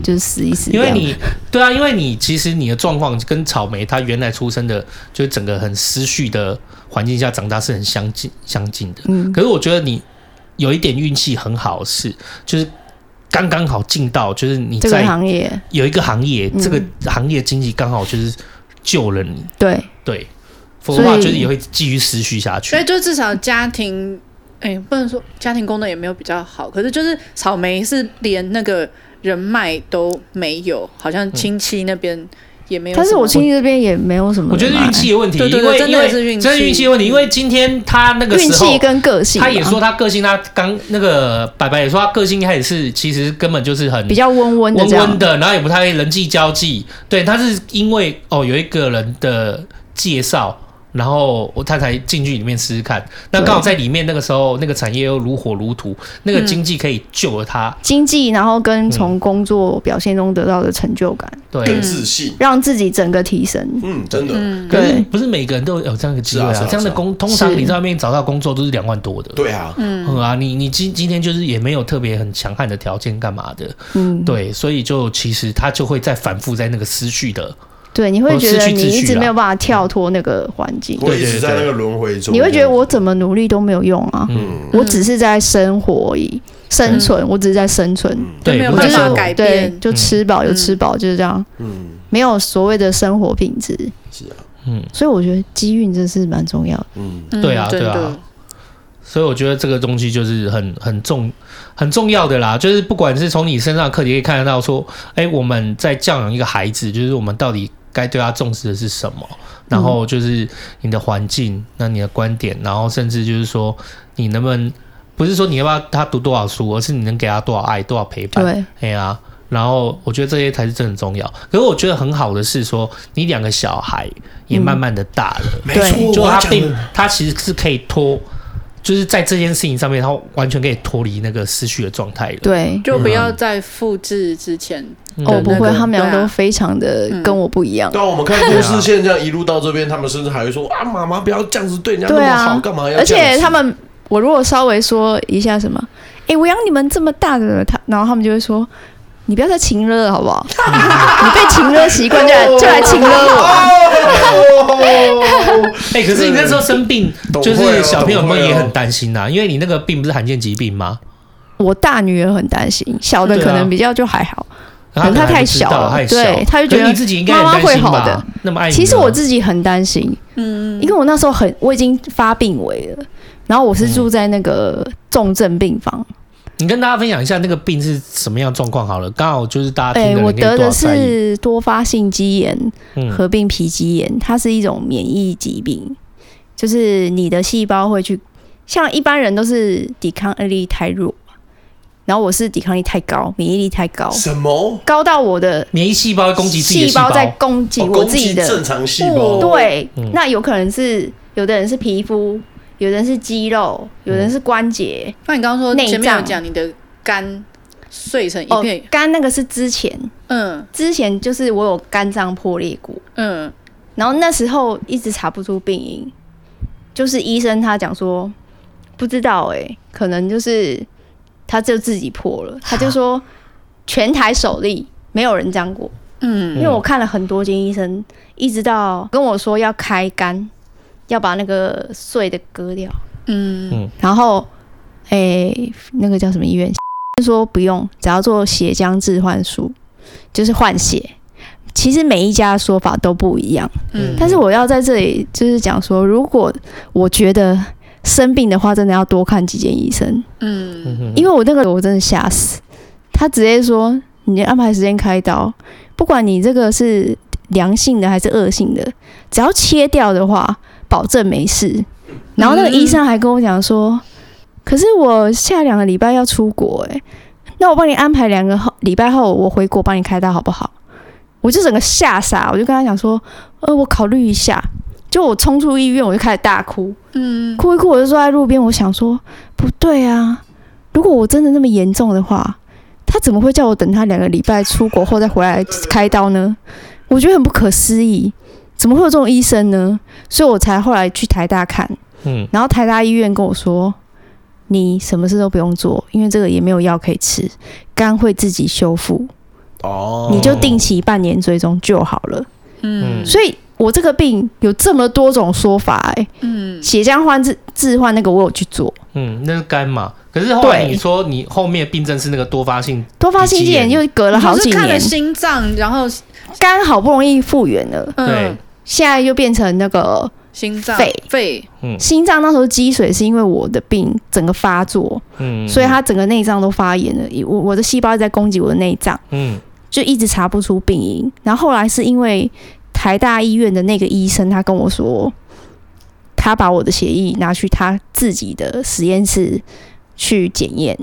就是试一试这因样，为你对啊，因为你其实你的状况跟草莓它原来出生的，就是整个很失序的环境下长大是很相近相近的。嗯可是我觉得你有一点运气很好是，就是刚刚好进到，就是你这个在行业有一个行业，嗯这个行业经济刚好就是救了你，对对，否则的话所以就是也会继续持续下去所以。就至少家庭，哎、不能说家庭功能也没有比较好，可是就是草莓是连那个人脉都没有，好像嗯亲戚那边也没有什么。但是我亲戚这边也没有什么人脉，我觉得运气的问题，对对对因为真的因为是运气真的运气的问题，因为今天他那个运时候气跟个性吧，啊他也说他个性，他刚那个白白也说他个性一开始是其实根本就是很比较温温的温这样温，的，然后也不太会人际交际。对，他是因为哦有一个人的介绍，然后我他才进去里面试试看。那刚好在里面那个时候，那个产业又如火如荼，那个经济可以救了他。经济，然后跟从工作表现中得到的成就感，对更，自信，让自己整个提升。嗯，真的，可是对不是每个人都有这样一个机会是啊是啊啊。这样的工，通常你在外面找到工作都是两万多的。对啊，嗯啊，你你今今天就是也没有特别很强悍的条件干嘛的，嗯，对，所以就其实他就会再反复在那个思绪的，对，你会我觉失得去你秩一序直啦没有办法跳脱那个环境，我一对直对在那对个轮回中，你会觉得我怎么努力都没有用啊，嗯，我只是在生活而已，嗯生存，我只是在生存，对，没有不就是办法我改对变就吃饱就吃饱，就是这样，嗯，没有所谓的生活品质。是啊，所以我觉得机运真是蛮重要的。嗯，嗯对啊真对的啊，所以我觉得这个东西就是很很重很重要的啦，就是不管是从你身上的课题可以看得到说，哎、我们在教养一个孩子，就是我们到底该对他重视的是什么，然后就是你的环境，那你的观点，然后甚至就是说你能不能不是说你要不要他读多少书，而是你能给他多少爱、多少陪伴。对，哎呀、然后我觉得这些才是真的重要。可是我觉得很好的是说，你两个小孩也慢慢的大了，没对错，就嗯我他要讲并的他其实是可以脱，就是在这件事情上面，他完全可以脱离那个失去的状态了。对，就不要在复制之前，嗯，哦，不那会，个他们俩对啊都非常的跟我不一样。对啊，我们看故事线这样一路到这边，他们甚至还会说啊，妈妈不要这样子对人家那对么好，啊干嘛要而这样且子？他们，我如果稍微说一下什么，诶，我养你们这么大的了，他，然后他们就会说。你不要再情勒了，好不 好？你被情勒习惯，就来就来情勒我。哦，哎、可是你那时候生病，懂就会是哦小朋友懂们会也哦很担心呐、啊因为你那个病不是罕见疾病吗？我大女儿很担心，小的对啊可能比较就还好。然后可能他还太不知小道了还对小他就可觉是得你自己应该很妈妈担会心好吧的。那么爱你，其实我自己很担心，嗯，因为我那时候嗯很，我已经发病危了，然后我是住在那个重症病房，你跟大家分享一下那个病是什么样的状况好了，刚好就是大家哎、啊听的我人可得以多的少参与。是多发性肌炎嗯合并皮肌炎，它是一种免疫疾病，就是你的细胞会去，像一般人都是抵抗力太弱，然后我是抵抗力太高，免疫力太高，什么？高到我的免疫细胞会攻击自己的细细胞胞在攻击哦我自己攻击正的，常细胞，哦对嗯，那有可能是有的人是皮肤，有的人是肌肉，有的人是关节，那你刚刚说内前面有脏讲你的肝碎嗯成一哦片，，肝那个是之前，嗯之前就是我有肝脏破裂过。嗯，然后那时候一直查不出病因，就是医生他讲说不知道哎、可能就是他就自己破了，他就说全台首例没有人这样过，嗯，因为我看了很多间医生，一直到跟我说要开肝，要把那个碎的割掉，嗯然后哎、那个叫什么医院 就说不用，只要做血浆置换术，就是换血。其实每一家的说法都不一样。嗯，但是我要在这里就是讲说，如果我觉得生病的话，真的要多看几间医生，嗯因为我那个我真的吓死，他直接说你安排时间开刀，不管你这个是良性的还是恶性的，只要切掉的话，保证没事。然后那个医生还跟我讲说，可是我下两个礼拜要出国、欸，那我帮你安排两个后礼拜后我回国帮你开刀好不好？我就整个吓傻，我就跟他讲说，呃，我考虑一下。就我冲出医院，我就开始大哭，嗯哭一哭，我就坐在路边，我想说，不对啊，如果我真的那么严重的话，他怎么会叫我等他两个礼拜出国后再回来开刀呢？我觉得很不可思议，怎么会有这种医生呢？所以我才后来去台大看，嗯，然后台大医院跟我说，你什么事都不用做，因为这个也没有药可以吃，肝会自己修复，哦，你就定期半年追踪就好了。嗯所以我这个病有这么多种说法、哎，嗯，血浆换置置换那个我有去做，嗯，那是肝嘛。可是后来对你说你后面病症是那个多发性，多发性肌炎又隔了好你几就是看了年，心脏，然后肝好不容易复原了，对嗯，，现在又变成那个心脏肺肺，心脏那时候积水，是因为我的病整个发作，嗯，所以它整个内脏都发炎了，我我的细胞一直在攻击我的内脏，嗯就一直查不出病因。然后后来是因为台大医院的那个医生，他跟我说，他把我的血液拿去他自己的实验室去检验，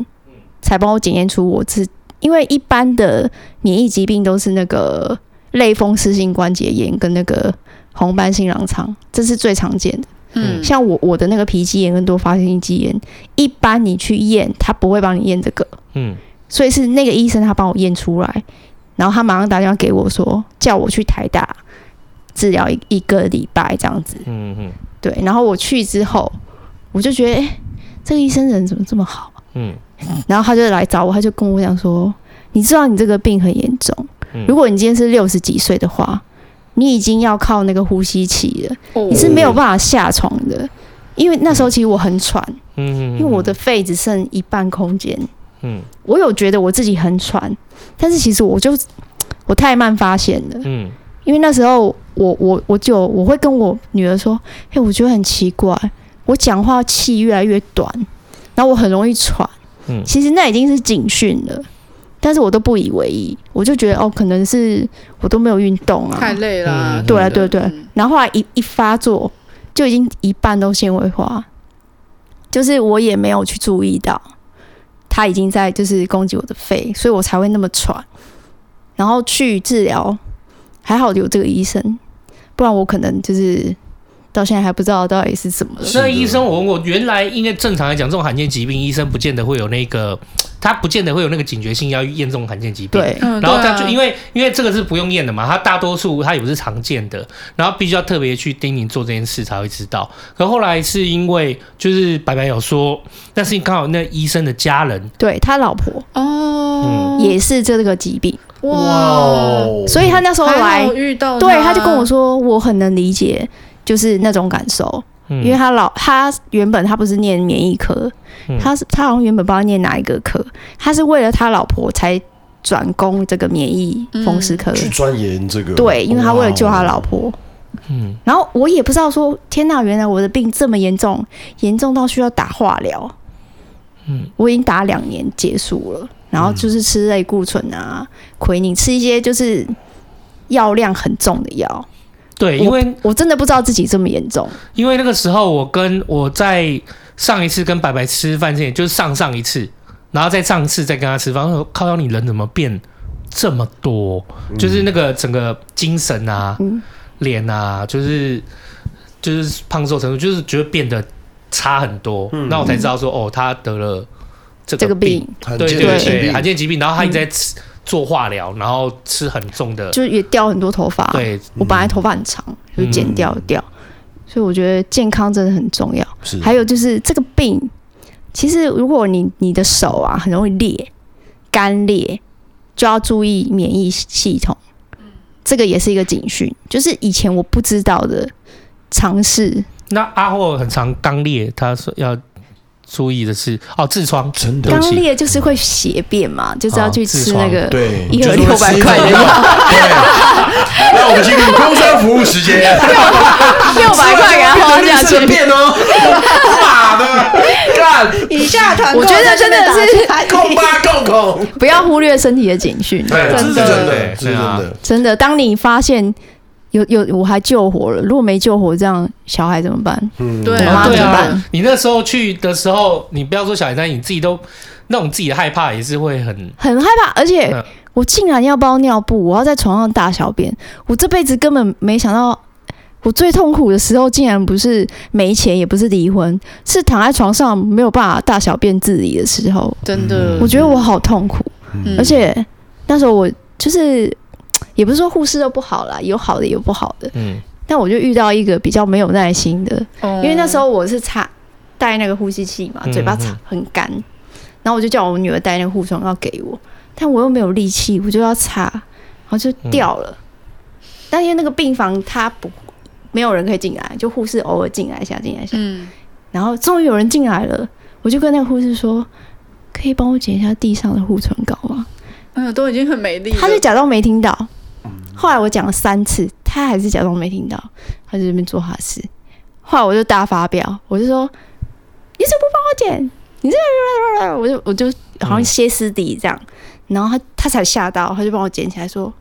才帮我检验出我是因为一般的免疫疾病都是那个类风湿性关节炎跟那个红斑性狼疮，这是最常见的。嗯，像我我的那个皮肌炎跟多发性肌炎，一般你去验，他不会帮你验这个。嗯所以是那个医生他帮我验出来，然后他马上打电话给我说，叫我去台大治疗一一个礼拜这样子。嗯嗯对，然后我去之后，我就觉得，哎、这个医生人怎么这么好？嗯然后他就来找我，他就跟我讲说，你知道你这个病很严重嗯，如果你今天是六十几岁的话，你已经要靠那个呼吸器了，哦你是没有办法下床的。因为那时候其实我很喘，嗯，因为我的肺只剩一半空间，嗯我有觉得我自己很喘，但是其实我就我太慢发现了，嗯因为那时候我我我就我会跟我女儿说，哎、我觉得很奇怪，我讲话气越来越短，然后我很容易喘，嗯其实那已经是警讯了，但是我都不以为意，我就觉得哦，可能是我都没有运动啊，太累了嗯，对啊对对嗯然后后来一一发作，就已经一半都纤维化，就是我也没有去注意到，它已经在就是攻击我的肺，所以我才会那么喘。然后去治疗，还好有这个医生，不然我可能就是到现在还不知道到底是怎么了。那医生，我问过，原来应该正常来讲，这种罕见疾病，医生不见得会有那个，他不见得会有那个警觉性要验这种罕见疾病。对，嗯，然后他对啊就因为因为这个是不用验的嘛，他大多数他也不是常见的，然后必须要特别去叮咛做这件事才会知道。可后来是因为就是白白有说，但是刚好那医生的家人，对他老婆哦，也是这个疾病，嗯哇，所以他那时候还哦来好，遇到对他就跟我说，我很能理解，就是那种感受。嗯因为他老他原本他不是念免疫科，嗯他是他好像原本不知道念哪一个科，他是为了他老婆才转攻这个免疫风湿科。去钻研这个，呃哦对，因为他为了救他老婆。嗯然后我也不知道说，天呐，原来我的病这么严重，严重到需要打化疗。嗯我已经打两年结束了，然后就是吃类固醇啊、奎宁，吃一些就是药量很重的药。对，我因为我真的不知道自己这么严重，因为那个时候我跟我在上一次跟白白吃饭之前，就是上上一次，然后再上次再跟他吃饭，我说靠，你人怎么变这么多？就是那个整个精神啊、嗯脸啊，就是就是胖瘦程度，就是觉得变得差很多。那、我才知道说，哦，他得了这这个个病嗯很对健对康对，病罕见疾病，然后他一直在吃、做化疗，然后吃很重的，就也掉很多头发。呃对，嗯我本来头发很长，就剪掉掉，所以我觉得健康真的很重要。是还有就是这个病，其实如果你你的手啊很容易裂、干裂，就要注意免疫系统。这个也是一个警讯，就是以前我不知道的尝试。那阿霍很常刚裂，他说要注意的是哦，痔疮真对刚不起裂就是会血便嘛，就是要去吃那个啊 对，一盒就是会六百块的吃一药种，对，那我们进入工商服务时间， 六百块给他花下去。变哦， 妈的，干以下团购 我觉得在这边真的是打起来 控吧控控，不要忽略身体的警讯，对，这是真的真的，对啊这是真的，真的。当你发现有有我还救活了，如果没救活，这样小孩怎么办？嗯，对我妈对怎么啊办，你那时候去的时候，你不要说小孩你自己都那种自己的害怕也是会很很害怕，而且嗯我竟然要包尿布，我要在床上大小便，我这辈子根本没想到。我最痛苦的时候，竟然不是没钱，也不是离婚，是躺在床上没有办法大小便自理的时候。真的，嗯我觉得我好痛苦，嗯而且那时候我就是，也不是说护士都不好啦，有好的有不好的，嗯但我就遇到一个比较没有耐心的，因因为那时候我是插戴那个呼吸器嘛，嗯嘴巴插很干，然后我就叫我女儿带那个护唇膏给我，但我又没有力气，我就要擦，然后就掉了。但因为那个病房它不没有人可以进来，就护士偶尔进来一下，进来一下，嗯，然后终于有人进来了，我就跟那个护士说。可以帮我捡一下地上的护唇膏吗？哎呀，都已经很美丽了，他就假装没听到。嗯后来我讲了三次，他还是假装没听到，他就在那边做他的事。后来我就大发飙，我就说：“你怎么不帮我捡？你这……”我就我就好嗯像歇斯底里这样，然后他他才吓到，他就帮我捡起来说：“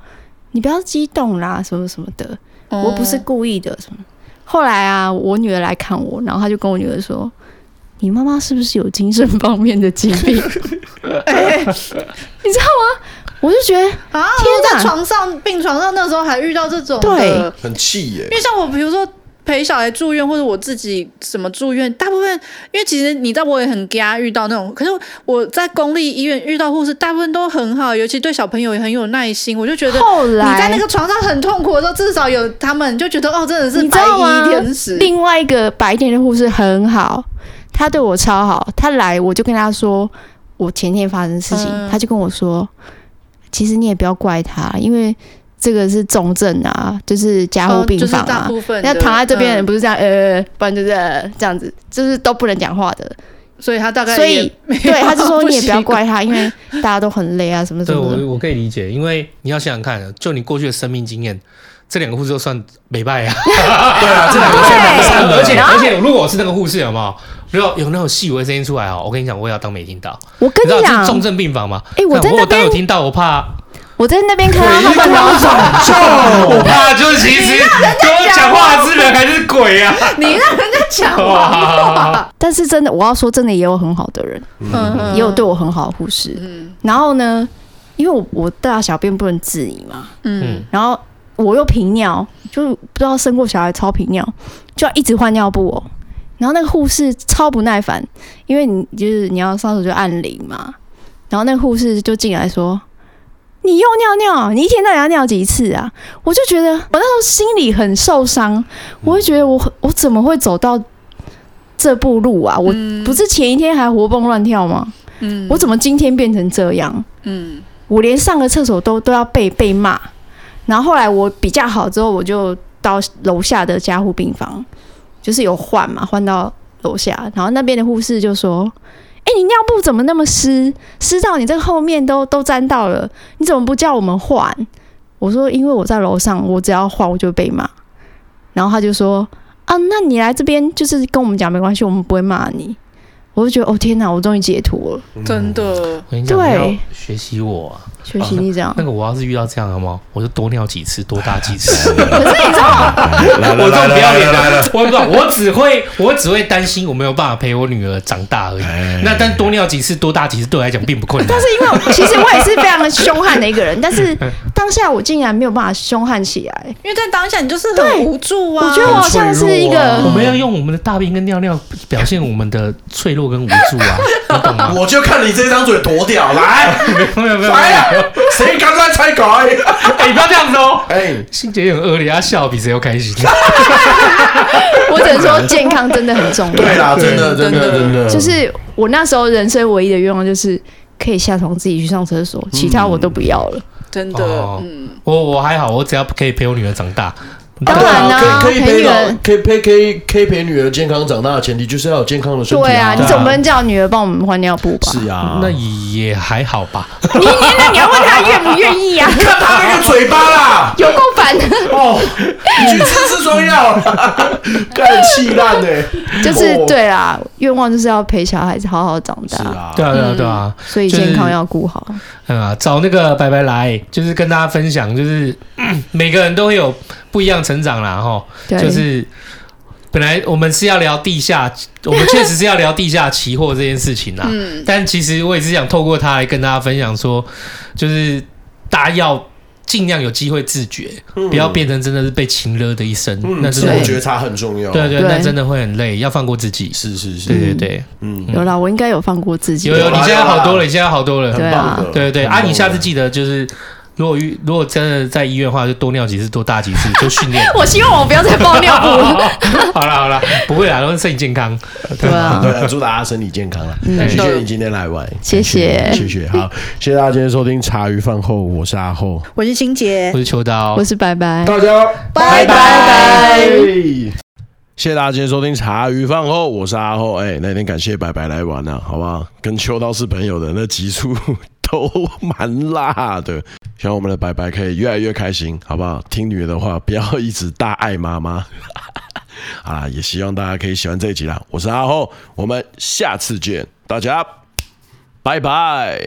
你不要激动啦，什么什么的，哦我不 是故意的什么。”后来啊，我女儿来看我，然后她就跟我女儿说：“你妈妈是不是有精神方面的疾病？” 你知道吗？我就觉得啊，天我在哪床上病床上那时候还遇到这种的对很气耶因，为像我，比如说陪小孩住院，或者我自己什么住院，大部分因为其实你知道我也很嘎遇到那种，可是我在公立医院遇到护士，大部分都很好，尤其对小朋友也很有耐心。我就觉得后你来在那个床上很痛苦的时候，至少有他们就觉得哦，真的是你知白道吗衣天使。另外一个白天的护士很好，他对我超好，他来我就跟他说我前天发生的事情，嗯他就跟我说，其实你也不要怪他，因为这个是重症啊，就是加护哦病就是房大啊。部分那的躺在这边的人嗯不是这样，呃，不然就是、呃这样子，就是都不能讲话的。所以他大概所以也没有对，他就 说你也不要习惯怪他，因为大家都很累啊，什么什对么我的。我可以理解，因为你要想想看，就你过去的生命经验，这两个护士都算美败啊，对 啊，这两个算蛮伤而的，且而且如果我是那个护士，有没有？如果有那种细微声音出来哦，我跟你讲，我也要当没听到。我跟你知道这讲是，重症病房嘛？哎我看在我那当边有听到，我怕我在那边看到他们哦，我怕就是其实跟我讲话的是人还是鬼啊？你让人家讲哇话，但是真的，我要说真的，也有很好的人。嗯也有对我很好的护士。嗯然后呢，因为我我大小便不能自理嘛，嗯然后我又频尿，就不知道生过小孩超频尿，就要一直换尿布哦。然后那个护士超不耐烦，因为你就是你要上手就按铃嘛，然后那个护士就进来说：“你又尿尿，你一天到底要尿几次啊？”我就觉得我那时候心里很受嗯伤，我会觉得我我怎么会走到这步路啊？我不是前一天还活蹦乱跳吗？嗯我怎么今天变成这样？嗯我连上个厕所都都要被被骂。然后后来我比较好之后，我就到楼下的加护病房，就是有换嘛，换到楼下。然后那边的护士就说：“哎、你尿布怎么那么湿？湿到你这个后面都都沾到了，你怎么不叫我们换？”我说：“因为我在楼上，我只要换我就被骂。”然后他就说：“啊，那你来这边就是跟我们讲没关系，我们不会骂你。”我我就觉得哦天哪，我终于解脱了。 嗯真的，我跟你讲，你对要学习我啊。学习你这样那，个我要是遇到这样的猫，我就多尿几次，多大几次。可是你知道，来 来我这种来不要来脸啊来来的， 我不知道，我只会我只会担心我没有办法陪我女儿长大而已哎。那但多尿几次、多大几次对我来讲并不困难但。是因为我其实我也是非常凶悍的一个人，但 是嗯当下我竟然没有办法凶悍起来，因为在当下你就是对很无助啊。我觉得我好像是一我个们要用我们的大便跟尿尿表现我们的脆弱跟无助啊，你懂吗？我就看你这张嘴多屌，来 没有没有，来呀！谁敢乱 猜改？哎，你不要这样子哦。哎，心姐也很恶劣，她笑得比谁都开心。我只能说健康真的很重要。啊对啊啦，真的真的真的，就是我那时候人生唯一的愿望就是可以下床自己去上厕所，其他我都不要了。真的，哦嗯，我我还好，我只要可以陪我女儿长大。当然啦、啊可以可以陪陪女儿老，可以陪可以可以陪女儿健康长大的前提就是要有健康的身体。对啊，你对啊总不能叫女儿帮我们换尿布吧？是啊，那也还好吧。你你那你要问她愿不愿意啊？看他那个嘴巴啦，有够烦 的，哦，你去吃吃中药 啦，干气烂呢。就是哦对啦，愿望就是要陪小孩子好好长大，啊对啊对啊对啊。所以就是健康要顾好。嗯啊，找那个白白来，就是跟大家分享，就是、 嗯每个人都会有不一样成长啦，哈，对，就是本来我们是要聊地下，我们确实是要聊地下期货这件事情啦，嗯但其实我也是想透过它来跟大家分享说，就是大家要尽量有机会自觉，不要变成真的是被情勒的一生，嗯，那那真自的我会觉察很重要。对对，对那真的会很累，要放过自己。是是是，对对对，嗯，有啦，我应该有放过自己有有，有你啦现在有啦啊嗯好多了，你现在好多了，对很啊棒的。对对很啊，棒的你下次记得就是，如果遇如果真的在医院的话，就多尿几次，多大几次，就 训练。我希望我不要再爆尿布了。好了好了，不会啦，都是身体健康。对啊，对啊，祝大家身体健康啊！谢谢你今天来玩，嗯谢谢谢谢，好，谢谢大家今天收听茶余饭后，我是阿后，我是心杰我，是秋刀，我是拜拜。大家拜拜谢谢大家今天收听茶余饭后，我是阿后。哎、那天感谢白白来玩啊，好不好？跟秋刀是朋友的那集数都蛮辣的，希望我们的白白可以越来越开心，好不好？听女儿的话，不要一直大爱妈妈。 好啦，也希望大家可以喜欢这一集啦。我是阿后，我们下次见，大家拜拜。